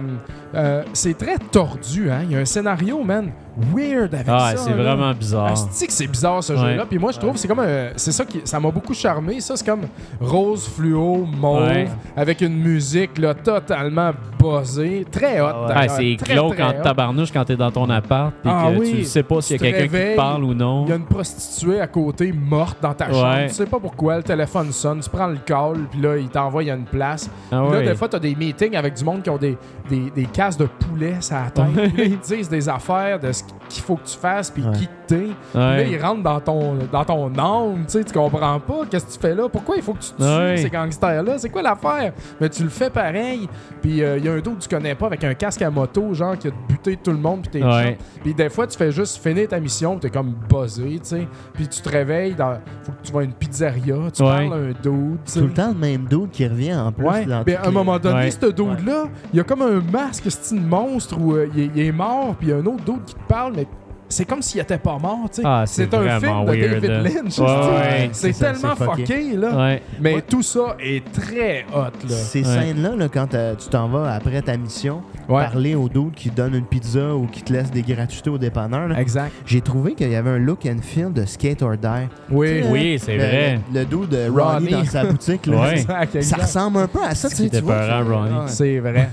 euh, c'est très tordu, hein. Il y a un scénario, man, weird avec
Ah,
ça.
c'est
là.
vraiment bizarre.
Asti que c'est bizarre ce
Ah. Ouais.
jeu-là. Puis moi, je trouve, c'est comme un- C'est ça qui. Ça m'a beaucoup charmé. Ça, c'est comme rose fluo, mauve,
Ouais.
avec une musique, là, totalement buzzée. Très hot.
Ah ouais.
Ah,
d'ailleurs.
c'est
Très,
glauque
très
en
hot.
tabarnouche quand t'es dans ton appart puis
Ah
que
oui.
tu sais pas s'il y
Tu
a
te
quelqu'un qui
réveilles,
te parle ou non.
Il y a une prostituée à côté morte dans ta
Ouais.
chambre. Tu sais pas pourquoi. Le téléphone sonne. Tu prends le call. Puis là, il t'envoie à une place.
Ah
Puis là,
ouais.
des fois, t'as des meetings avec du monde qui ont des, des, des cases de poulet ça la tête. Puis là, ils te disent des affaires de ce qu'il faut que tu fasses. Puis
Ouais.
qui t'es. Puis
Ouais.
Là, ils rentrent dans ton, dans ton âme, tu sais, tu comprends pas. Qu'est-ce que tu fais là? Pourquoi il faut que tu tues
Ouais.
ces gangsters-là? C'est quoi l'affaire? Mais tu le fais pareil. Puis euh, il y a un dos que tu connais pas avec un casque à moto, genre, qui a buté tout le monde, puis t'es
Ouais.
chiant. Puis des fois, tu fais juste finir ta mission, puis t'es comme buzzé, tu sais. Puis tu te réveilles, dans... faut que tu vas à une pizzeria, tu
Ouais.
parles à un dude, tu sais.
Tout le temps le même dude qui revient en plus.
Ouais,
dans
mais
toutes
à un
les-
moment donné,
Ouais.
ce dude-là, il y a comme un masque, c'est une monstre où euh, il, est, il est mort, puis il y a un autre dude qui te parle, mais c'est comme s'il était pas mort, tu sais.
Ah, c'est
c'est un film
vraiment
de
weird,
David
hein.
Lynch,
Ouais,
tu sais.
ouais,
c'est
c'est ça,
tellement
c'est
fucké,
fucké.
là.
Ouais.
Mais
Ouais.
tout ça est très hot, là.
Ces
Ouais.
scènes-là, là, quand euh, tu t'en vas après ta mission,
Ouais,
parler aux dudes qui te donnent une pizza ou qui te laissent des gratuités au dépanneur, là,
exact.
j'ai trouvé qu'il y avait un look and feel de Skate or Die.
Oui,
Oui, c'est
Le-
vrai.
Le, le dude de Ronnie,
Ronnie.
dans sa boutique, là,
Ouais.
Exact,
ça
exact.
ressemble un peu à ça. tu sais,
qui
tu vois,
était
tu-
peurant, Ronnie.
ouais.
C'est vrai.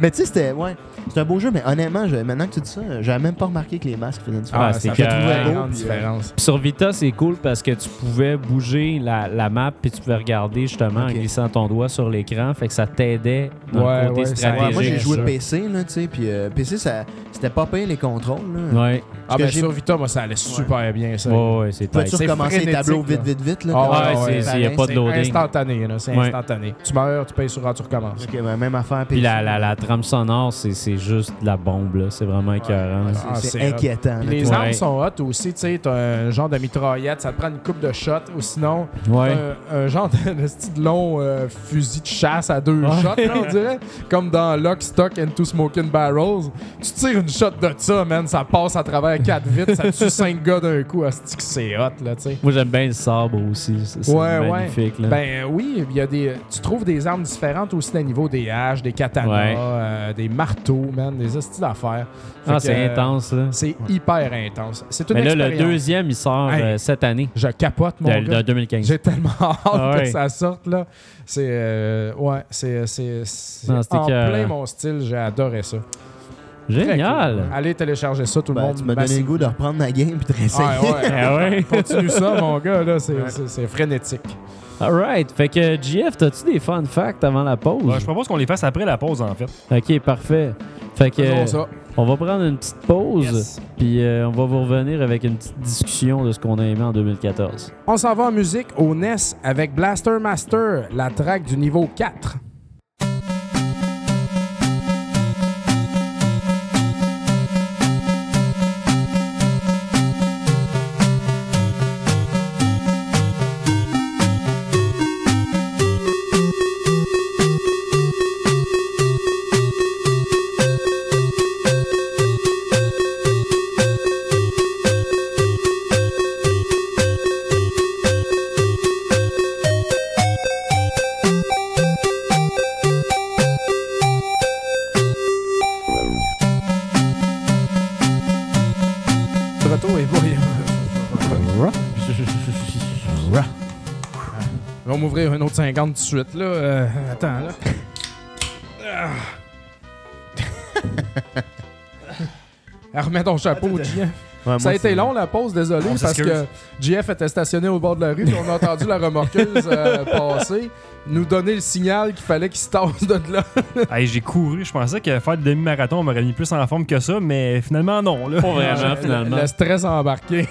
Mais tu sais, c'était ouais, c'était un beau jeu, mais honnêtement, je- maintenant que tu dis ça, j'avais même pas remarqué que les masques faisaient une différence.
Ah, c'est
Ah, ça fait
carré.
une grande
Puis, euh,
différence.
Puis Sur Vita, c'est cool parce que tu pouvais bouger la, la map puis tu pouvais regarder justement
Ok.
en glissant ton doigt sur l'écran. Fait que ça t'aidait dans
Ouais,
le côté
ouais, ça-
Ouais,
stratégique.
moi, j'ai joué
ça.
PC, là, tu sais, puis euh, PC, ça, c'était pas payé les contrôles. Là.
Ouais,
Ah,
que
ben
j'ai-
sur Vita, moi, ça allait super bien, ça.
ouais, ouais, Ben, c'est
Tu
tight.
peux-tu
c'est
recommencer les
frénétique,
tableaux
là.
vite, vite, vite? Là,
Ah,
quand-
ouais,
ouais, c'est- il y a
pareil,
pas de
c'est-
loading.
Instantané, là. C'est
Ouais.
instantané. Tu meurs, tu payes sur un, tu recommences.
Ok, ouais, même affaire.
Puis
PC.
la, la, la trame sonore, c'est c'est juste de la bombe. là. C'est vraiment écœurant. là.
C'est-
Ah,
c'est
c'est-
inquiétant.
Puis
là,
les
toi.
armes
Ouais.
sont hautes aussi, tu sais, t'as un genre de mitraillette, ça te prend une coupe de shot, ou sinon
Ouais.
Euh, un, un genre de, de style long euh, fusil de chasse à deux shots, là, on dirait, comme dans Lock, Stock and Two Smoking Barrels. Tu tires une shot de ça, man, ça passe à travers
*laughs*
quatre vitres, ça tue cinq gars d'un coup, hostie que c'est hot, là, tu sais.
Moi, j'aime bien le sabre aussi. C'est c'est
Ouais, ouais.
magnifique. là.
Ben euh, oui, il y a des. Tu trouves des armes différentes aussi au niveau des haches, des katanas,
Ouais.
euh, des marteaux, man, des hosties d'affaires. Fait
ah,
que,
c'est
euh,
intense. Là.
C'est hyper intense. C'est une
Mais là, le
expérience.
deuxième, il sort
Hey.
euh, cette année,
Je capote, mon
de,
gars.
de 2015.
J'ai tellement *laughs* hâte
Ah
que
ouais.
ça sorte là. C'est euh, ouais, c'est c'est c'est
Non, c'était
en
que-
plein mon style, j'ai adoré ça. Très cool.
Génial!
Allez télécharger ça tout le
Ben,
monde.
tu m'as donné le goût de reprendre ma game puis de réessayer.
Ah ouais.
Ah ouais? *laughs*
Continue ça mon gars là, c'est c'est- c'est frénétique.
Alright. Fait que, GF, t'as-tu des fun facts avant la pause?
Ouais, Ben, je propose qu'on les fasse après la pause, en fait.
Ok, parfait. Fait que,
Faisons ça.
on va prendre une petite pause,
Yes.
puis euh, on va vous revenir avec une petite discussion de ce qu'on a aimé en 2014.
On s'en va en musique au NES avec Blaster Master, la track du niveau 4. De retour et voyez. Ils vont m'ouvrir un autre 50 tout de suite là. Euh, attends là. Ah. Remets ton chapeau, Jean. Ça
Ouais, moi,
a été
c'est-
long la pause, désolé,
On
parce
s'excuse.
que JF était stationné au bord de la rue et on a entendu la remorqueuse euh, passer, nous donner le signal qu'il fallait qu'il se tasse de là.
Hey, j'ai couru. Je pensais que faire le demi-marathon m'aurait mis plus en forme que ça, mais finalement, non. Là.
Pas
Ah,
vraiment,
Le,
finalement.
le stress embarqué.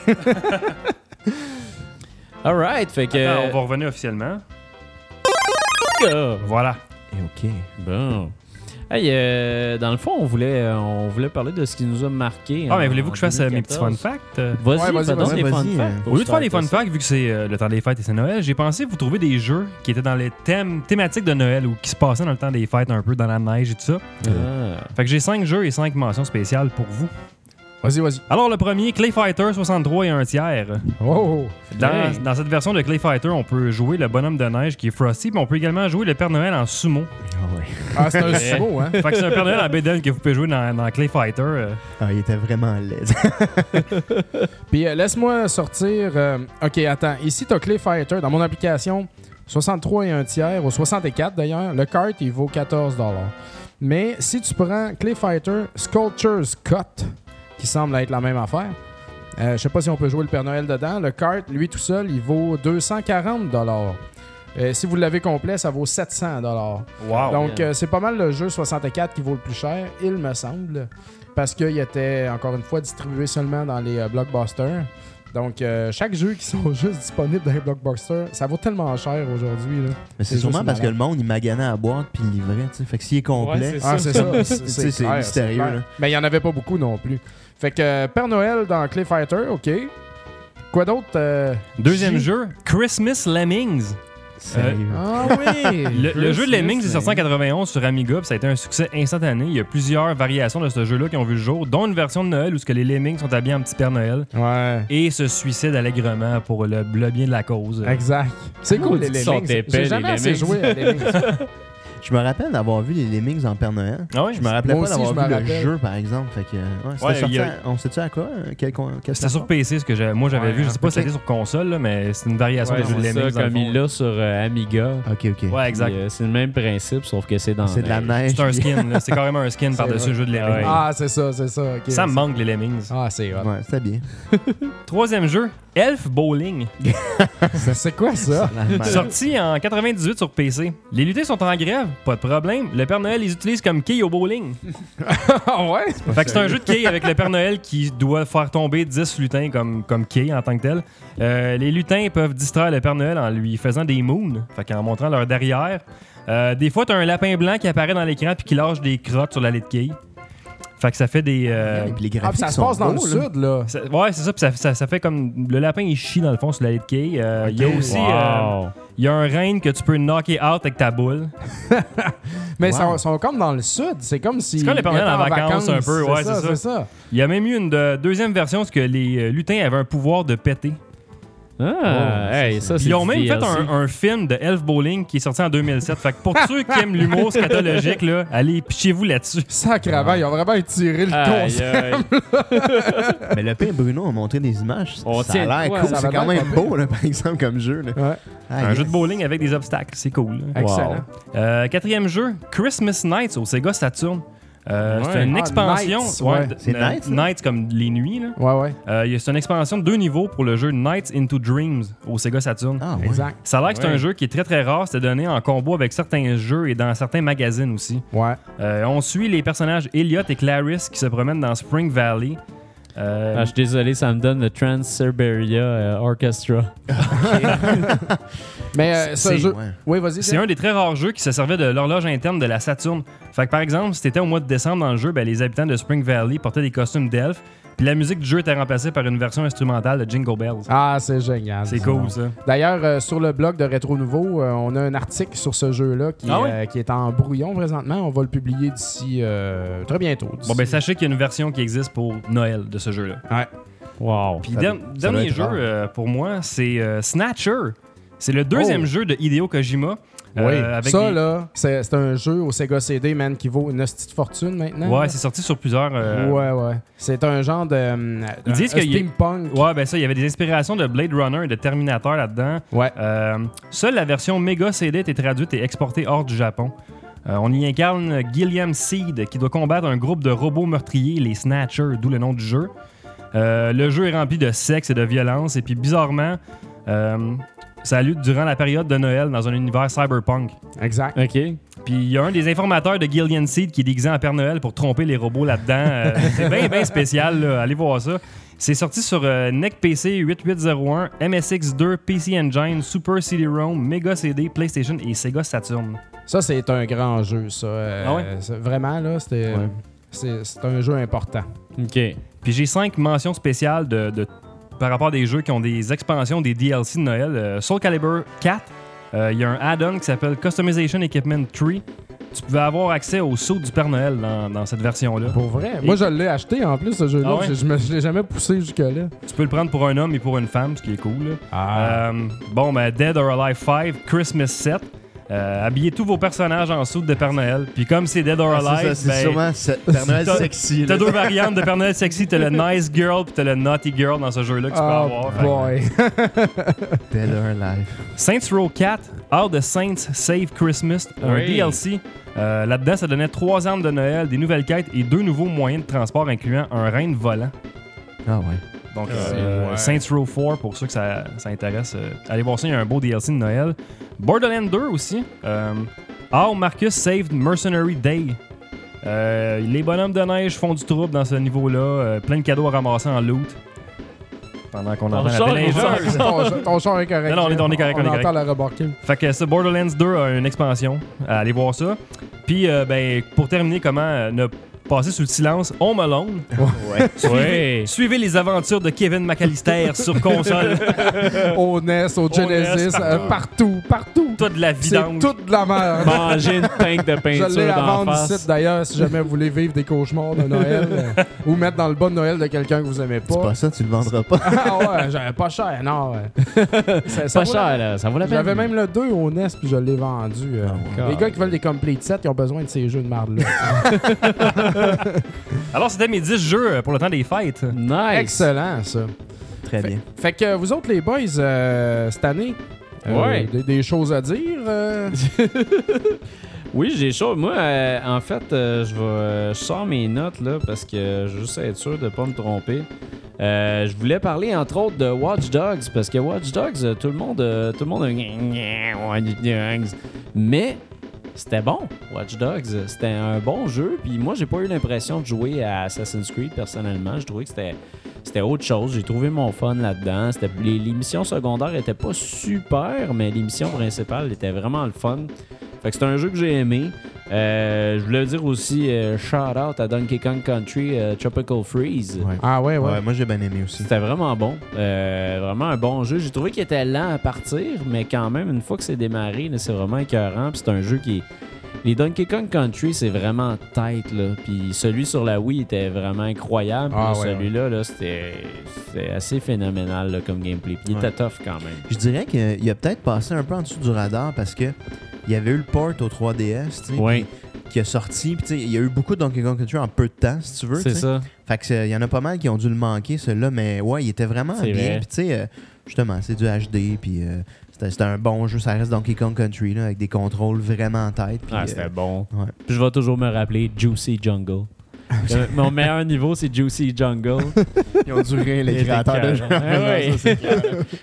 Alright. Fait que.
Attends, on va revenir officiellement.
Ah,
Voilà.
Eh, OK.
Bon. Hey, euh, dans le fond, on voulait, euh, on voulait parler de ce qui nous a marqué. hein,
Ah, mais
en-
voulez-vous que je fasse euh, mes petits fun
2014?
facts? euh?
Vas-y,
Ouais, vas-y,
fais donc
vas-y,
les fun
vas-y,
facts.
euh.
Faut
Au lieu
que
de faire
je
les fun
fasse
facts, vu que c'est euh, le temps des fêtes et c'est Noël, j'ai pensé vous trouver des jeux qui étaient dans les thèmes thématiques de Noël ou qui se passaient dans le temps des fêtes, un peu dans la neige et tout ça.
ça. Ah.
Fait que j'ai cinq jeux et cinq mentions spéciales pour vous.
Vas-y, vas-y.
Alors, le premier, Clay Fighter 63 et un tiers.
Oh,
Dans,
Hey.
dans cette version de Clay Fighter, on peut jouer le bonhomme de neige qui est Frosty, mais on peut également jouer le Père Noël en sumo.
Ah,
*laughs*
c'est un sumo, hein?
Fait que c'est un Père Noël en bédaine que vous pouvez jouer dans, dans Clay Fighter. euh.
*laughs* Ah, il était
*laughs*
vraiment laid.
Puis euh, laisse-moi sortir. euh, ok, attends. Ici, t'as Clay Fighter. Dans mon application, 63 et un tiers, ou 64 d'ailleurs, le kart, il vaut 14 Mais si tu prends Clay Fighter Sculpture's Cut, qui semble être la même affaire, euh, je sais pas si on peut jouer le Père Noël dedans. Le kart, lui tout seul, il vaut 240 Euh, Si vous l'avez complet, ça vaut 700
Wow!
Donc,
yeah.
euh, c'est pas mal le jeu 64 qui vaut le plus cher, il me semble, parce qu'il était, encore une fois, distribué seulement dans les euh, blockbusters. Donc, euh, chaque jeu qui *laughs* sont juste disponibles dans les blockbusters, ça vaut tellement cher aujourd'hui. là.
Mais c'est
C'est
sûrement
juste
parce que
malade.
le monde, il maganait à boire puis il livrait, tu sais. Fait que s'il est complet.
Ouais,
Ah, c'est ça. *laughs*
Tu sais, c'est
clair,
mystérieux,
clair.
là.
Mais il n'y en avait pas beaucoup non plus. Fait que euh, Père Noël dans Clay Fighter, OK. Quoi d'autre? euh,
Deuxième
J-
jeu, Christmas Lemmings.
sérieux.
*laughs*
Ah oui!
Le, le jeu de Lemmings est sorti en
Lemmings.
91 sur Amiga, puis ça a été un succès instantané. Il y a plusieurs variations de ce jeu-là qui ont vu le jour, dont une version de Noël où ce que les Lemmings sont habillés en petit Père Noël
ouais.
et se suicident allègrement pour le, le bien de la cause.
Exact. C'est cool, les
Maudits sont
Lemmings.
épais,
J'ai
les
jamais assez
Lemmings.
joué à *laughs* Lemmings.
Je me rappelle d'avoir vu les Lemmings en Père Noël.
Ah ouais,
Je me rappelais
Moi
pas
aussi,
d'avoir
je
vu
me
le
rappelle.
jeu, par exemple. Fait que, ouais, c'était
Ouais,
sorti
il y a-
à- On sait-tu à quoi? euh, Quel, con- quel
C'était sur
plateforme?
PC, ce que j'ai- moi j'avais
Ouais,
vu. Je sais pas
un
si c'était
peu.
sur console, là, mais c'est une variation
Ouais,
des jeux de
c'est ça,
Lemmings. dans le
comme
fond,
il
là.
l'a sur euh, Amiga.
Ok, ok.
Ouais, exact.
Puis, euh, c'est le même principe, sauf que c'est dans
c'est de la neige.
C'est un skin, là. c'est carrément un skin par-dessus le jeu de Lemmings.
Ah, c'est ça, c'est ça. ok.
ça me manque, les Lemmings.
Ah, c'est hot.
Ouais, c'était bien.
*laughs*
Troisième jeu, Elf Bowling.
Ça, C'est quoi ça?
Sorti en 98 sur PC. Les lutins sont en grève, pas de problème. Le Père Noël les utilise comme quilles au bowling.
*laughs* Ah ouais?
Fait que c'est un jeu de quilles avec le Père Noël qui doit faire tomber 10 lutins comme, comme quilles en tant que tel. Euh, les lutins peuvent distraire le Père Noël en lui faisant des moons, fait qu'en montrant leur derrière. Euh, des fois, t'as un lapin blanc qui apparaît dans l'écran puis qui lâche des crottes sur l'allée de quilles. Fait que ça fait des. euh,
Et puis les
Ah, puis
graphiques
ça se
sont
passe dans le
beaux, là.
sud, là.
ça- ouais, c'est ça, puis ça, ça- ça fait comme. Le lapin, il chie dans le fond sur l'allée de quilles. Euh, Il y a aussi. euh,
Wow.
il y a un reine que tu peux knocker out avec ta boule.
Mais ils
Wow.
sont, sont comme dans le sud. C'est comme si.
C'est comme les Pères Noël
étaient
en vacances, un peu, ouais, c'est ça.
C'est ça.
Il y a même eu une de- deuxième version parce que les euh, lutins avaient un pouvoir de péter.
Ah,
Oh,
hey, ça, c'est
Ils ont
du
même fait
DLC.
un, un film de Elf Bowling qui est sorti en 2007. Fait que pour ceux qui aiment l'humour scatologique, là, allez, pichez-vous là-dessus.
Sacrément, ils ont vraiment étiré le
Aïe,
concept.
aïe.
Mais le père Bruno a montré des images.
On
ça
tient
a
quoi,
l'air
ça
cool. C'est
va
quand
bien
même
pas
beau, là, par exemple, comme jeu. là.
Ouais,
Ah,
Un
yes.
jeu de bowling avec des obstacles, c'est cool. là.
excellent.
Euh, quatrième jeu, Christmas Nights au Sega Saturn. Euh, C'est une
Ah,
expansion.
Nights,
ouais,
ouais.
de-
C'est
de-
Nights, ça?
Nights comme les nuits. là.
Ouais, ouais,
Euh, il y a- c'est une expansion de deux niveaux pour le jeu Nights into Dreams au Sega Saturn.
Ah, ouais.
exact.
Ça a l'air que c'est
Ouais.
un jeu qui est très très rare. C'était donné en combo avec certains jeux et dans certains magazines aussi.
Ouais.
Euh, on suit les personnages Elliot et Clarice qui se promènent dans Spring Valley. Euh,
Ah, je suis désolé, ça me donne le Trans-Siberia euh, Orchestra.
Mais euh, ce
C'est-
jeu.
ouais.
Oui, vas-y.
c'est un des très rares jeux qui se servait de l'horloge interne de la Saturne. Fait que par exemple, si t'étais au mois de décembre dans le jeu, ben, les habitants de Spring Valley portaient des costumes d'elfes, puis la musique du jeu était remplacée par une version instrumentale de Jingle Bells.
Ah, c'est génial.
c'est
ça.
cool ça.
D'ailleurs, euh, sur le blog de Rétro Nouveau, euh, on a un article sur ce jeu-là qui,
Ah
euh,
ouais?
qui est en brouillon présentement. On va le publier d'ici euh, très bientôt. d'ici-
Bon ben sachez qu'il y a une version qui existe pour Noël de ce jeu-là.
Wow.
Puis
Ça
der-
doit- ça doit
dernier
être
jeu
rare.
euh, pour moi, c'est euh, Snatcher. C'est le deuxième
Oh.
jeu de Hideo Kojima.
Oui,
euh, avec
ça
des-
là, c'est c'est un jeu au Sega CD, man, qui vaut une hostie de fortune maintenant.
Ouais,
là.
c'est sorti sur plusieurs. euh,
hein? Ouais, ouais. C'est un genre de. euh,
Ils
un-
disent
un
qu'il y a-
steampunk.
Ouais, ben ça, il y avait des inspirations de Blade Runner et de Terminator là-dedans.
Ouais.
Euh, seule la version Mega CD était traduite et exportée hors du Japon. Euh, on y incarne Gilliam Seed qui doit combattre un groupe de robots meurtriers, les Snatchers, d'où le nom du jeu. Euh, le jeu est rempli de sexe et de violence, et puis bizarrement, euh, Ça lutte durant la période de Noël dans un univers cyberpunk.
Exact.
OK.
Puis il y a un des informateurs de Gillian Seed qui est déguisé en Père Noël pour tromper les robots là-dedans. Euh, c'est bien, bien spécial. là. Allez voir ça. C'est sorti sur euh, NEC PC 8801, MSX2, PC Engine, Super CD-ROM, Mega CD, PlayStation et Sega Saturn.
Ça, c'est un grand jeu, ça. Euh,
Ah ouais?
c'est- Vraiment, là, c'était.
Ouais.
C'est c'est un jeu important.
OK.
Puis j'ai cinq mentions spéciales de, de- par rapport à des jeux qui ont des expansions, des DLC de Noël. Euh, Soul Calibur 4, euh, il y a un add-on qui s'appelle Customization Equipment 3. Tu pouvais avoir accès au saut du Père Noël dans, dans cette version-là.
Pour vrai. Moi,
Et-
je l'ai acheté en plus, ce jeu-là.
Ah ouais?
Je, je me- je l'ai jamais poussé jusque-là.
Tu peux le prendre pour un homme et pour une femme, ce qui est cool. là.
Ah.
Euh, bon, ben, Dead or Alive 5, Christmas 7. Euh, habillez tous vos personnages en soude de Père Noël. Puis comme c'est Dead or
Ah, c'est
Alive,
ça, c'est
ben,
sûrement ce- Père Noël
T'as-
sexy.
t'as
là.
deux
*laughs*
variantes de Père Noël sexy. T'as le Nice Girl puis t'as le Naughty Girl dans ce jeu-là que tu peux
Ah,
avoir.
boy.
Dead or Alive.
Saints Row 4, How the Saints Save Christmas, un
Oui.
DLC. Euh, Là-dedans, ça donnait trois armes de Noël, des nouvelles quêtes et deux nouveaux moyens de transport, incluant un rein de volant.
Ah ouais.
Donc, euh,
ouais.
Saints Row 4, pour ceux que ça, ça intéresse, euh, allez voir ça, il y a un beau DLC de Noël. Borderlands 2 aussi. Euh, How Marcus Saved Mercenary Day. Euh, les bonhommes de neige font du trouble dans ce niveau-là. Euh, plein de cadeaux à ramasser en loot. Pendant qu'on entend la
char,
*laughs*
belle
on
injure.
sort.
ton, ton char est correct.
Non, non, on est- on est correct, on est correct.
entend le remorquer.
*laughs* Fait que ça, Borderlands 2 a une expansion. Allez voir ça. Puis, euh, ben, pour terminer, comment euh, ne passer sous le silence, Home Alone.
*laughs* Ouais.
Suivez les aventures de Kevin McAllister sur
*laughs*
console.
Au NES, au Genesis,
partout.
euh, partout, partout.
Toi de la
C'est
vidange.
toute de la
*laughs*
merde.
Manger une teinte de
*laughs* Je
peinture
l'ai à
d'en
vendre
face.
ici d'ailleurs si jamais vous voulez vivre des cauchemars de
*laughs*
Noël euh, ou mettre dans le bas de Noël de quelqu'un que vous aimez
C'est
pas.
pas ça, tu le vendras pas.
*laughs* ah ouais, j'avais pas cher, non. ouais.
*laughs*
Ça- ça
Pas
vaut
cher, là. Ça vaut la
la-
peine.
J'avais même le 2 au NES puis je l'ai vendu.
Oh
euh. Les gars qui veulent des complete sets, ils ont besoin de ces jeux de merde là.
Alors, c'était mes 10 jeux pour le temps des fêtes.
Nice.
Excellent ça.
Très bien.
Fait que vous autres les boys euh, cette année euh,
Ouais.
des, des choses à dire
*laughs*
euh?
Oui, j'ai chaud. Moi, euh, en fait, euh, je vais, euh, je sors mes notes là parce que euh, je veux juste être sûr de pas me tromper. Euh, je voulais parler entre autres de Watch Dogs parce que Watch Dogs, euh, tout le monde, euh, tout le monde, a gna, gna, Watch Dogs. mais c'était bon. Watch Dogs, euh, c'était un bon jeu. Puis moi, j'ai pas eu l'impression de jouer à Assassin's Creed personnellement. Je trouvais que c'était c'était autre chose. J'ai trouvé mon fun là-dedans. C'était- Les, les missions secondaires étaient pas super, mais les missions principales étaient vraiment le fun. Fait que c'est un jeu que j'ai aimé. Euh, je voulais dire aussi euh, shout out à Donkey Kong Country euh, Tropical Freeze.
Ouais.
Ah ouais ouais.
Ouais, moi j'ai bien aimé aussi.
C'était vraiment bon. Euh, vraiment un bon jeu. J'ai trouvé qu'il était lent à partir, mais quand même, une fois que c'est démarré, là, c'est vraiment écœurant. Puis c'est un jeu qui est. Les Donkey Kong Country, c'est vraiment tête, là. Puis celui sur la Wii était vraiment incroyable.
Ah,
Puis
ouais,
celui-là, là, c'était c'était assez phénoménal là, comme gameplay. Puis il
Ouais.
était tough quand même.
Je dirais qu'il a peut-être passé un peu en dessous du radar parce que il y avait eu le port au 3DS, tu sais,
Ouais,
puis qui a sorti. puis tu sais, il y a eu beaucoup de Donkey Kong Country en peu de temps, si tu veux. tu
c'est
sais.
ça.
Fait que c'est- il y en a pas mal qui ont dû le manquer, celui-là, mais ouais, il était vraiment
C'est
bien.
vrai.
Puis tu sais, euh, justement, c'est du HD, puis euh, c'était c'était un bon jeu. Ça reste Donkey Kong Country, là, avec des contrôles vraiment en tête. puis,
Ah,
euh,
c'était bon.
ouais.
Puis je vais toujours me rappeler Juicy
*laughs*
Jungle. Euh, Mon meilleur niveau, c'est Juicy Jungle.
*laughs* Ils ont dû rire,
Il
les
était
créateurs de jeux.
écœurant. Ah ouais.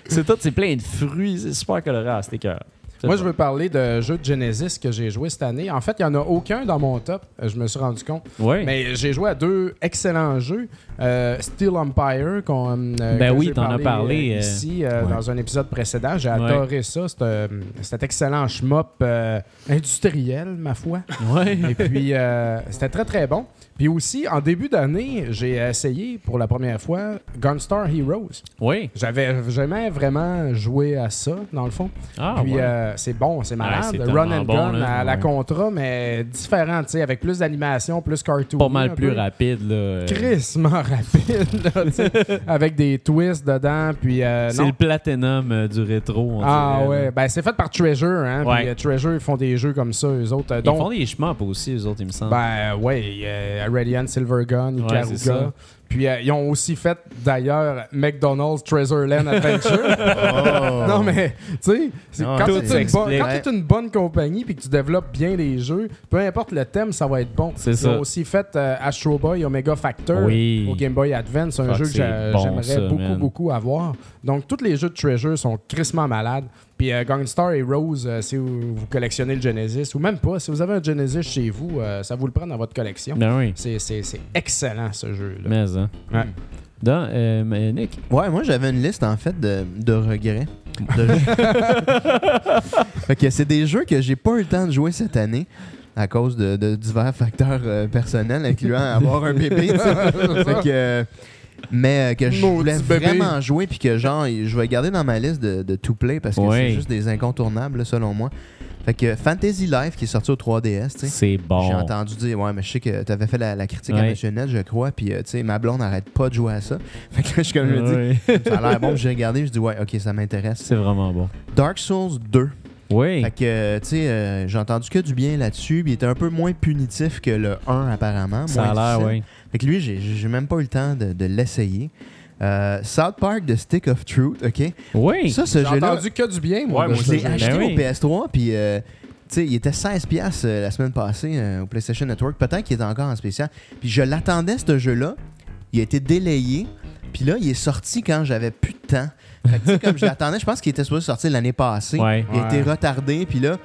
c'est tout, c'est plein de fruits. C'est super coloré à cet cœur.
Moi, je veux parler de jeux de Genesis que j'ai joué cette année. En fait, il n'y en a aucun dans mon top, euh, je me suis rendu compte.
Oui.
Mais j'ai joué à deux excellents jeux. Euh, Steel Empire, qu'on, euh,
Ben
que
oui,
j'ai
t'en as parlé,
euh,
euh,
ici euh,
ouais.
dans un épisode précédent. J'ai
Ouais.
adoré ça. C'est, euh, cet excellent shmup euh, industriel, ma foi. Et puis, euh, c'était très, très bon. Puis aussi, en début d'année, j'ai essayé pour la première fois Gunstar Heroes.
Oui.
J'avais jamais vraiment joué à ça, dans le fond.
Ah,
Puis
ouais.
euh, c'est bon, c'est malade.
c'est
Run
tellement
and
bon,
gun
là.
à la
Ouais.
contra, mais différent, tu sais, avec plus d'animation, plus cartoon.
pas mal plus rapide. Là. euh,
Crissement rapide, là, tu sais,
*laughs*
avec des twists dedans, puis euh,
c'est
non.
le platinum euh, du rétro. on
Ah
dirait,
ouais,
là.
ben c'est fait par Treasure, hein.
Ouais.
Puis euh, Treasure, ils font des jeux comme ça, eux autres. euh,
Ils
dont-
font des shmups aussi, eux autres, il me semble.
ben ouais, euh, Aurelian, Silver Gun, Ikaruga.
c'est ça.
Puis euh, ils ont aussi fait d'ailleurs McDonald's Treasure Land
*laughs*
Adventure. Non mais, tu sais, c'est
Oh. Non,
quand
tout
t'es une,
s'explique.
bonne- quand
Ouais.
t'es une bonne compagnie puis que tu développes bien les jeux, peu importe le thème, ça va être bon.
C'est
Ils
ça.
ont aussi fait euh, Astro Boy Omega Factor
Oui.
au Game Boy Advance, un
Fuck,
jeu que
c'est
j'a-
bon,
j'aimerais
ça,
beaucoup
man.
beaucoup avoir. Donc tous les jeux de Treasure sont crissement malades. Puis euh, Gunstar Heroes, euh, si vous, vous collectionnez le Genesis, ou même pas, si vous avez un Genesis chez vous, euh, ça vous le prend dans votre collection.
Ben oui.
C'est- C'est c'est excellent ce jeu-là.
Mais, hein.
Ouais.
Dans, euh, mais Nick,
Ouais, moi j'avais une liste en fait de, de regrets.
*laughs*
De jeux. fait que c'est des jeux que j'ai pas eu le temps de jouer cette année à cause de, de divers facteurs euh, personnels, incluant avoir un bébé. tu sais.
*laughs*
fait que, euh, mais euh, que je
Maudit
voulais
bébé.
vraiment jouer, puis que genre, je vais garder dans ma liste de, de to play parce que
Ouais.
c'est juste des incontournables là, selon moi. Fait que Fantasy Life qui est sorti au 3DS, tu sais.
c'est bon.
J'ai entendu dire, ouais, mais je sais que tu avais fait la, la critique
Oh. Ouais.
à Monsieur Net, je crois, puis euh, tu sais, ma blonde n'arrête pas de jouer à ça. Fait que là, je, comme je me dis,
Ah Oui.
ça a l'air bon, puis j'ai regardé, je dis ouais, ok, ça m'intéresse.
*laughs* C'est vraiment bon.
Dark Souls 2.
Oui.
Fait que, euh, tu sais, euh, j'ai entendu que du bien là-dessus, puis il était un peu moins punitif que le 1 apparemment.
Ça
moins
a l'air,
difficile.
oui.
Fait que lui, j'ai- j'ai même pas eu le temps de, de l'essayer. Euh, South Park de Stick of Truth, ok.
Oui.
Ça, ce
J'ai
jeu-là,
entendu que du bien, moi.
Ouais,
de
moi
je
ce
l'ai
jeu-là.
acheté
Ben
au
oui.
PS3, puis euh, tu sais, il était 16$ piastres, euh, la semaine passée euh, au PlayStation Network. Peut-être qu'il est encore en spécial. Puis je l'attendais, ce jeu-là. Il a été délayé. Puis là, il est sorti quand j'avais plus de temps. Fait que, tu sais, comme je l'attendais, je pense qu'il était supposé sortir l'année passée.
Ouais.
Il a été
Ouais.
retardé, puis là,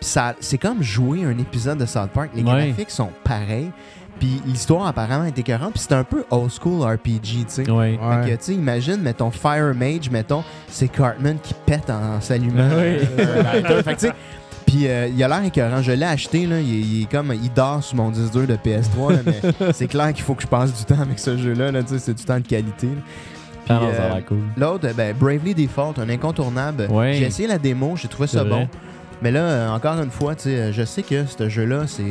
puis ça, c'est comme jouer un épisode de South Park. Les
Ouais.
graphiques sont pareils, puis l'histoire apparemment est écœurante, puis c'est un peu old school RPG, tu sais.
Oui. Ah,
Ouais.
Fait que, tu sais, imagine, mettons, Fire Mage, mettons, c'est Cartman qui pète en, en s'allumant.
Ouais.
*laughs* Euh, lighter. Fait que, tu sais, puis euh, il a l'air écœurant. Je l'ai acheté, là, il, est- il est comme, il dort sur mon 10-2 de PS3, là,
*laughs*
mais c'est clair qu'il faut que je passe du temps avec ce jeu-là, là, tu sais, c'est du temps de qualité. là.
Ah non, ça a
euh,
l'air cool.
L'autre, ben, Bravely Default, un incontournable.
Ouais.
J'ai essayé la démo, j'ai trouvé
C'est
ça
vrai.
bon. Mais là, euh, encore une fois, tu sais, euh, je sais que ce jeu-là, c'est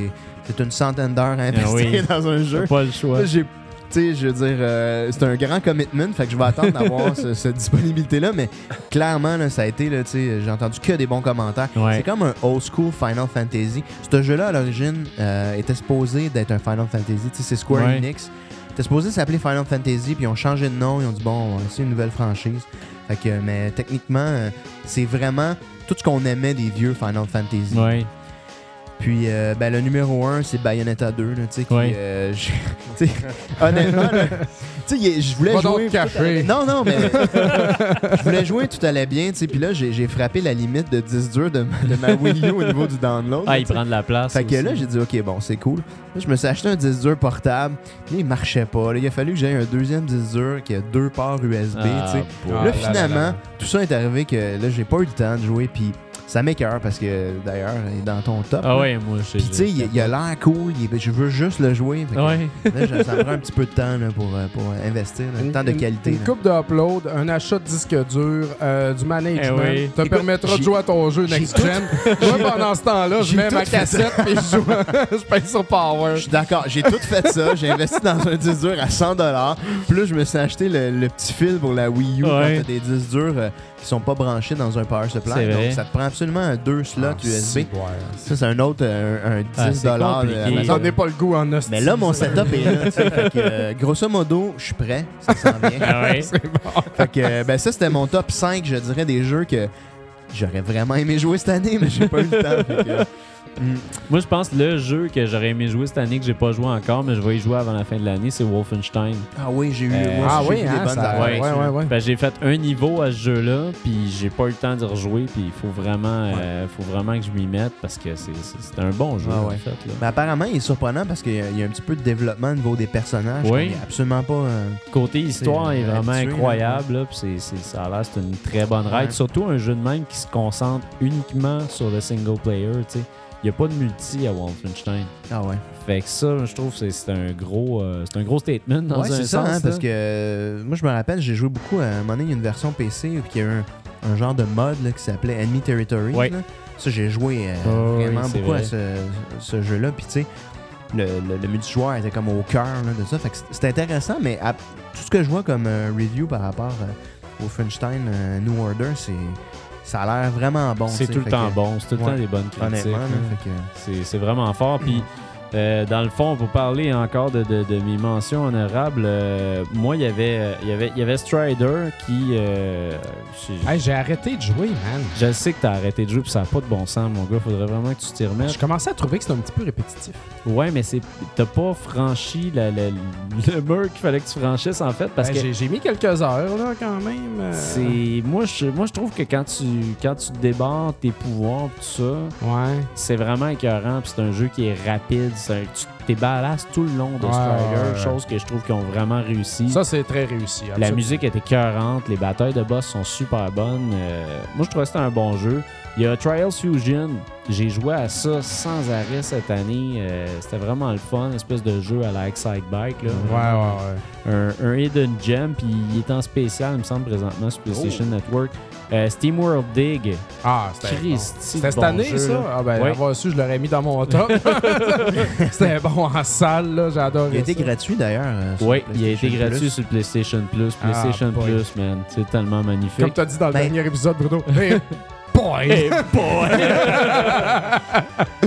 c'est une centaine d'heures à investir
Ah
*laughs*
oui.
dans un jeu.
T'as pas le choix.
Là, j'ai- tu sais, je veux dire, euh, c'est un grand commitment, fait que je vais
*laughs*
attendre d'avoir ce- cette disponibilité-là, mais clairement, là, ça a été, là, tu sais, j'ai entendu que des bons commentaires.
Ouais.
C'est comme un old school Final Fantasy. Ce jeu-là, à l'origine, euh, était supposé d'être un Final Fantasy. Tu sais, c'est Square
Ouais.
Enix. C'était supposé s'appeler Final Fantasy, puis ils ont changé de nom, ils ont dit, bon, c'est une nouvelle franchise. Fait que, mais techniquement, euh, c'est vraiment tout ce qu'on aimait des vieux Final Fantasy.
Oui. Ah,
Puis euh, ben, le numéro 1, c'est Bayonetta 2, là, tu sais, qui,
Ouais.
euh, *laughs* je- tu sais, honnêtement, là, tu sais, il est- je voulais
Va donc
jouer...
te cacher.
Non, non, mais je voulais jouer, tout allait bien, tu sais, puis là, j'ai j'ai frappé la limite de 10 durs de, ma- de ma Wii U au niveau du download.
Ah,
là,
il
tu sais.
prend de la place.
Fait que
aussi.
là, j'ai dit, OK, bon, c'est cool. Là, je me suis acheté un 10 dur portable. Là, il marchait pas. Là, il a fallu que j'aie un deuxième 10 dur qui a deux ports USB,
Ah,
tu sais.
boy.
Ah,
Là,
là, là,
finalement,
là.
tout ça est arrivé que là, j'ai pas eu le temps de jouer, puis ça m'écœure parce que, d'ailleurs, il est dans ton top.
Ah
là.
ouais, moi, je sais.
Puis tu sais, il, il a l'air cool, il est- je veux juste le jouer. Fait que, *laughs*
Ouais.
là, je- ça me prend un petit peu de temps là, pour, euh, pour euh, investir, là, un temps de qualité.
Une,
là.
coupe d'upload, un achat de disque dur, euh, du management,
Eh oui.
te
Écoute,
permettra de
j'ai-
jouer à ton jeu
j'ai
next
tout-
gen. Moi, pendant ce temps-là, je
j'ai
mets
tout
ma
fait
cassette et je joue. *laughs* je paye sur Power.
Je suis d'accord, j'ai tout fait ça. J'ai investi dans un disque dur à 100 Puis là, je me suis acheté le, le petit fil pour la Wii U.
Ouais.
Quand t'as des disques durs euh, qui sont pas branchés dans un power
C'est
supply.
vrai.
Donc, ça te prend absolument un deux slots USB.
Ouais.
Ça, c'est un autre, euh, un, un
Ah,
10
c'est
euh,
compliqué.
Amazon.
J'en ai pas le goût en hostie.
Mais là, mon setup est là. tu sais. Fait que, euh, grosso modo, je suis prêt. Ça s'en vient.
Ah ouais.
Fait que, euh, ben ça, c'était mon top 5, je dirais, des jeux que j'aurais vraiment aimé jouer cette année, mais j'ai pas eu le temps. Fait que, euh,
Moi, je pense que le jeu que j'aurais aimé jouer cette année, que j'ai pas joué encore, mais je vais y jouer avant la fin de l'année, c'est Wolfenstein.
ah oui, j'ai eu,
Euh,
moi aussi,
Ah
j'ai
oui,
eu
hein,
des bonnes
ça-
affaires.
ouais, ouais, ouais,
Ben, j'ai fait un niveau à ce jeu-là, puis j'ai pas eu le temps d'y rejouer, puis il faut vraiment, euh, faut vraiment que je m'y mette parce que c'est- c'est c'est un bon jeu,
Ah
en
ouais.
fait. là.
Mais apparemment, il est surprenant parce qu'il y, a- il y a un petit peu de développement au niveau des personnages.
Oui.
qu'on est Absolument pas. euh,
Côté histoire
C'est,
est
euh,
vraiment
habitué, là,
incroyable, là, puis c'est- c'est- ça a l'air c'est une très bonne ride.
Ouais.
Surtout un jeu de même qui se concentre uniquement sur le single player, tu sais. Il n'y a pas de multi à Wolfenstein.
Ah ouais.
Fait que ça, je trouve que c'est- c'est un gros euh, c'est un gros statement dans
ouais,
un
c'est
sens.
ça, hein,
là.
parce que euh, moi, je me rappelle, j'ai joué beaucoup. À un moment donné, il y a une version PC, puis il y a eu un, un genre de mode là, qui s'appelait Enemy Territory.
Ouais.
là. Ça, j'ai joué euh,
Oh, oui,
vraiment
c'est
beaucoup
vrai.
à ce, ce jeu-là. Puis, tu sais, le, le- le multijoueur était comme au cœur là, de ça. Fait que c'était intéressant, mais à- tout ce que je vois comme euh, review par rapport euh, au Funstein New Order, c'est. Ça a l'air vraiment bon.
c'est
tu sais,
tout le
fait
temps
que,
bon, hein. c'est tout le temps
ouais.
des bonnes critiques.
Honnêtement, là,
là.
fait que-
C'est c'est vraiment fort. Puis Euh, dans le fond, pour parler encore de, de- de mes mentions honorables, euh, moi, il y avait, euh, il y avait, il y avait Strider qui. euh, je-
Ben, Hey, j'ai arrêté de jouer, man.
je sais que t'as arrêté de jouer, puis ça n'a pas de bon sens, mon gars. Faudrait vraiment que tu t'y remettes.
Je commençais à trouver que c'était un petit peu répétitif.
Ouais, mais c'est t'as pas franchi la- la- le mur qu'il fallait que tu franchisses, en fait, parce
Ben,
que
j'ai- j'ai mis quelques heures, là, quand même. euh,
c'est moi je moi je trouve que quand tu quand tu débarres tes pouvoirs pis tout ça
Ouais.
c'est vraiment écœurant puis c'est un jeu qui est rapide c'est un- tu t'es balasse tout le long de
Ouais,
Strider
ouais, ouais.
chose que je trouve qu'ils ont vraiment réussi
Ça, c'est très réussi.
la
absolument.
musique est écœurante les batailles de boss sont super bonnes Euh, moi je trouvais que c'était un bon jeu il y a Trials Fusion j'ai joué à ça sans arrêt cette année Euh, c'était vraiment le fun espèce de jeu à la Excite Bike là.
Ouais, ouais, ouais.
un, un Hidden Gem, puis il est en spécial, il me semble, présentement sur PlayStation
Oh.
Network. Euh, Steam World Dig.
Ah, c'était. bon.
Christy.
C'était
de
cette
bon
année,
jeu,
ça?
là.
Ah, ben,
Ouais.
l'avoir su, je l'aurais mis dans mon top. c'était bon en salle, là. J'adore.
Il a été gratuit d'ailleurs. euh, sur
Oui, il a
PlayStation
été gratuit
Plus.
sur le PlayStation Plus.
Ah,
PlayStation
boy.
Plus, man. C'est tellement magnifique.
Comme t'as dit dans le
Ben-
dernier épisode, Bruno. Hey, boy!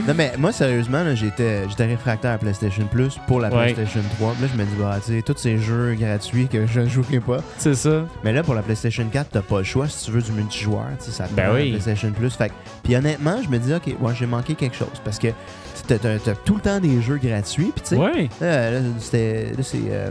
Non, mais moi, sérieusement, là, j'étais, j'étais réfractaire à PlayStation Plus pour la
Ouais.
PlayStation 3. Puis Là, je me dis, bah, tu sais, tous ces jeux gratuits que je ne jouerai pas.
C'est ça.
Mais là, pour la PlayStation 4, t'as pas le choix si tu veux du multijoueur. Tu sais, ça te
Ben
prend la
oui.
PlayStation Plus. Fait que- puis honnêtement, je me dis, OK, moi, j'ai manqué quelque chose. Parce que tu sais, t'as, t'as- t'as tout le temps des jeux gratuits. Puis tu sais,
Oui.
là, là, c'était, là, c'est. euh,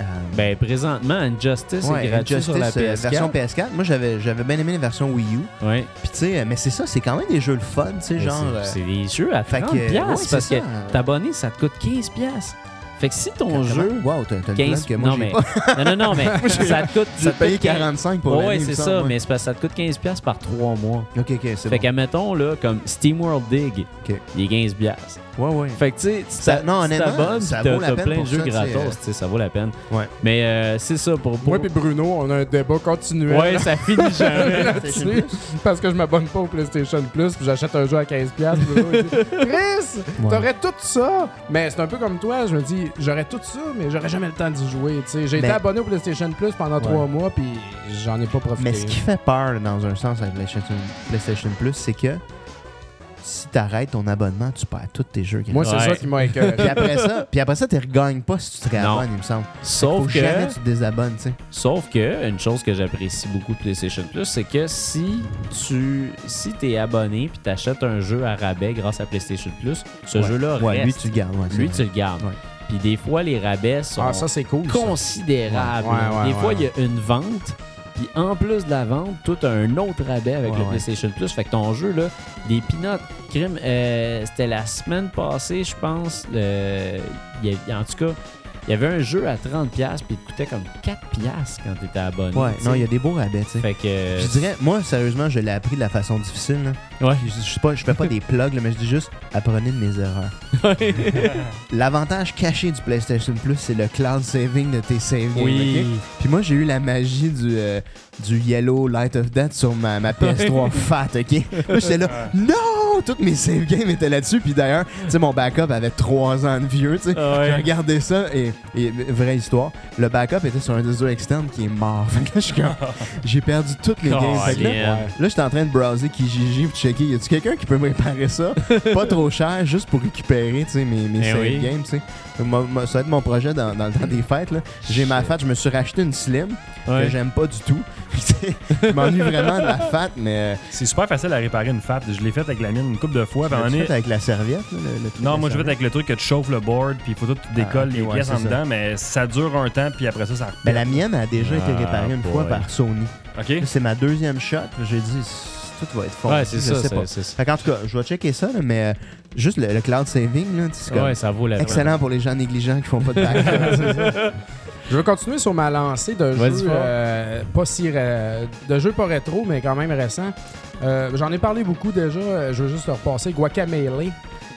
euh,
Ben, présentement, Injustice
ouais,
est gratuit sur la
Injustice, euh,
PS4.
version PS4. Moi, j'avais, j'avais bien aimé la version Wii U.
Ouais.
Puis tu sais, euh, mais c'est ça, c'est quand même des jeux le fun, tu sais,
Mais
genre.
c'est-
euh,
C'est des jeux à 30$
fait que, euh, ouais,
piastres,
c'est
parce
ça.
que t'abonner, ça te coûte 15$. piastres. Fait que si ton jeu.
Wow, t'as t'as une
15
place que moi,
non,
j'ai
mais,
pas.
*laughs* non, non, non,
*laughs*
mais ça te coûte.
J'ai
ça te
payé
coûte quin-
45 pour
Ouais,
l'année,
ouais,
il me
c'est
semble,
ça,
ouais.
mais c'est parce que ça te coûte 15$ piastres par 3 mois.
OK, OK, c'est
Fait
bon.
qu'admettons, là, comme SteamWorld Dig,
Ok.
il est 15 piastres.
Ouais, ouais.
Fait que, tu sais, tu
Ça-
t'a-
non,
tu
honnêtement,
t'abonnes,
ça
puis t'as-
vaut la
t'as
peine
plein de
pour
jeux
ça, tu sais, euh.
gratos, tu sais, ça vaut la peine.
Ouais.
Mais euh, c'est ça, pour... pour...
*laughs* Moi et Bruno, on a un débat continuel.
ouais, ça finit jamais.
là-dessus, parce que je m'abonne pas au PlayStation Plus, puis j'achète un jeu à 15$. Bruno, il dit,
*laughs*
Chris, t'aurais tout ça, mais c'est un peu comme toi, je me dis, j'aurais tout ça, mais j'aurais jamais le temps d'y jouer. tu sais. J'ai
Mais-
été abonné au PlayStation Plus pendant trois mois, puis j'en ai pas profité.
Mais ce qui fait peur, là, dans un sens, avec PlayStation, PlayStation Plus, c'est que si t'arrêtes ton abonnement, tu perds tous tes jeux.
Moi, c'est
Ouais.
ça qui m'a écœuré.
*laughs* puis après
*laughs*
ça, puis après ça, tu regagnes pas si tu te réabonnes, il me semble. Faut
sauf,
jamais
que,
tu te désabonnes, tu sais.
sauf que, une chose que j'apprécie beaucoup de PlayStation Plus, c'est que si tu si t'es abonné puis t'achètes un jeu à rabais grâce à PlayStation Plus, ce
Ouais.
jeu-là
Ouais,
reste.
lui, tu le gardes. ouais, c'est
Lui,
vrai.
tu le gardes.
Ouais.
Puis des fois, les rabais sont...
Ah, ça, c'est cool. ça.
considérable.
Ouais, ouais,
Des
ouais,
fois, il
ouais.
y a une vente, puis en plus de la vente, tout a un autre rabais avec
Ouais,
le
ouais.
PlayStation Plus. Fait que ton jeu, là, des peanuts, crime, euh, c'était la semaine passée, je pense. le- il y a- en tout cas, il y avait un jeu à 30$, puis il te coûtait comme 4$ quand t'étais abonné.
Ouais,
tu sais.
non, il y a des beaux rabais, tu sais.
Fait que.
Je dirais, moi, sérieusement, je l'ai appris de la façon difficile. là.
Euh, Ouais.
Je, je sais pas, je fais pas des plugs, là, mais je dis juste, apprenez de mes erreurs. *laughs* L'avantage caché du PlayStation Plus, c'est le cloud saving de tes save games. ok? Puis moi, j'ai eu la magie du, euh, du Yellow Light of Death sur ma, ma PS3 fat, OK? Moi, j'étais là, non! Toutes mes save games étaient là-dessus. Puis d'ailleurs, tu sais, mon backup avait 3 ans de vieux, tu
*laughs*
sais. J'ai regardé ça et, et vraie histoire, le backup était sur un disque dur externe qui est mort. *laughs* Fait que là, je suis
*laughs*
comme, j'ai perdu toutes mes games. Fait que là,
Colin.
là, j'étais en train de browser Kijiji pour checker, y a-tu quelqu'un qui peut me réparer
*laughs*
ça? Pas trop cher, juste pour récupérer, tu sais, mes, mes
Eh
save
oui.
games, tu sais. Moi- moi, ça va être mon projet dans, dans le temps des fêtes, là. J'ai ma fat, je me suis racheté une slim que
Ouais.
j'aime pas du tout. *laughs* Puis, tu sais, je m'ennuie vraiment de la fat, mais euh,
C'est super facile à réparer une fat. Je l'ai faite avec la mienne une couple de fois.
tu
puis
ben,
en est-
fait avec la serviette, là, le, le truc
Non,
de
moi je vais
serviette.
avec le truc que tu chauffes le board, puis il faut tout que tu décolles
ok,
les
ouais,
pièces
c'est
en
ça.
dedans, mais ça dure un temps, puis après ça, ça
Ben, la mienne a déjà été
Ah,
réparée une
boy.
fois par Sony.
OK?
Là, C'est ma deuxième shot. J'ai dit, tout va être fort.
Ouais, c'est
je
ça,
sais
c'est-
pas.
c'est ça.
Fait qu'en tout cas, je vais checker ça, là, mais euh, juste le, le cloud saving, là, tu sais, c'est comme
Ouais, ça vaut la peine.
excellent pour les gens négligents qui font pas
*laughs*
de backup. c'est ça.
Je veux continuer sur ma lancée de
Vas-y,
jeux
Fab.
euh, pas si ré- de jeux pas rétro mais quand même récents. Euh, J'en ai parlé beaucoup déjà. euh, Je veux juste le repasser. Guacamele.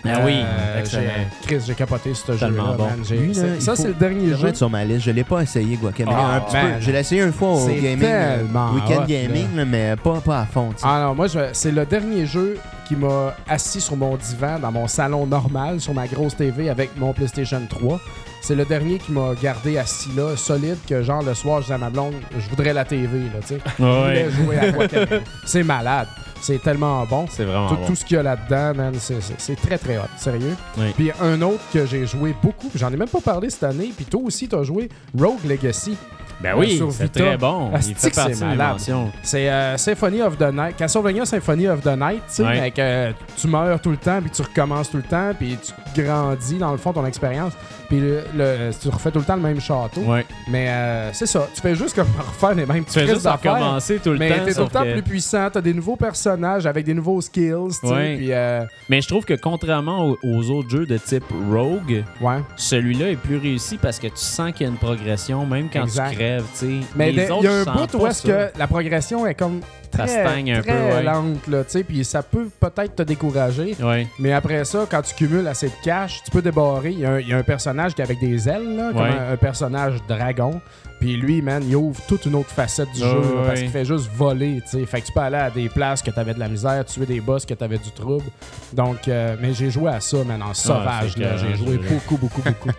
Ah oui,
Euh,
excellent.
j'ai- Chris, j'ai capoté ce jeu-là.
Tellement bon.
man. J'ai-
Lui, là,
c'est-
il
ça,
faut-
c'est le dernier
Je vais
jeu.
être sur ma liste. Je l'ai pas essayé, Guacamole.
Ah,
un petit
man.
peu. Je l'ai essayé une fois au
C'est
gaming, euh,
tellement
weekend
hot,
gaming, là, mais pas, pas à fond. tu sais.
Ah non, moi, je- c'est le dernier jeu qui m'a assis sur mon divan dans mon salon normal, sur ma grosse TV avec mon PlayStation 3. C'est le dernier qui m'a gardé assis là, solide, que genre
*laughs*
le soir, je disais à ma blonde, je voudrais la TV, là, tu sais. Je voulais
Ouais. *laughs*
jouer à Guacamole. C'est malade. C'est tellement bon.
C'est vraiment
Tout,
bon.
tout ce qu'il y a là-dedans, man, c'est- c'est c'est très très hot, sérieux.
Oui.
Puis un autre que j'ai joué beaucoup, puis j'en ai même pas parlé cette année, puis toi aussi t'as joué Rogue Legacy.
Ben
Euh,
oui,
sur
c'est
Vita.
très bon. Il
Asti
fait
que Ah, c'est
partie de
malade.
l'émotion.
C'est euh, Symphony of the Night, Castlevania Symphony of the Night, tu sais,
Ouais.
mais que tu meurs tout le temps, puis tu recommences tout le temps, puis tu grandis dans le fond ton expérience, puis le, le- tu refais tout le temps le même château.
Ouais.
Mais euh, c'est ça, tu fais juste comme *laughs* refaire les mêmes
Tu fais
crises
juste
d'affaires.
recommencer tout le
Mais
temps.
t'es tout le
sauf
temps
que-
plus puissant, t'as des nouveaux personnages avec des nouveaux skills, tu sais,
Ouais.
puis euh,
Mais je trouve que contrairement aux- aux autres jeux de type Rogue,
ouais.
celui-là est plus réussi parce que tu sens qu'il y a une progression, même quand
Exact.
tu crèves, tu sais.
Mais
Les
de-
autres,
il y a un
tu sens
bout où
pas
est-ce
ça.
que la progression est comme
Ça
très,
stagne un
très
peu, ouais.
lente, là, tu sais, puis ça peut peut-être te décourager.
Ouais.
Mais après ça, quand tu cumules assez de cash, tu peux débarrer. Il y, a un- il y a un personnage qui est avec des ailes, là, comme
Ouais.
un, un personnage dragon. Puis lui, man, il ouvre toute une autre facette du
Ouais,
jeu là,
ouais.
parce qu'il fait juste voler. tu sais. Fait que tu peux aller à des places que t'avais de la misère, tuer des boss que t'avais du trouble. Donc, euh, mais j'ai joué à ça, man, en sauvage.
Ah, c'est
là.
écœurant,
j'ai joué
ce jeu-là.
beaucoup, beaucoup,
*laughs*
beaucoup.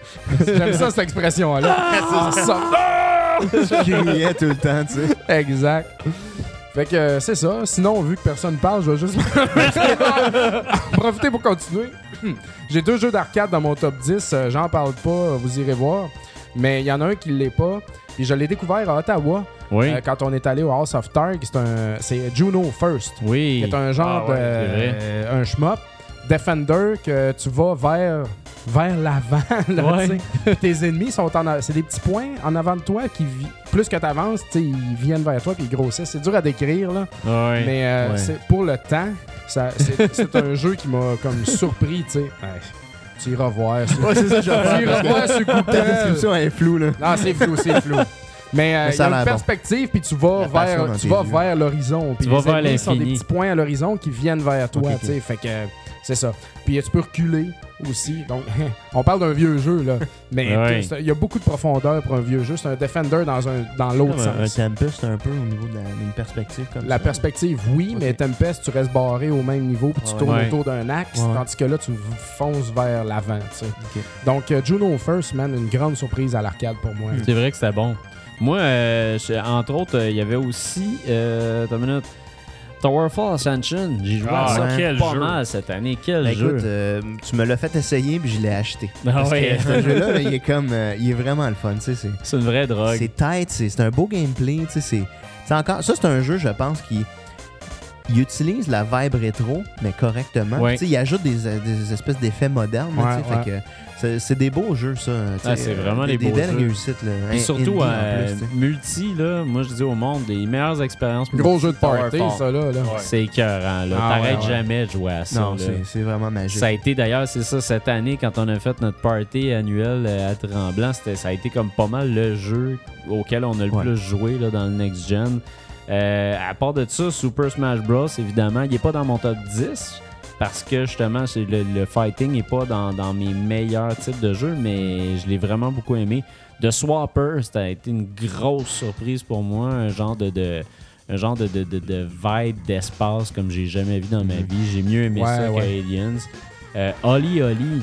J'aime ça, cette expression-là.
Ah!
En sauvage.
Je criais tout le temps, tu sais.
*laughs* Exact. Fait que euh, c'est ça. Sinon, vu que personne parle, je vais juste *laughs* en profiter pour continuer. *clears throat* J'ai deux jeux d'arcade dans mon top 10. euh, J'en parle pas, vous irez voir. Mais il y en a un qui l'est pas. Puis je l'ai découvert à Ottawa
Oui.
euh, quand on est allé au House of Targ. C'est un- C'est Juno First.
oui.
qui est un genre
Ah ouais,
de.
c'est vrai.
euh, un shmup. Defender, que tu vas vers, vers l'avant. *laughs* là,
Ouais.
tu sais. Tes ennemis sont en. a- C'est des petits points en avant de toi qui. vi- Plus que tu avances, ils viennent vers toi puis ils grossissent. C'est dur à décrire, là.
Ouais.
mais euh,
ouais.
c'est- pour le temps, ça- c'est c'est un jeu qui m'a comme surpris, tu sais. Ouais, Tu iras voir. sur-
Ouais, c'est ça, que je vais
tu
faire,
iras
parce
voir
*laughs*
sur
que Ta description elle est floue, là.
non, c'est flou, c'est
*laughs*
flou. Mais euh,
Mais
il y
ça
a
a
une
l'air bon.
perspective, puis tu vas
La passion
vers,
dans
tu
tes
vas
yeux.
vers l'horizon. puis
Tu vas
les
vers
ennemis sont des
l'infini.
petits points à l'horizon qui viennent vers toi,
Ok, ok.
tu sais. Fait que euh, c'est ça. Puis euh, tu peux reculer aussi. Donc, *laughs* on parle d'un vieux jeu, là. Mais
Ouais.
tu sais, il y a beaucoup de profondeur pour un vieux jeu. C'est un Defender dans, un, dans l'autre sens.
tempest un peu au niveau d'une perspective comme
La perspective, oui,
Ok.
mais Tempest, tu restes barré au même niveau, puis tu
Ouais.
tournes
Ouais.
autour d'un axe,
Ouais.
tandis que là, tu fonces vers l'avant, tu sais. Donc, euh, Juno First, man, une grande surprise à l'arcade pour moi.
C'est vrai que c'était bon. Moi, euh, je- entre autres, euh, il y avait aussi. Euh, attends une minute. Towerfall Ascension. J'ai joué à
Ah,
ça
quel
pas
jeu.
mal cette année. Quel
Ben,
jeu.
écoute, euh, tu me l'as fait essayer puis je l'ai acheté.
Ah
Parce
ouais.
que ce jeu-là, là, il est comme, euh, il est vraiment le fun, tu sais. c'est-
*laughs* c'est une vraie drogue.
C'est tight, c'est c'est un beau gameplay, tu sais. c'est- c'est encore, ça c'est un jeu, je pense, qui il utilise la vibe rétro, mais correctement.
Ouais.
Tu sais, Il ajoute des, euh, des espèces d'effets modernes. là, tu sais,
Ouais,
fait que c'est- C'est des beaux jeux, ça. tu sais, euh,
Ah, c'est vraiment des beaux
Des belles
jeux.
réussites. Là,
Puis
In- indie,
surtout,
en
euh,
plus, tu sais.
multi, là, moi je dis au monde, les meilleures expériences.
Gros
multi
jeu de party,
Towerfall.
ça, là. là.
C'est écœurant, là.
Ah,
T'arrêtes
ouais, ouais.
jamais de jouer à ça.
Non,
là.
c'est c'est vraiment magique.
Ça a été d'ailleurs, c'est ça, cette année, quand on a fait notre party annuel euh, à Tremblant, c'était- ça a été comme pas mal le jeu auquel on a le
Ouais.
plus joué là, dans le Next Gen. Euh, à part de ça, Super Smash Bros, évidemment, il est pas dans mon top 10 parce que justement, c'est le, le fighting n'est pas dans, dans mes meilleurs types de jeux, mais je l'ai vraiment beaucoup aimé. The Swapper, ça a été une grosse surprise pour moi, un genre de. de- un genre de, de- de- de vibe d'espace comme j'ai jamais vu dans ma vie. J'ai mieux aimé
Mm-hmm. Ouais,
ça
ouais.
que Aliens. Euh, Oli Oli.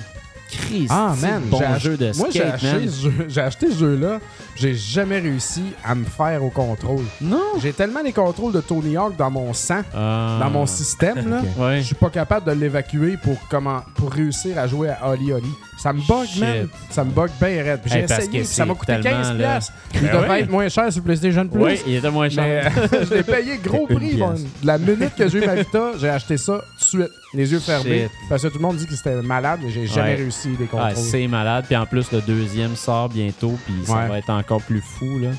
Christ,
Ah, man,
bon
j'ai ach-
jeu de
Moi, j'ai
skate,
acheté,
man.
ce jeu- j'ai acheté ce jeu-là, j'ai jamais réussi à me faire au contrôle.
Non!
J'ai tellement les contrôles de Tony Hawk dans mon sang,
Ah.
dans mon système, là,
Euh, Ouais.
je suis pas capable de l'évacuer pour comment pour réussir à jouer à Oli Oli. Ça me bug,
Shit.
man. Ça me bug bien raide. J'ai
Hey, parce
essayé,
que
puis ça m'a
c'est
coûté
tellement,
15$.
là. Ben
piastres. Il devait
ouais.
être moins cher sur PlayStation Plus.
Oui, il était moins cher.
Mais euh, *laughs* je l'ai payé gros
Une
prix.
pièce.
mon- de la minute que j'ai eu ma Vita, j'ai acheté ça tout de suite, les yeux fermés.
Shit.
Parce que tout le monde dit que c'était malade, mais j'ai jamais
*laughs* Ouais.
réussi les contrôles.
Ah, c'est malade. Puis en plus, le deuxième sort bientôt, puis ça
Ouais.
va être encore plus fou. là.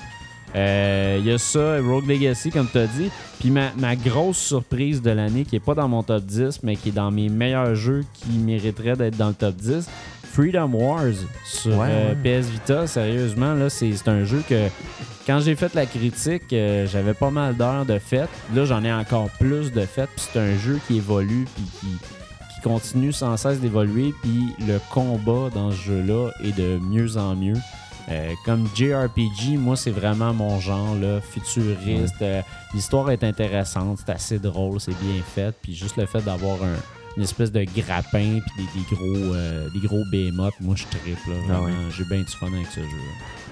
Euh, Il y a ça, Rogue Legacy, comme tu as dit. Puis ma, ma grosse surprise de l'année, qui est pas dans mon top 10, mais qui est dans mes meilleurs jeux qui mériterait d'être dans le top 10, Freedom Wars sur
Ouais,
euh,
ouais.
PS Vita. Sérieusement, là, c'est c'est un jeu que quand j'ai fait la critique, euh, j'avais pas mal d'heures de fête. Là, j'en ai encore plus de fête. Puis c'est un jeu qui évolue, puis qui, qui continue sans cesse d'évoluer. Puis le combat dans ce jeu-là est de mieux en mieux. Euh, comme JRPG, moi, c'est vraiment mon genre, là, futuriste. Euh, L'histoire est intéressante, c'est assez drôle, c'est bien fait. Puis juste le fait d'avoir un- une espèce de grappin, puis des, des gros, euh, des gros behemoths, moi, je triple. là,
Ah
vraiment.
ouais.
J'ai bien du fun avec ce jeu.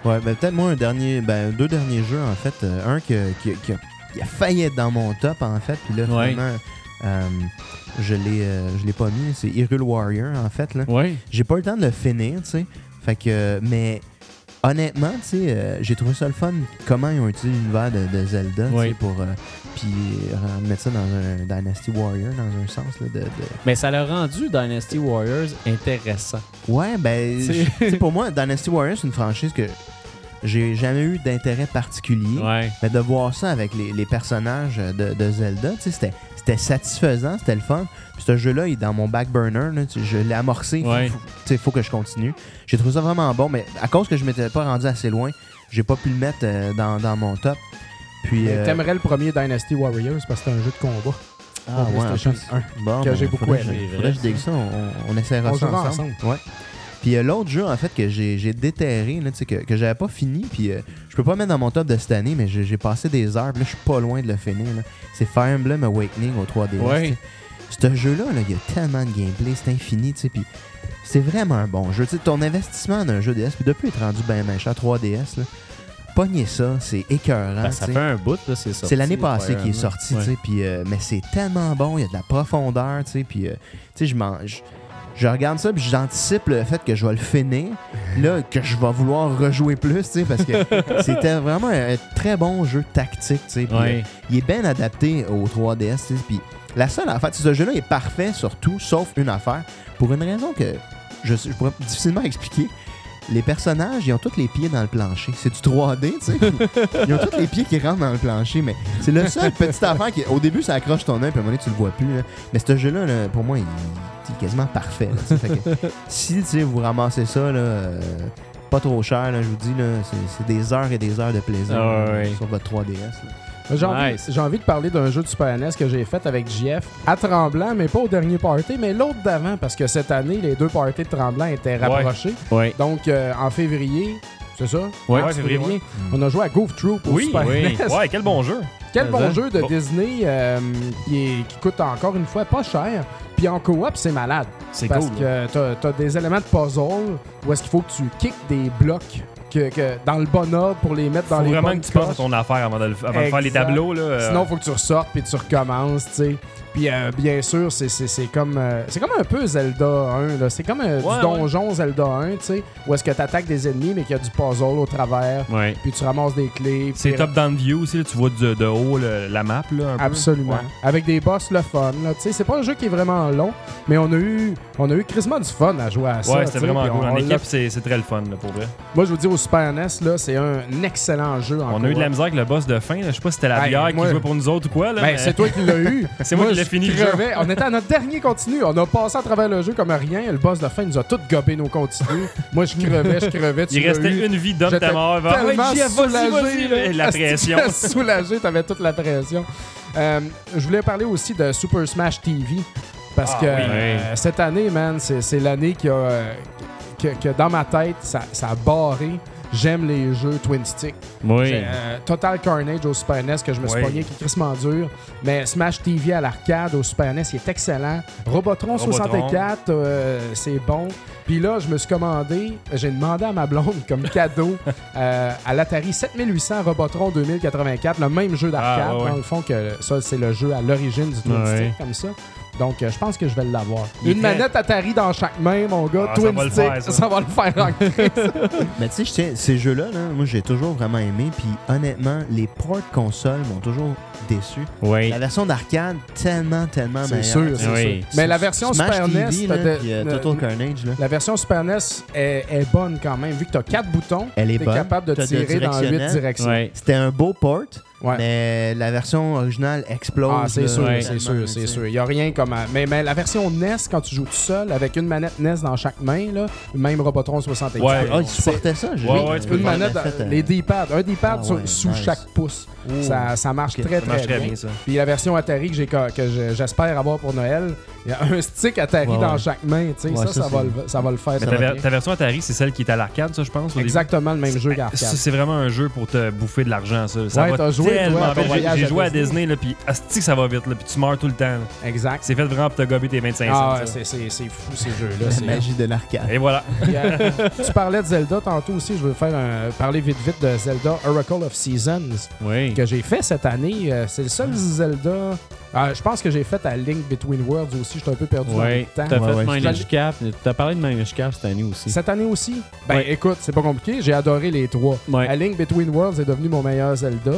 Ouais, ben peut-être moi un dernier, ben deux derniers jeux en fait, Euh, un que- qui, qui- qui a, il a failli être dans mon top, en fait. Puis là,
Ouais.
finalement, euh, je l'ai euh, je l'ai pas mis. C'est Hyrule Warrior, en fait. Là.
Ouais.
J'ai pas eu le temps de le finir, tu sais. Fait que, euh, mais honnêtement, tu sais, euh, j'ai trouvé ça le fun comment ils ont utilisé l'univers de, de Zelda, tu sais,
Oui.
pour. euh, puis euh, mettre ça dans un Dynasty Warrior, dans un sens, là, de. de-
Mais ça l'a rendu Dynasty Warriors intéressant.
Ouais, ben.
C'est-
je- tu sais, pour moi, Dynasty Warrior, c'est une franchise que j'ai jamais eu d'intérêt particulier.
Ouais.
Mais de voir ça avec les, les personnages de, de Zelda, tu sais, c'était, c'était satisfaisant, c'était le fun. Puis ce jeu-là, il est dans mon back burner, là, tu- je l'ai amorcé, faut-
Ouais.
faut, tu sais, faut que je continue. J'ai trouvé ça vraiment bon, mais à cause que je m'étais pas rendu assez loin, j'ai pas pu le mettre euh, dans, dans mon top. Puis,
Mais
euh,
T'aimerais le premier Dynasty Warriors parce que c'est un jeu de combat.
ah,
pour
ouais, en
PlayStation
plus.
1.
Bon,
que
ben,
j'ai beaucoup
faudrait que je-
aimé,
faudrait que je dégue ça, on, on- on essaiera
On
ça
jouera
ensemble. Ouais. Puis euh, l'autre jeu, en fait, que j'ai j'ai déterré, là, tu sais, que, que j'avais pas fini, puis euh, je peux pas mettre dans mon top de cette année, mais j'ai j'ai passé des heures, puis là, je suis pas loin de le finir. là. C'est Fire Emblem Awakening au 3DS.
Ouais.
tu sais. Ce jeu-là, là, il y a tellement de gameplay, c'est infini, tu sais, puis c'est vraiment un bon jeu. Tu sais, ton investissement d'un jeu DS, puis depuis, il est rendu bien machin 3DS, là. Pognez ça, c'est écœurant.
Ben,
Ah, tu
ça
sais.
fait un bout, là, c'est sorti,
C'est l'année passée
Fire
qui est
Emblem.
sorti,
Ouais.
tu sais, puis euh, mais c'est tellement bon, il y a de la profondeur, tu sais, puis euh, tu sais, je mange. Je regarde ça, puis j'anticipe le fait que je vais le finir, là, que je vais vouloir rejouer plus, tu sais, parce
*laughs*
que c'était vraiment un très bon jeu tactique, tu sais, puis,
Ouais.
euh, il est bien adapté au 3DS, tu sais, puis la seule, en fait, ce jeu-là est parfait sur tout, sauf une affaire, pour une raison que je, je pourrais difficilement expliquer. Les personnages, ils ont tous les pieds dans le plancher. C'est du 3D, tu
*laughs*
sais. Ils ont tous les pieds qui rentrent dans le plancher, mais c'est le seul petit affaire qui. Au début, ça accroche ton œil, puis à un moment donné, tu le vois plus. là. Mais ce jeu-là, là, pour moi, il, il est quasiment parfait. là, tu sais. Fait
*laughs*
que, si tu sais, vous ramassez ça, là, euh, pas trop cher, là, je vous dis, là, c'est- c'est des heures et des heures de plaisir
Ah
là,
ouais.
sur votre 3DS. là.
J'ai envie,
Nice.
j'ai envie de parler d'un jeu de Super NES que j'ai fait avec JF à Tremblant, mais pas au dernier party, mais l'autre d'avant, parce que cette année, les deux parties de Tremblant étaient rapprochés.
Ouais.
Donc, euh, en février, c'est ça?
Ouais,
Mars,
février, ouais.
On a joué à Goof Troop au
Oui,
Super E
oui.
NES.
Ouais, quel bon jeu.
Quel bon
Hein?
jeu de
Bon.
Disney euh, qui, est- qui coûte encore une fois pas cher. Puis en coop, c'est malade.
C'est
Parce
cool. hein?
que t'as- t'as des éléments de puzzle où est-ce qu'il faut que tu kicks des blocs que, que dans le bon ordre pour les mettre
Faut
dans les
vraiment
bonnes
que tu penses à
coches.
ton affaire avant de, le- avant de faire les
Exact.
tableaux. Là, euh,
Sinon, faut que tu ressortes puis tu recommences, tu sais. Puis euh, bien sûr, c'est- c'est c'est comme euh, c'est comme un peu Zelda 1 là, c'est comme euh,
Ouais,
du
ouais.
donjon Zelda 1, tu sais, où est-ce que tu attaques des ennemis mais qu'il y a du puzzle au travers,
Ouais.
puis tu ramasses des clés. puis
c'est
tu-
top-down view aussi. là, tu vois de, de haut le- la map. Là, un peu.
Absolument.
Ouais.
Avec des boss le fun. là. Tu sais, C'est pas un jeu qui est vraiment long, mais on a eu, on a eu crissement du fun à jouer à ça.
Ouais,
tu sais,
c'était vraiment
puis
cool.
on-
En
on l'a-
équipe, c'est c'est très le fun, là, pour vrai.
Moi, je vous dis, au Super NES, là, c'est un excellent jeu. en
on a eu de la
coop.
misère avec le boss de fin. là. Je sais pas si c'était la
Hey,
bière
moi-
qui jouait pour nous autres ou quoi. Là,
Ben,
mais-
c'est toi qui l'as eu.
*laughs* C'est moi qui l'ai
je
fini, le jeu.
crevais. On était à notre dernier continu. On a passé à travers le jeu comme rien. Le boss de la fin nous a tout gobé nos continus. moi, je crevais, je crevais. Tu
Il
l'as
restait
eu.
une vie d'homme
J'étais
ta mort. Ah ouais,
tellement
Jeff, vas-y,
soulagé.
vas-y,
là.
là. La
Est-ce que
pression.
*laughs* j'étais soulagé, t'avais toute la pression. Euh, je voulais parler aussi de Super Smash TV. Parce
Ah
que
oui.
euh, cette année, man, c'est c'est l'année qui a, euh, que, que dans ma tête, ça, ça a barré. J'aime les jeux Twin Stick.
Oui.
J'ai, euh, Total Carnage au Super NES que je me suis
Oui.
pogné, qui est crissement dur. Mais Smash TV à l'arcade au Super NES, il est excellent. Robotron,
Robotron.
64, euh, c'est bon. Puis là, je me suis commandé, j'ai demandé à ma blonde comme cadeau
*laughs*
euh, à l'Atari 7800 Robotron 2084, le même jeu d'arcade,
Ah, ouais, ouais.
dans le fond, que ça, c'est le jeu à l'origine du Twin
Ouais.
Stick, comme ça. Donc, euh, je pense que je vais l'avoir.
Il
Une
est-
manette Atari dans chaque main, mon gars.
Ah, ça
Twin
va le
Stick,
faire, ça.
va le faire en crise.
Mais tu sais, je sais, ces jeux-là, là, moi, j'ai toujours vraiment aimé, puis honnêtement, les ports consoles m'ont toujours déçu.
Oui.
La version d'arcade, tellement,
*laughs*
tellement
C'est
meilleure.
sûr,
hein.
c'est
Oui.
sûr. Mais la version
Ah, Smash
Super E NES,
TV, là,
de-
puis, euh,
de-
Total Carnage, là.
La version Super NES est, est bonne quand même, vu que tu as quatre boutons.
Elle est
T'es
bonne.
capable de
T'as de
tirer dans huit
directionnel.
directions.
Ouais.
C'était un beau port,
Ouais.
mais la version originale explose.
Ah, c'est
là,
sûr,
ouais.
c'est
tellement,
sûr,
tu
c'est
sais.
sûr. Il n'y a rien comme. à- Mais, mais la version NES, quand tu joues tout seul, avec une manette NES dans chaque main, là, même Robotron 64.
Ouais.
Ah, ils supportaient ça. j'ai-
Ouais, ouais, tu peux
Une
Ouais,
manette,
en fait, euh,
les D-pads, un D-pad
Ah
sur-
ouais,
sous
nice.
chaque pouce. Ça, ça marche
Ok,
très,
Ça
très
marche
bien.
très bien, ça.
Puis la version Atari que j'ai- que je- j'espère avoir pour Noël, il y a un stick Atari
Ouais,
dans
ouais.
chaque main. tu sais.
Ouais,
ça,
ça,
ça, va
c'est-
le, ça va le faire.
Mais
ça
ta,
va
ver-
bien.
ta version Atari, c'est celle qui est à l'arcade, ça, je pense. au début. Ben,
Exactement le même jeu
Ça,
qu'arcade.
C'est vraiment un jeu pour te bouffer de l'argent, ça. Ça
Ouais,
va-
t'as
tu sais,
joué joué, toi, à
tellement
ton
belle. J'ai-
voyage
J'ai
à
joué à
Disney.
Disney, là, puis asti que ça va vite, là, puis tu meurs tout le temps. là.
Exact.
C'est fait vraiment pour te gober tes 25
Ah, ouais,
cents. ça.
c'est- c'est c'est fou ces jeux-là.
La
c'est- *laughs*
magie de l'arcade.
Et voilà.
Puis, euh, *laughs* tu parlais de Zelda tantôt aussi. Je veux faire un- parler vite vite de Zelda Oracle of Seasons
Oui.
que j'ai fait cette année. Euh, C'est le seul Zelda. Ah, je pense que j'ai fait à Link Between Worlds aussi. J'étais un peu perdu dans
Oui.
le
T'as
temps.
fait
Ouais, ouais,
Minish Cap. T'as parlé de Minish Cap cette année aussi.
Cette année aussi? Ben
Ouais.
écoute, c'est pas compliqué, j'ai adoré les trois.
Ouais.
A Link Between Worlds est devenu mon meilleur Zelda.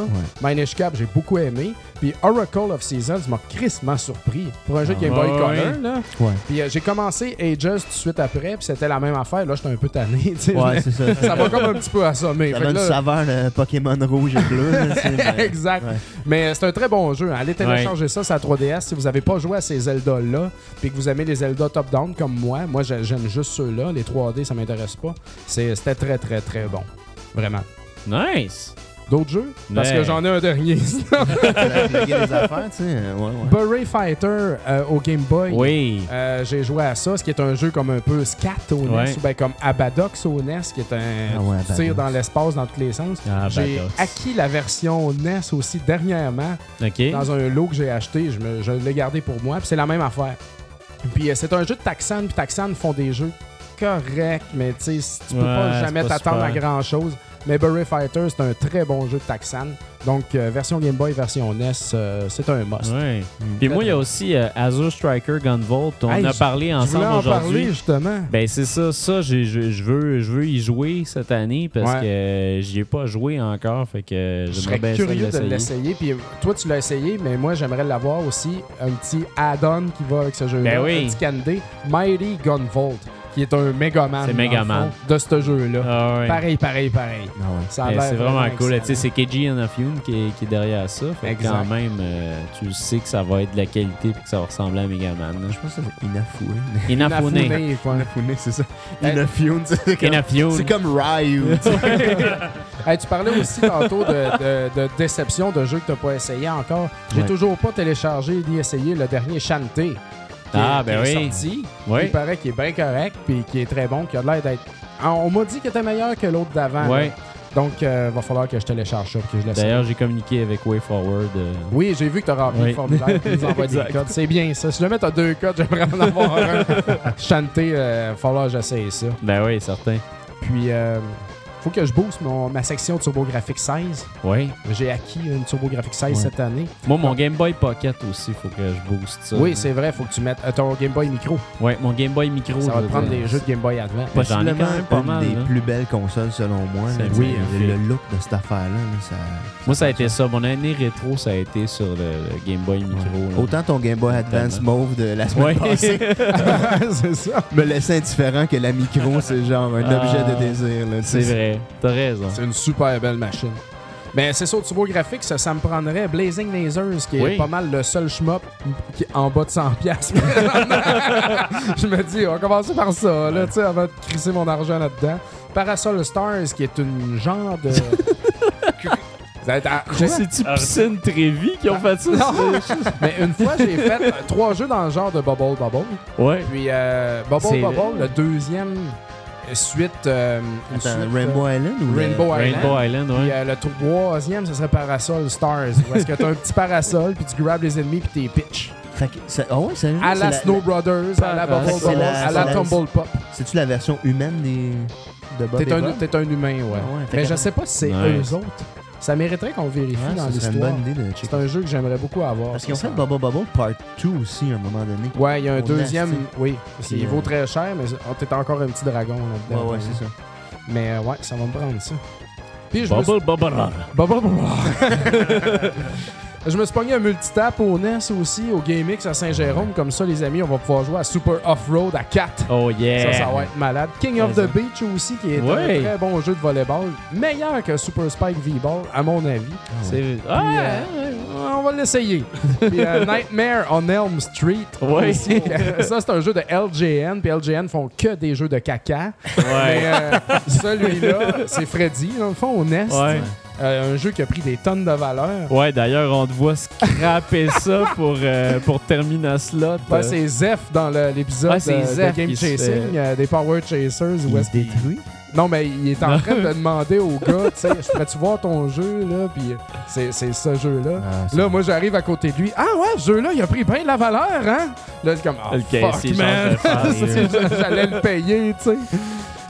Minish Cap, j'ai beaucoup aimé. Puis Oracle of Seasons m'a crissement surpris. Pour un jeu de Game Boy
Ah Ouais,
Color,
ouais.
là.
Ouais.
Puis euh, j'ai commencé Ages tout de suite après, puis c'était la même affaire. Là, j'étais un peu tanné. *laughs* tu sais.
Ouais, c'est ça.
ça m'a comme un petit peu assommé.
Ça
Fait que *laughs*
donne
là-
saveur le Pokémon rouge et bleu. là, tu sais, ben,
*laughs*
mais-
exact.
Ouais.
Mais euh, c'est un très bon jeu. hein. Allez télécharger ça sur la 3DS si vous n'avez pas joué à ces Zelda-là, puis que vous aimez les Zelda top-down comme moi. Moi, j'a- j'aime juste ceux-là. Les 3D, ça m'intéresse pas. C'est- C'était très, très, très bon. Vraiment.
Nice.
D'autres jeux? Parce que
Ouais.
j'en ai un dernier. *laughs*
la plugger des affaires, tu sais. euh, Ouais, ouais.
Burry Fighter euh, au Game Boy.
Oui.
Euh, j'ai joué à ça, ce qui est un jeu comme un peu scat au NES,
Ouais.
ou bien comme Abadox au NES, qui est un
Ah ouais,
tu tires
Abadox.
dans l'espace dans tous les sens.
Ah,
j'ai
Abadox.
acquis la version NES aussi dernièrement,
OK.
dans un lot que j'ai acheté. Je, me- je l'ai gardé pour moi. Puis c'est la même affaire. Puis euh, c'est un jeu de Taxan. Puis Taxan font des jeux corrects, mais tu sais, si tu peux
Ouais,
pas
c'est
jamais
pas
t'attendre à
super.
grand chose. Mais Burry Fighter, c'est un très bon jeu de Taxan. Donc, euh, version Game Boy, version NES, euh, c'est un must.
Ouais. Puis moi, il y a aussi euh, Azure Striker Gunvolt. On
Hey,
a
je-
parlé
Je voulais
ensemble
en parler,
aujourd'hui.
justement.
Ben c'est ça, ça j'ai- je, je veux je veux y jouer cette année parce
Ouais.
que euh, j'y ai pas joué encore fait que
Je
j'aimerais
serais
bien ça
curieux de l'essayer. Puis toi, tu l'as essayé, mais moi, j'aimerais l'avoir aussi. Un petit add-on qui va avec ce jeu-là.
Ben oui.
Un petit candé. Mighty Gunvolt, qui est un Megaman.
C'est
dans le
Megaman.
fond, De ce jeu-là.
Ah ouais.
Pareil, pareil, pareil.
Ah ouais.
Ça a
Ben,
l'air
c'est vraiment cool. Tu sais,
excellent.
c'est KG and Fume qui, est- qui est derrière ça. Fait que
Exact.
quand même, euh, tu sais que ça va être de la qualité et que ça va ressembler à Megaman. hein.
Ah, Je pense que c'est Inafune. *laughs*
Inafune.
Inafune,
*laughs*
quoi.
Inafune, c'est ça.
Hey.
Inafune, c'est comme...
Inafune.
C'est
*laughs*
comme Ryu. tu sais.
Hey, tu parlais aussi tantôt de, de- de déception de jeux que tu n'as pas essayé encore. J'ai
Ouais.
toujours pas téléchargé ni essayé le dernier Shantae. qui est-
Ah, ben
qui est
oui.
sorti.
Oui.
Il paraît qu'il est bien correct puis qui est très bon, qui a l'air d'être. Ah, On m'a dit qu'il était meilleur que l'autre d'avant.
Ouais.
là. Donc, il va falloir que je télécharge ça et que je l'essaye.
D'ailleurs, j'ai communiqué avec WayForward. euh,
Oui, j'ai vu que tu as rempli le
Oui.
formulaire et nous envoies des
Exact.
codes. C'est bien ça. Si jamais tu as deux codes, *laughs* j'aimerais en avoir un. Shantae, euh, va falloir que j'essaye ça.
Ben oui, certain.
Puis, euh, faut que je booste mon, ma section TurboGrafx 16.
Oui.
J'ai acquis une TurboGrafx 16
Ouais.
cette année.
Moi, mon Game Boy Pocket aussi, faut que je booste ça.
Oui, c'est vrai, faut que tu mettes euh, ton Game Boy Micro.
Ouais, mon Game Boy Micro.
Ça va
je
te
veux
prendre
dire.
des jeux de Game
*laughs*
Boy Advance. *laughs*
Pas- J'en ai quand
Possiblement
même pas
une
mal,
des
là.
plus belles consoles, selon moi. là.
C'est
Oui,
magnifique.
le look de cette affaire-là, là, ça...
Moi, ça a été ça. Mon année rétro, ça a été sur le, le Game Boy Micro. là.
Autant ton Game Boy Advance
Tellement.
mauve de la semaine
Ouais.
*laughs* passée
c'est ça.
me laissait indifférent que la micro, c'est genre un
Ah,
objet de désir. là,
*laughs*
tu
C'est
sais.
vrai. T'as raison.
C'est une super belle machine. Mais c'est sur TurboGrafx, ça, ça me prendrait Blazing Lasers, qui est
Oui.
pas mal le seul shmup qui est en bas de 100$. piastres. *laughs* Je me dis, on va commencer par ça, là, tu sais, avant de crisser mon argent là-dedans. Parasol Stars, qui est une genre de. Ça va être à- j'ai-
C'est-tu Piscine Trévi qui ont
Ah.
fait ça?
Mais une fois, j'ai fait euh, trois jeux dans le genre de Bubble Bubble.
*laughs* Ouais.
Puis euh, Bubble
C'est-
Bubble, le deuxième suite. euh, une
Attends,
suite,
Rainbow Island ou... le-
euh, Rainbow Island.
Rainbow Island,
Puis
ouais.
euh, le troisième, ce serait Parasol Stars. Où est-ce que t'as un petit parasol, puis tu grabs les ennemis, puis t'es pitch.
Fait que ça- Ah ouais, sérieux,
À
c'est
la
la-
Snow Brothers, à la Bubble
C'est
Bubble,
la-
à la
c'est la-
Tumble Pop.
C'est-tu la version humaine des... de Bob
T'es
et
un,
Bob?
t'es un humain, ouais.
Ah ouais, fait
Mais
que-
je sais pas si c'est
Nice.
eux autres. Ça mériterait qu'on vérifie
Ouais,
dans
ça serait une
l'histoire.
bonne idée de checker
C'est un jeu que j'aimerais beaucoup avoir.
Parce qu'ils ont
ça.
fait Bubble Bubble Part 2 aussi à un moment donné.
Ouais, il y a un
On
deuxième.
l'a, tu
Oui, c'est- il
euh,
vaut très cher, mais oh, t'es encore un petit dragon là-dedans.
ça.
Mais euh, ouais, ça va me prendre ça. Puis je me suis-
Bubble Bubble.
Bah, bah, bah, bah. *laughs* Je me suis pogné un multitap au NES aussi, au GameX à Saint-Jérôme. Comme ça, les amis, on va pouvoir jouer à Super Off-Road à 4.
Oh
Ça,
yeah.
ça va être malade. King of
Ouais, ça.
the Beach aussi, qui est
Ouais.
un très bon jeu de volleyball. Meilleur que Super Spike V-Ball, à mon avis.
C'est-
Puis,
Ah,
euh, on va
*laughs*
l'essayer. Puis, euh, Nightmare on Elm Street.
Ouais.
aussi. *laughs* ça, c'est un jeu de LGN. Puis LGN font que des jeux de caca. Mais euh, celui-là, c'est Freddy, dans le fond, au NES.
Ouais.
Euh, un jeu qui a pris des tonnes de valeur.
Ouais, d'ailleurs, on te voit scraper ça pour, euh, pour terminer slot. euh,
Ben, c'est Zef dans le- l'épisode
Ouais, c'est
euh, de
Zef
Game
qui se
Chasing,
fait-
euh, des Power Chasers. Où
Il
est-ce
se détruit.
Non, mais il est en train de
*laughs*
demander au gars, tu sais, je pourrais-tu voir ton jeu, là? Puis c'est c'est ce
Ah,
jeu-là. là, moi, j'arrive à côté de lui. Ah ouais, ce jeu-là, il a pris bien de la valeur, hein? Là, c'est comme, ah,
Le caissier
fuck, man!
change de
*laughs* C'est- J'allais le payer, tu sais.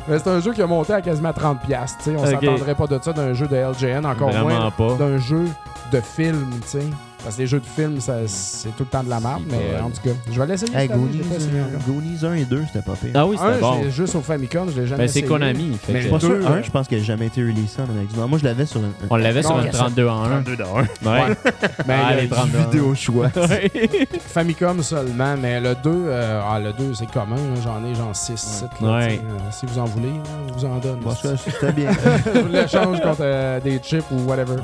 Mais c'est un jeu qui a monté à quasiment 30$. piastres, tu sais. On
Ok.
s'attendrait pas de ça d'un jeu de LGN, encore
Vraiment
moins
pas.
d'un jeu de film, tu sais. Parce que les jeux de film, ça- c'est tout le temps de la merde,
C'est
mais
pas-
en tout cas, je vais l'essayer.
Hey,
cette année,
Goonies,
j'ai pas essayé
euh,
encore.
Goonies 1 et 2, c'était pas pire.
Ah oui,
Un,
c'était bon.
j'ai juste au Famicom, je l'ai jamais
Ben, c'est
essayé.
Konami. fait que-
Mais
Je suis pas
Deux,
sûr,
hein.
un, je pense qu'il a jamais été releasé en Amérique du Nord. Moi, je l'avais sur un,
on l'avait sur
Non,
un
ça-
32 en 1.
32 dollars.
*laughs* Ouais.
Mais
Ah,
il y a
les
du
32 en un.
*laughs*
vidéo choix.
Famicom seulement, mais le 2, euh, ah, le 2 c'est commun. là. J'en ai genre 6, 7.
Ouais.
si vous en voulez, là, on vous en donne.
Parce que c'était bien.
Je vous l'échange contre euh, des chips ou whatever.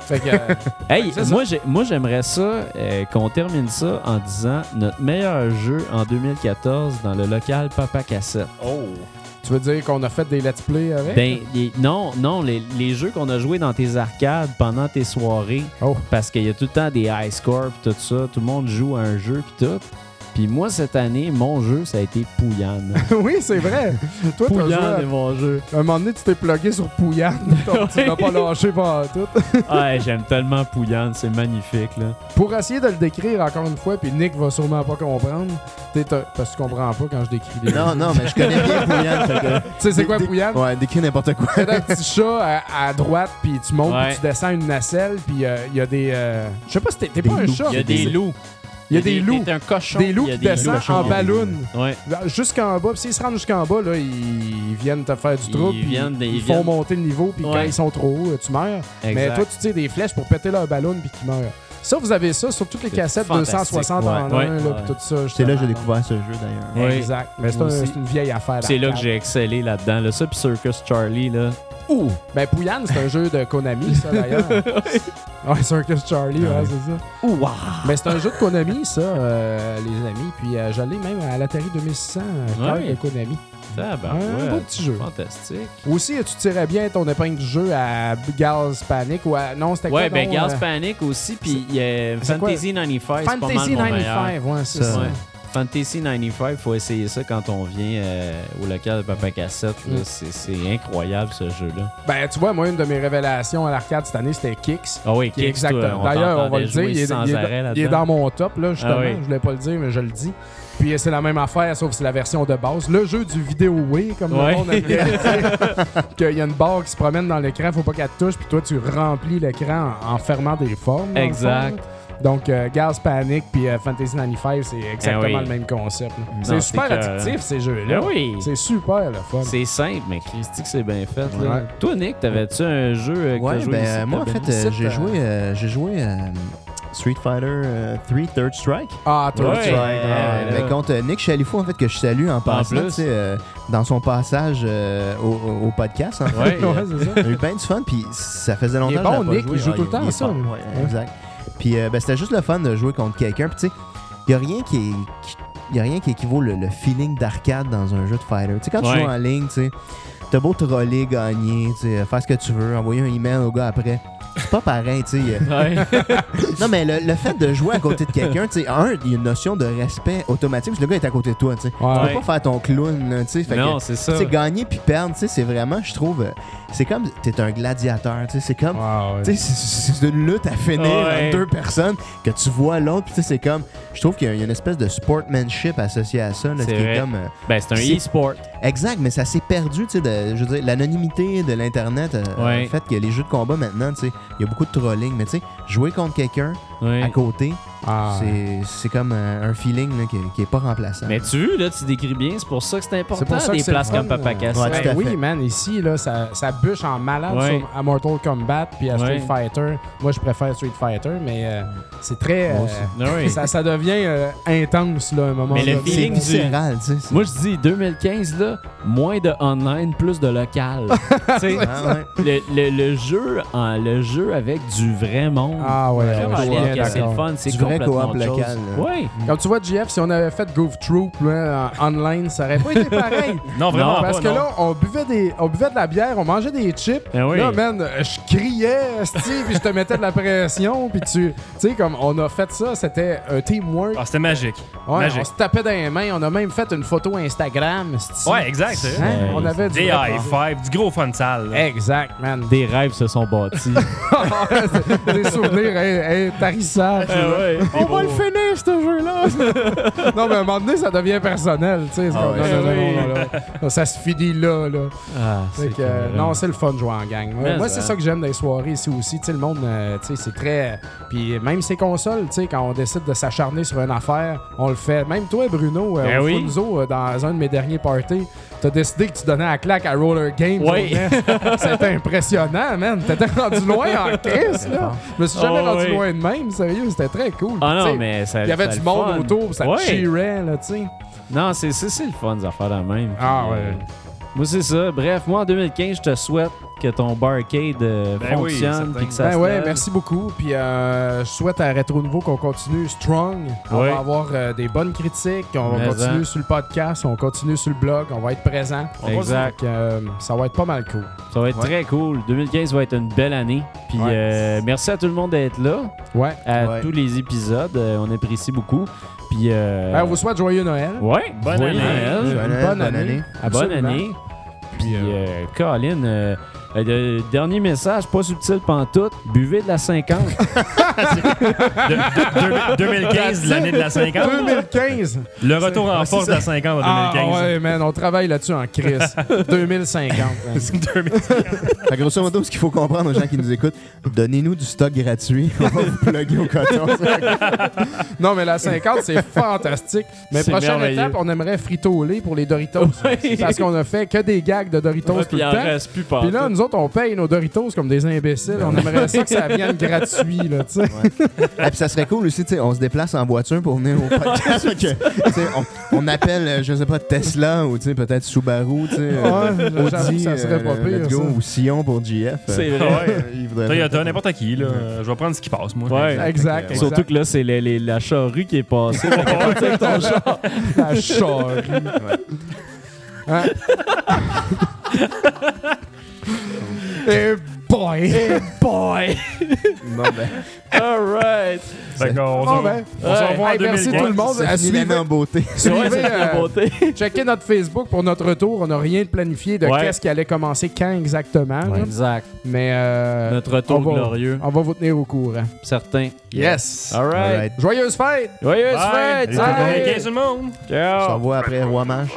Fait que, euh,
*laughs* Hey,
c'est ça.
moi, j'ai- moi, j'aimerais ça euh, qu'on termine ça en disant notre meilleur jeu en 2014 dans le local Papa Cassette.
Oh.
tu veux dire qu'on a fait des let's play avec?
Ben, les- non, non, les, les jeux qu'on a joués dans tes arcades pendant tes soirées,
Oh.
parce qu'il y a tout le temps des high scores pis tout ça, tout le monde joue à un jeu pis tout. Puis moi, cette année, mon jeu, ça a été
*laughs*
Pouillane.
*laughs* oui, c'est vrai. Toi, t'as joué à-
Pouillane est mon
*laughs*
jeu.
un moment donné, tu t'es plugué sur Pouillane. *laughs* donc tu l'as pas lâché pas tout.
Ouais, j'aime tellement Pouillane, c'est magnifique, là.
Pour essayer de le décrire encore une fois, puis Nick va sûrement pas comprendre. t'es un- Parce que tu comprends pas quand je décris les
*laughs* non, non, mais je connais bien Pouillane. fait que-
Tu sais, *laughs* c'est quoi
Dé-
Pouillane?
Ouais, décris n'importe quoi.
*laughs* T'as un petit chat à, à droite, puis tu montes,
Ouais.
puis tu descends une nacelle, puis euh, il y a des. euh, je sais pas si t'es, t'es pas un
loups.
chat.
Il y a des loups.
Il y a des loups.
T'es un cochon.
Des loups
il y a
qui
des
descendent
à
en
chambre.
ballon.
loups. Ouais.
Là, Jusqu'en bas. Puis s'ils se rendent jusqu'en bas, là, ils ils viennent te faire du
Ils
trou. puis
viennent-
ils,
ils
font
viennent-
monter le niveau. Puis quand
Ouais.
ils sont trop hauts, tu meurs. Mais
Exact.
toi, tu tires des flèches pour péter leur ballon puis qu'ils meurent. Ça, vous avez ça sur toutes les
C'est
cassettes
fantastique,
260 en
ouais.
un,
Ouais.
là,
Ouais.
puis tout ça.
C'est là que
justement.
j'ai découvert ce jeu d'ailleurs.
Ouais.
Exact. Mais c'est,
Moi
un-
aussi.
c'est une vieille affaire.
C'est là que
d'arcade.
j'ai excellé là-dedans. Là. Ça, puis Circus Charlie, là.
Ouh! Ben, Pouillane, c'est un jeu de Konami, ça,
*laughs*
d'ailleurs. ouais, Circus Charlie, ouais, c'est ça.
Ouah!
Mais c'est un jeu de Konami, ça, euh, les amis. Puis euh, j'allais même à l'Atari 2600, euh,
Ouais.
cœur de Konami. un
Tabarouette.
beau petit jeu.
Fantastique.
Aussi, tu tirais bien ton épingle du jeu à Gals Panic ou à... Non, c'était
Ouais,
quoi,
ben
non,
Gas
euh,
Panic aussi, puis il y a
c'est quoi?
Fantasy 95. c'est pas mal
Fantasy
mon meilleur.
95, ouais, c'est
Ça,
ça.
ouais. Fantasy 95, faut essayer ça quand on vient euh, au local de Papa Cassette. là.
Mm.
C'est c'est incroyable ce jeu-là.
Ben, tu vois, moi, une de mes révélations à l'arcade cette année, c'était Kicks.
Ah oui,
Qui est
Kicks, toi,
exactement. D'ailleurs, on
t'entendait
va le dire,
jouer
il est,
sans
il est-
arrêt
il est
là-dedans.
dans mon top, là, justement.
Ah oui.
Je voulais pas le dire, mais je le dis. Puis euh, c'est la même affaire, sauf que c'est la version de base. Le jeu du vidéo Way, comme
Ouais.
le monde aime bien le dire. *laughs* Qu'il y a une barre qui se promène dans l'écran, faut pas qu'elle te touche, puis toi, tu remplis l'écran en, en fermant des formes. dans le
Exact.
fond, là. Donc, euh, Gas Panic puis euh, Fantasy 95, c'est exactement
Eh oui.
le même concept. là.
c'est
C'est super
que-
addictif, ces jeux-là.
Ah oui!
C'est super, le fun.
C'est simple, mais Christy, que c'est bien fait. Là.
Ouais.
Toi, Nick, t'avais-tu un jeu euh, que t'as
Ouais,
joué
ben
ici,
euh,
que
moi en
t'as
fait,
bien
euh,
aimé?
j'ai joué, euh, j'ai joué euh, Street Fighter euh, 3 Third Strike.
Ah, toi,
Ouais.
tu
Ouais.
vois.
ouais,
mais
là.
contre euh, Nick Chalifou en fait que je salue en passant,
plus.
tu sais, euh, dans son passage euh, au, au- au podcast. en fait, *laughs*
Ouais,
euh,
Ouais, c'est ça.
J'ai eu bien du fun, puis ça faisait longtemps
Il est
que
bon,
j'avais pas
Nick,
joué.
il joue
Ah,
tout le temps
il est
à ça, hein.
fort,
lui.
ouais, exact. Puis euh, ben, c'était juste le fun de jouer contre quelqu'un. Puis tu sais, il n'y a rien qui, est- qui- y a rien qui équivaut le, le feeling d'arcade dans un jeu de fighter. Tu sais, quand
Ouais.
tu joues en ligne, tu sais, t'as beau troller, gagner, tu sais, euh, faire ce que tu veux, envoyer un email au gars après. C'est pas pareil, tu sais. euh,
Ouais.
Non, mais le, le fait de jouer à côté de quelqu'un, tu sais, un, il y a une notion de respect automatique, parce que le gars est à côté de toi, tu sais. Tu
Ouais.
peux pas faire ton clown, là, tu sais. *laughs* fait que-
non, c'est ça.
tu sais, gagner puis perdre, tu sais, c'est vraiment, je trouve, euh, c'est comme t'es un gladiateur, tu sais, c'est comme,
Ah, ouais.
tu sais, c'est- c'est une lutte à finir
Ouais.
entre deux personnes que tu vois l'autre, puis tu sais, c'est comme, je trouve qu'il y a une espèce de sportmanship associé à ça, là,
C'est
qui est
vrai.
comme, euh,
Ben, c'est un
c'est-
e-sport.
exact, mais ça s'est perdu, tu sais, de- je veux dire, l'anonymité de l'internet, euh,
Ouais.
le fait que les jeux de combat maintenant, tu sais, il y a beaucoup de trolling, mais tu sais, jouer contre quelqu'un
Ouais.
à côté,
Ah.
c'est- c'est comme euh, un feeling là, qui, qui est pas remplaçable.
Mais tu vois, là, tu décris bien, c'est pour ça que c'est important
pour ça que
des
c'est le
places
fun,
comme Papa
euh,
Cassette.
Ouais,
Ben
tout à
oui,
fait.
man, ici, là, ça, ça bûche en malade
Ouais.
sur- à Mortal Kombat puis à Street
Ouais.
Fighter. Moi, je préfère Street Fighter, mais euh, c'est très.
Moi
euh,
Ah oui.
ça, ça devient euh, intense, là, à un moment
Mais le
donné.
c'est
feeling du-
viscéral, tu sais. c'est-
Moi, je dis 2015, là, moins de online, plus de local.
*laughs*
Tu sais,
Ah, ouais.
le, le- le jeu, en- le jeu avec du vrai monde.
Ah ouais, ouais,
Vraiment,
je suis
Alex,
bien
c'est le
d'accord.
fun, c'est
du vrai vrai
complètement
coop
autre chose.
local, là.
Ouais.
Quand tu vois, GF, si on avait fait Groove Troop là, en online, ça aurait pas été pareil.
Non, vraiment pas.
Parce que
non.
là, on buvait, des, on buvait de la bière, on mangeait des chips.
Eh oui.
Là, man, je criais, esti, puis je te mettais de la pression, puis tu... Tu sais, comme, on a fait ça, c'était un teamwork.
Ah, c'était magique.
Ouais, on
magique.
se tapait dans les mains, on a même fait une photo Instagram, esti.
Ouais, exact. c'est vrai.
Hein? On avait du...
Des
vrai
high
fun.
five, du gros fun sale. là.
Exact, man.
Des rêves se sont
*laughs*
bâtis.
Des, *laughs* des souvenirs hein, hein, tarissables.
Eh
On va le finir, ce jeu-là!
*laughs* Non, mais à un moment donné, ça devient personnel, tu
Ah
sais. c'est comme,
ouais.
non, non, non,
Eh
Oui.
non, non, non, Ça se finit là, là.
*laughs* Ah,
Fait
c'est
que, euh,
carré.
non, c'est le fun de jouer en gang. Moi,
Mais
moi,
ça.
c'est ça que j'aime des soirées ici aussi. Tu sais, le monde, euh, tu sais, c'est très. Puis même ces consoles, tu sais, quand on décide de s'acharner sur une affaire, on le fait. Même toi, Bruno, euh,
Ben
au
oui.
Funzo, euh, dans un de mes derniers parties, t'as décidé que tu donnais la claque à Roller Games.
Oui.
*laughs* C'était impressionnant, man. T'étais rendu loin
*laughs*
en caisse, là. Je me suis jamais
Oh,
rendu
oui.
loin de même, sérieux. C'était très cool.
Ah
Tu
non,
sais,
mais ça.
Il y avait
ça
du
le
monde
fun.
autour, puis ça
Ouais.
cheerait, là, tu sais.
Non, c'est c'est- c'est le fun, des affaires la même.
Ah,
Puis,
ouais.
moi, c'est ça. Bref, moi, en 2015, je te souhaite que ton barcade euh,
Ben oui,
fonctionne
certain.
puis que ça
Ben
se
ouais,
lève.
merci beaucoup. Puis euh, je souhaite à Retro Nouveau qu'on continue strong. On
Ouais.
va avoir euh, des bonnes critiques. On va
Mais
continuer
en.
sur le podcast. On continue sur le blog. On va être présent.
Exact.
Donc, euh, ça va être pas mal cool.
Ça va être
Ouais.
très cool. 2015 va être une belle année. Puis
Ouais.
euh, merci à tout le monde d'être là,
Ouais.
à
Ouais.
tous les épisodes. Euh, on apprécie beaucoup. Puis. euh,
Ben, on vous souhaite joyeux Noël.
Ouais,
Bonne
joyeux
année.
Noël.
Bonne année, bonne année.
Bonne
Absolument.
année. Puis,
Puis, euh,
euh, Colin, euh, euh, de- dernier message, pas subtil pantoute, buvez de la *laughs* 50.
De- de-
*laughs*
de- 2015, l'année de la 50.
2015.
Le retour en force de la 50 en
Ah, ouais,
2015.
man, on travaille là-dessus en crise. 2050. man. *laughs*
*laughs* 2000.
*laughs* Fait que grosso modo, ce qu'il faut comprendre aux gens qui nous écoutent, donnez-nous du stock gratuit. *laughs* On va vous plugger au *laughs* coton.
Non, mais la 50, c'est fantastique. Mais
C'est
prochaine
merveilleux.
étape, on aimerait frito lait pour les Doritos. Parce qu'on a fait que des gags de Doritos tout le temps.
plus
Puis là, nous autres, on paye nos Doritos comme des imbéciles. On aimerait ça que ça vienne gratuit, là, tu sais.
Ah, puis ça serait cool aussi, tu sais, on se déplace en voiture pour venir au podcast. *laughs* Fait que, tu sais, on, on appelle, euh, je sais pas, Tesla ou tu sais, peut-être Subaru, tu sais, euh,
Ouais, j'avoue,
Audi,
ça serait pas
euh,
pire,
let's go,
ça.
ou Sion pour GF. euh,
C'est vrai.
Ouais.
il voudrait-
Toyota, n'importe qui, là. Euh, Je vais prendre ce qui passe, moi.
Ouais.
Exact, exact.
Surtout que là, c'est les- les- la charrue qui est *laughs* passée. Fait que tu sais, ton char-
la charrue. Hein? Eh boy!
Boy!
Bon, ben,
All right!
Fait qu'on
Bon,
se-
ben,
on se revoit en
hey, merci
2015.
tout *laughs* le monde.
ça
À
finit l'année
suivre,
en beauté.
suivez,
Ouais, c'est
euh,
la beauté.
checkez notre Facebook pour notre retour. On n'a rien de planifié de
Ouais.
qu'est-ce qui allait commencer quand exactement. là.
Exact.
Mais euh,
Notre retour
on va-
glorieux.
on va vous tenir au courant.
Certain.
Yes!
All
All
right.
right.
Joyeuse fête!
Joyeuse
Bye.
fête!
Salut tout le monde.
Bye.
2015 tout le monde.
On se
Ciao!
revoit après Roi Mage.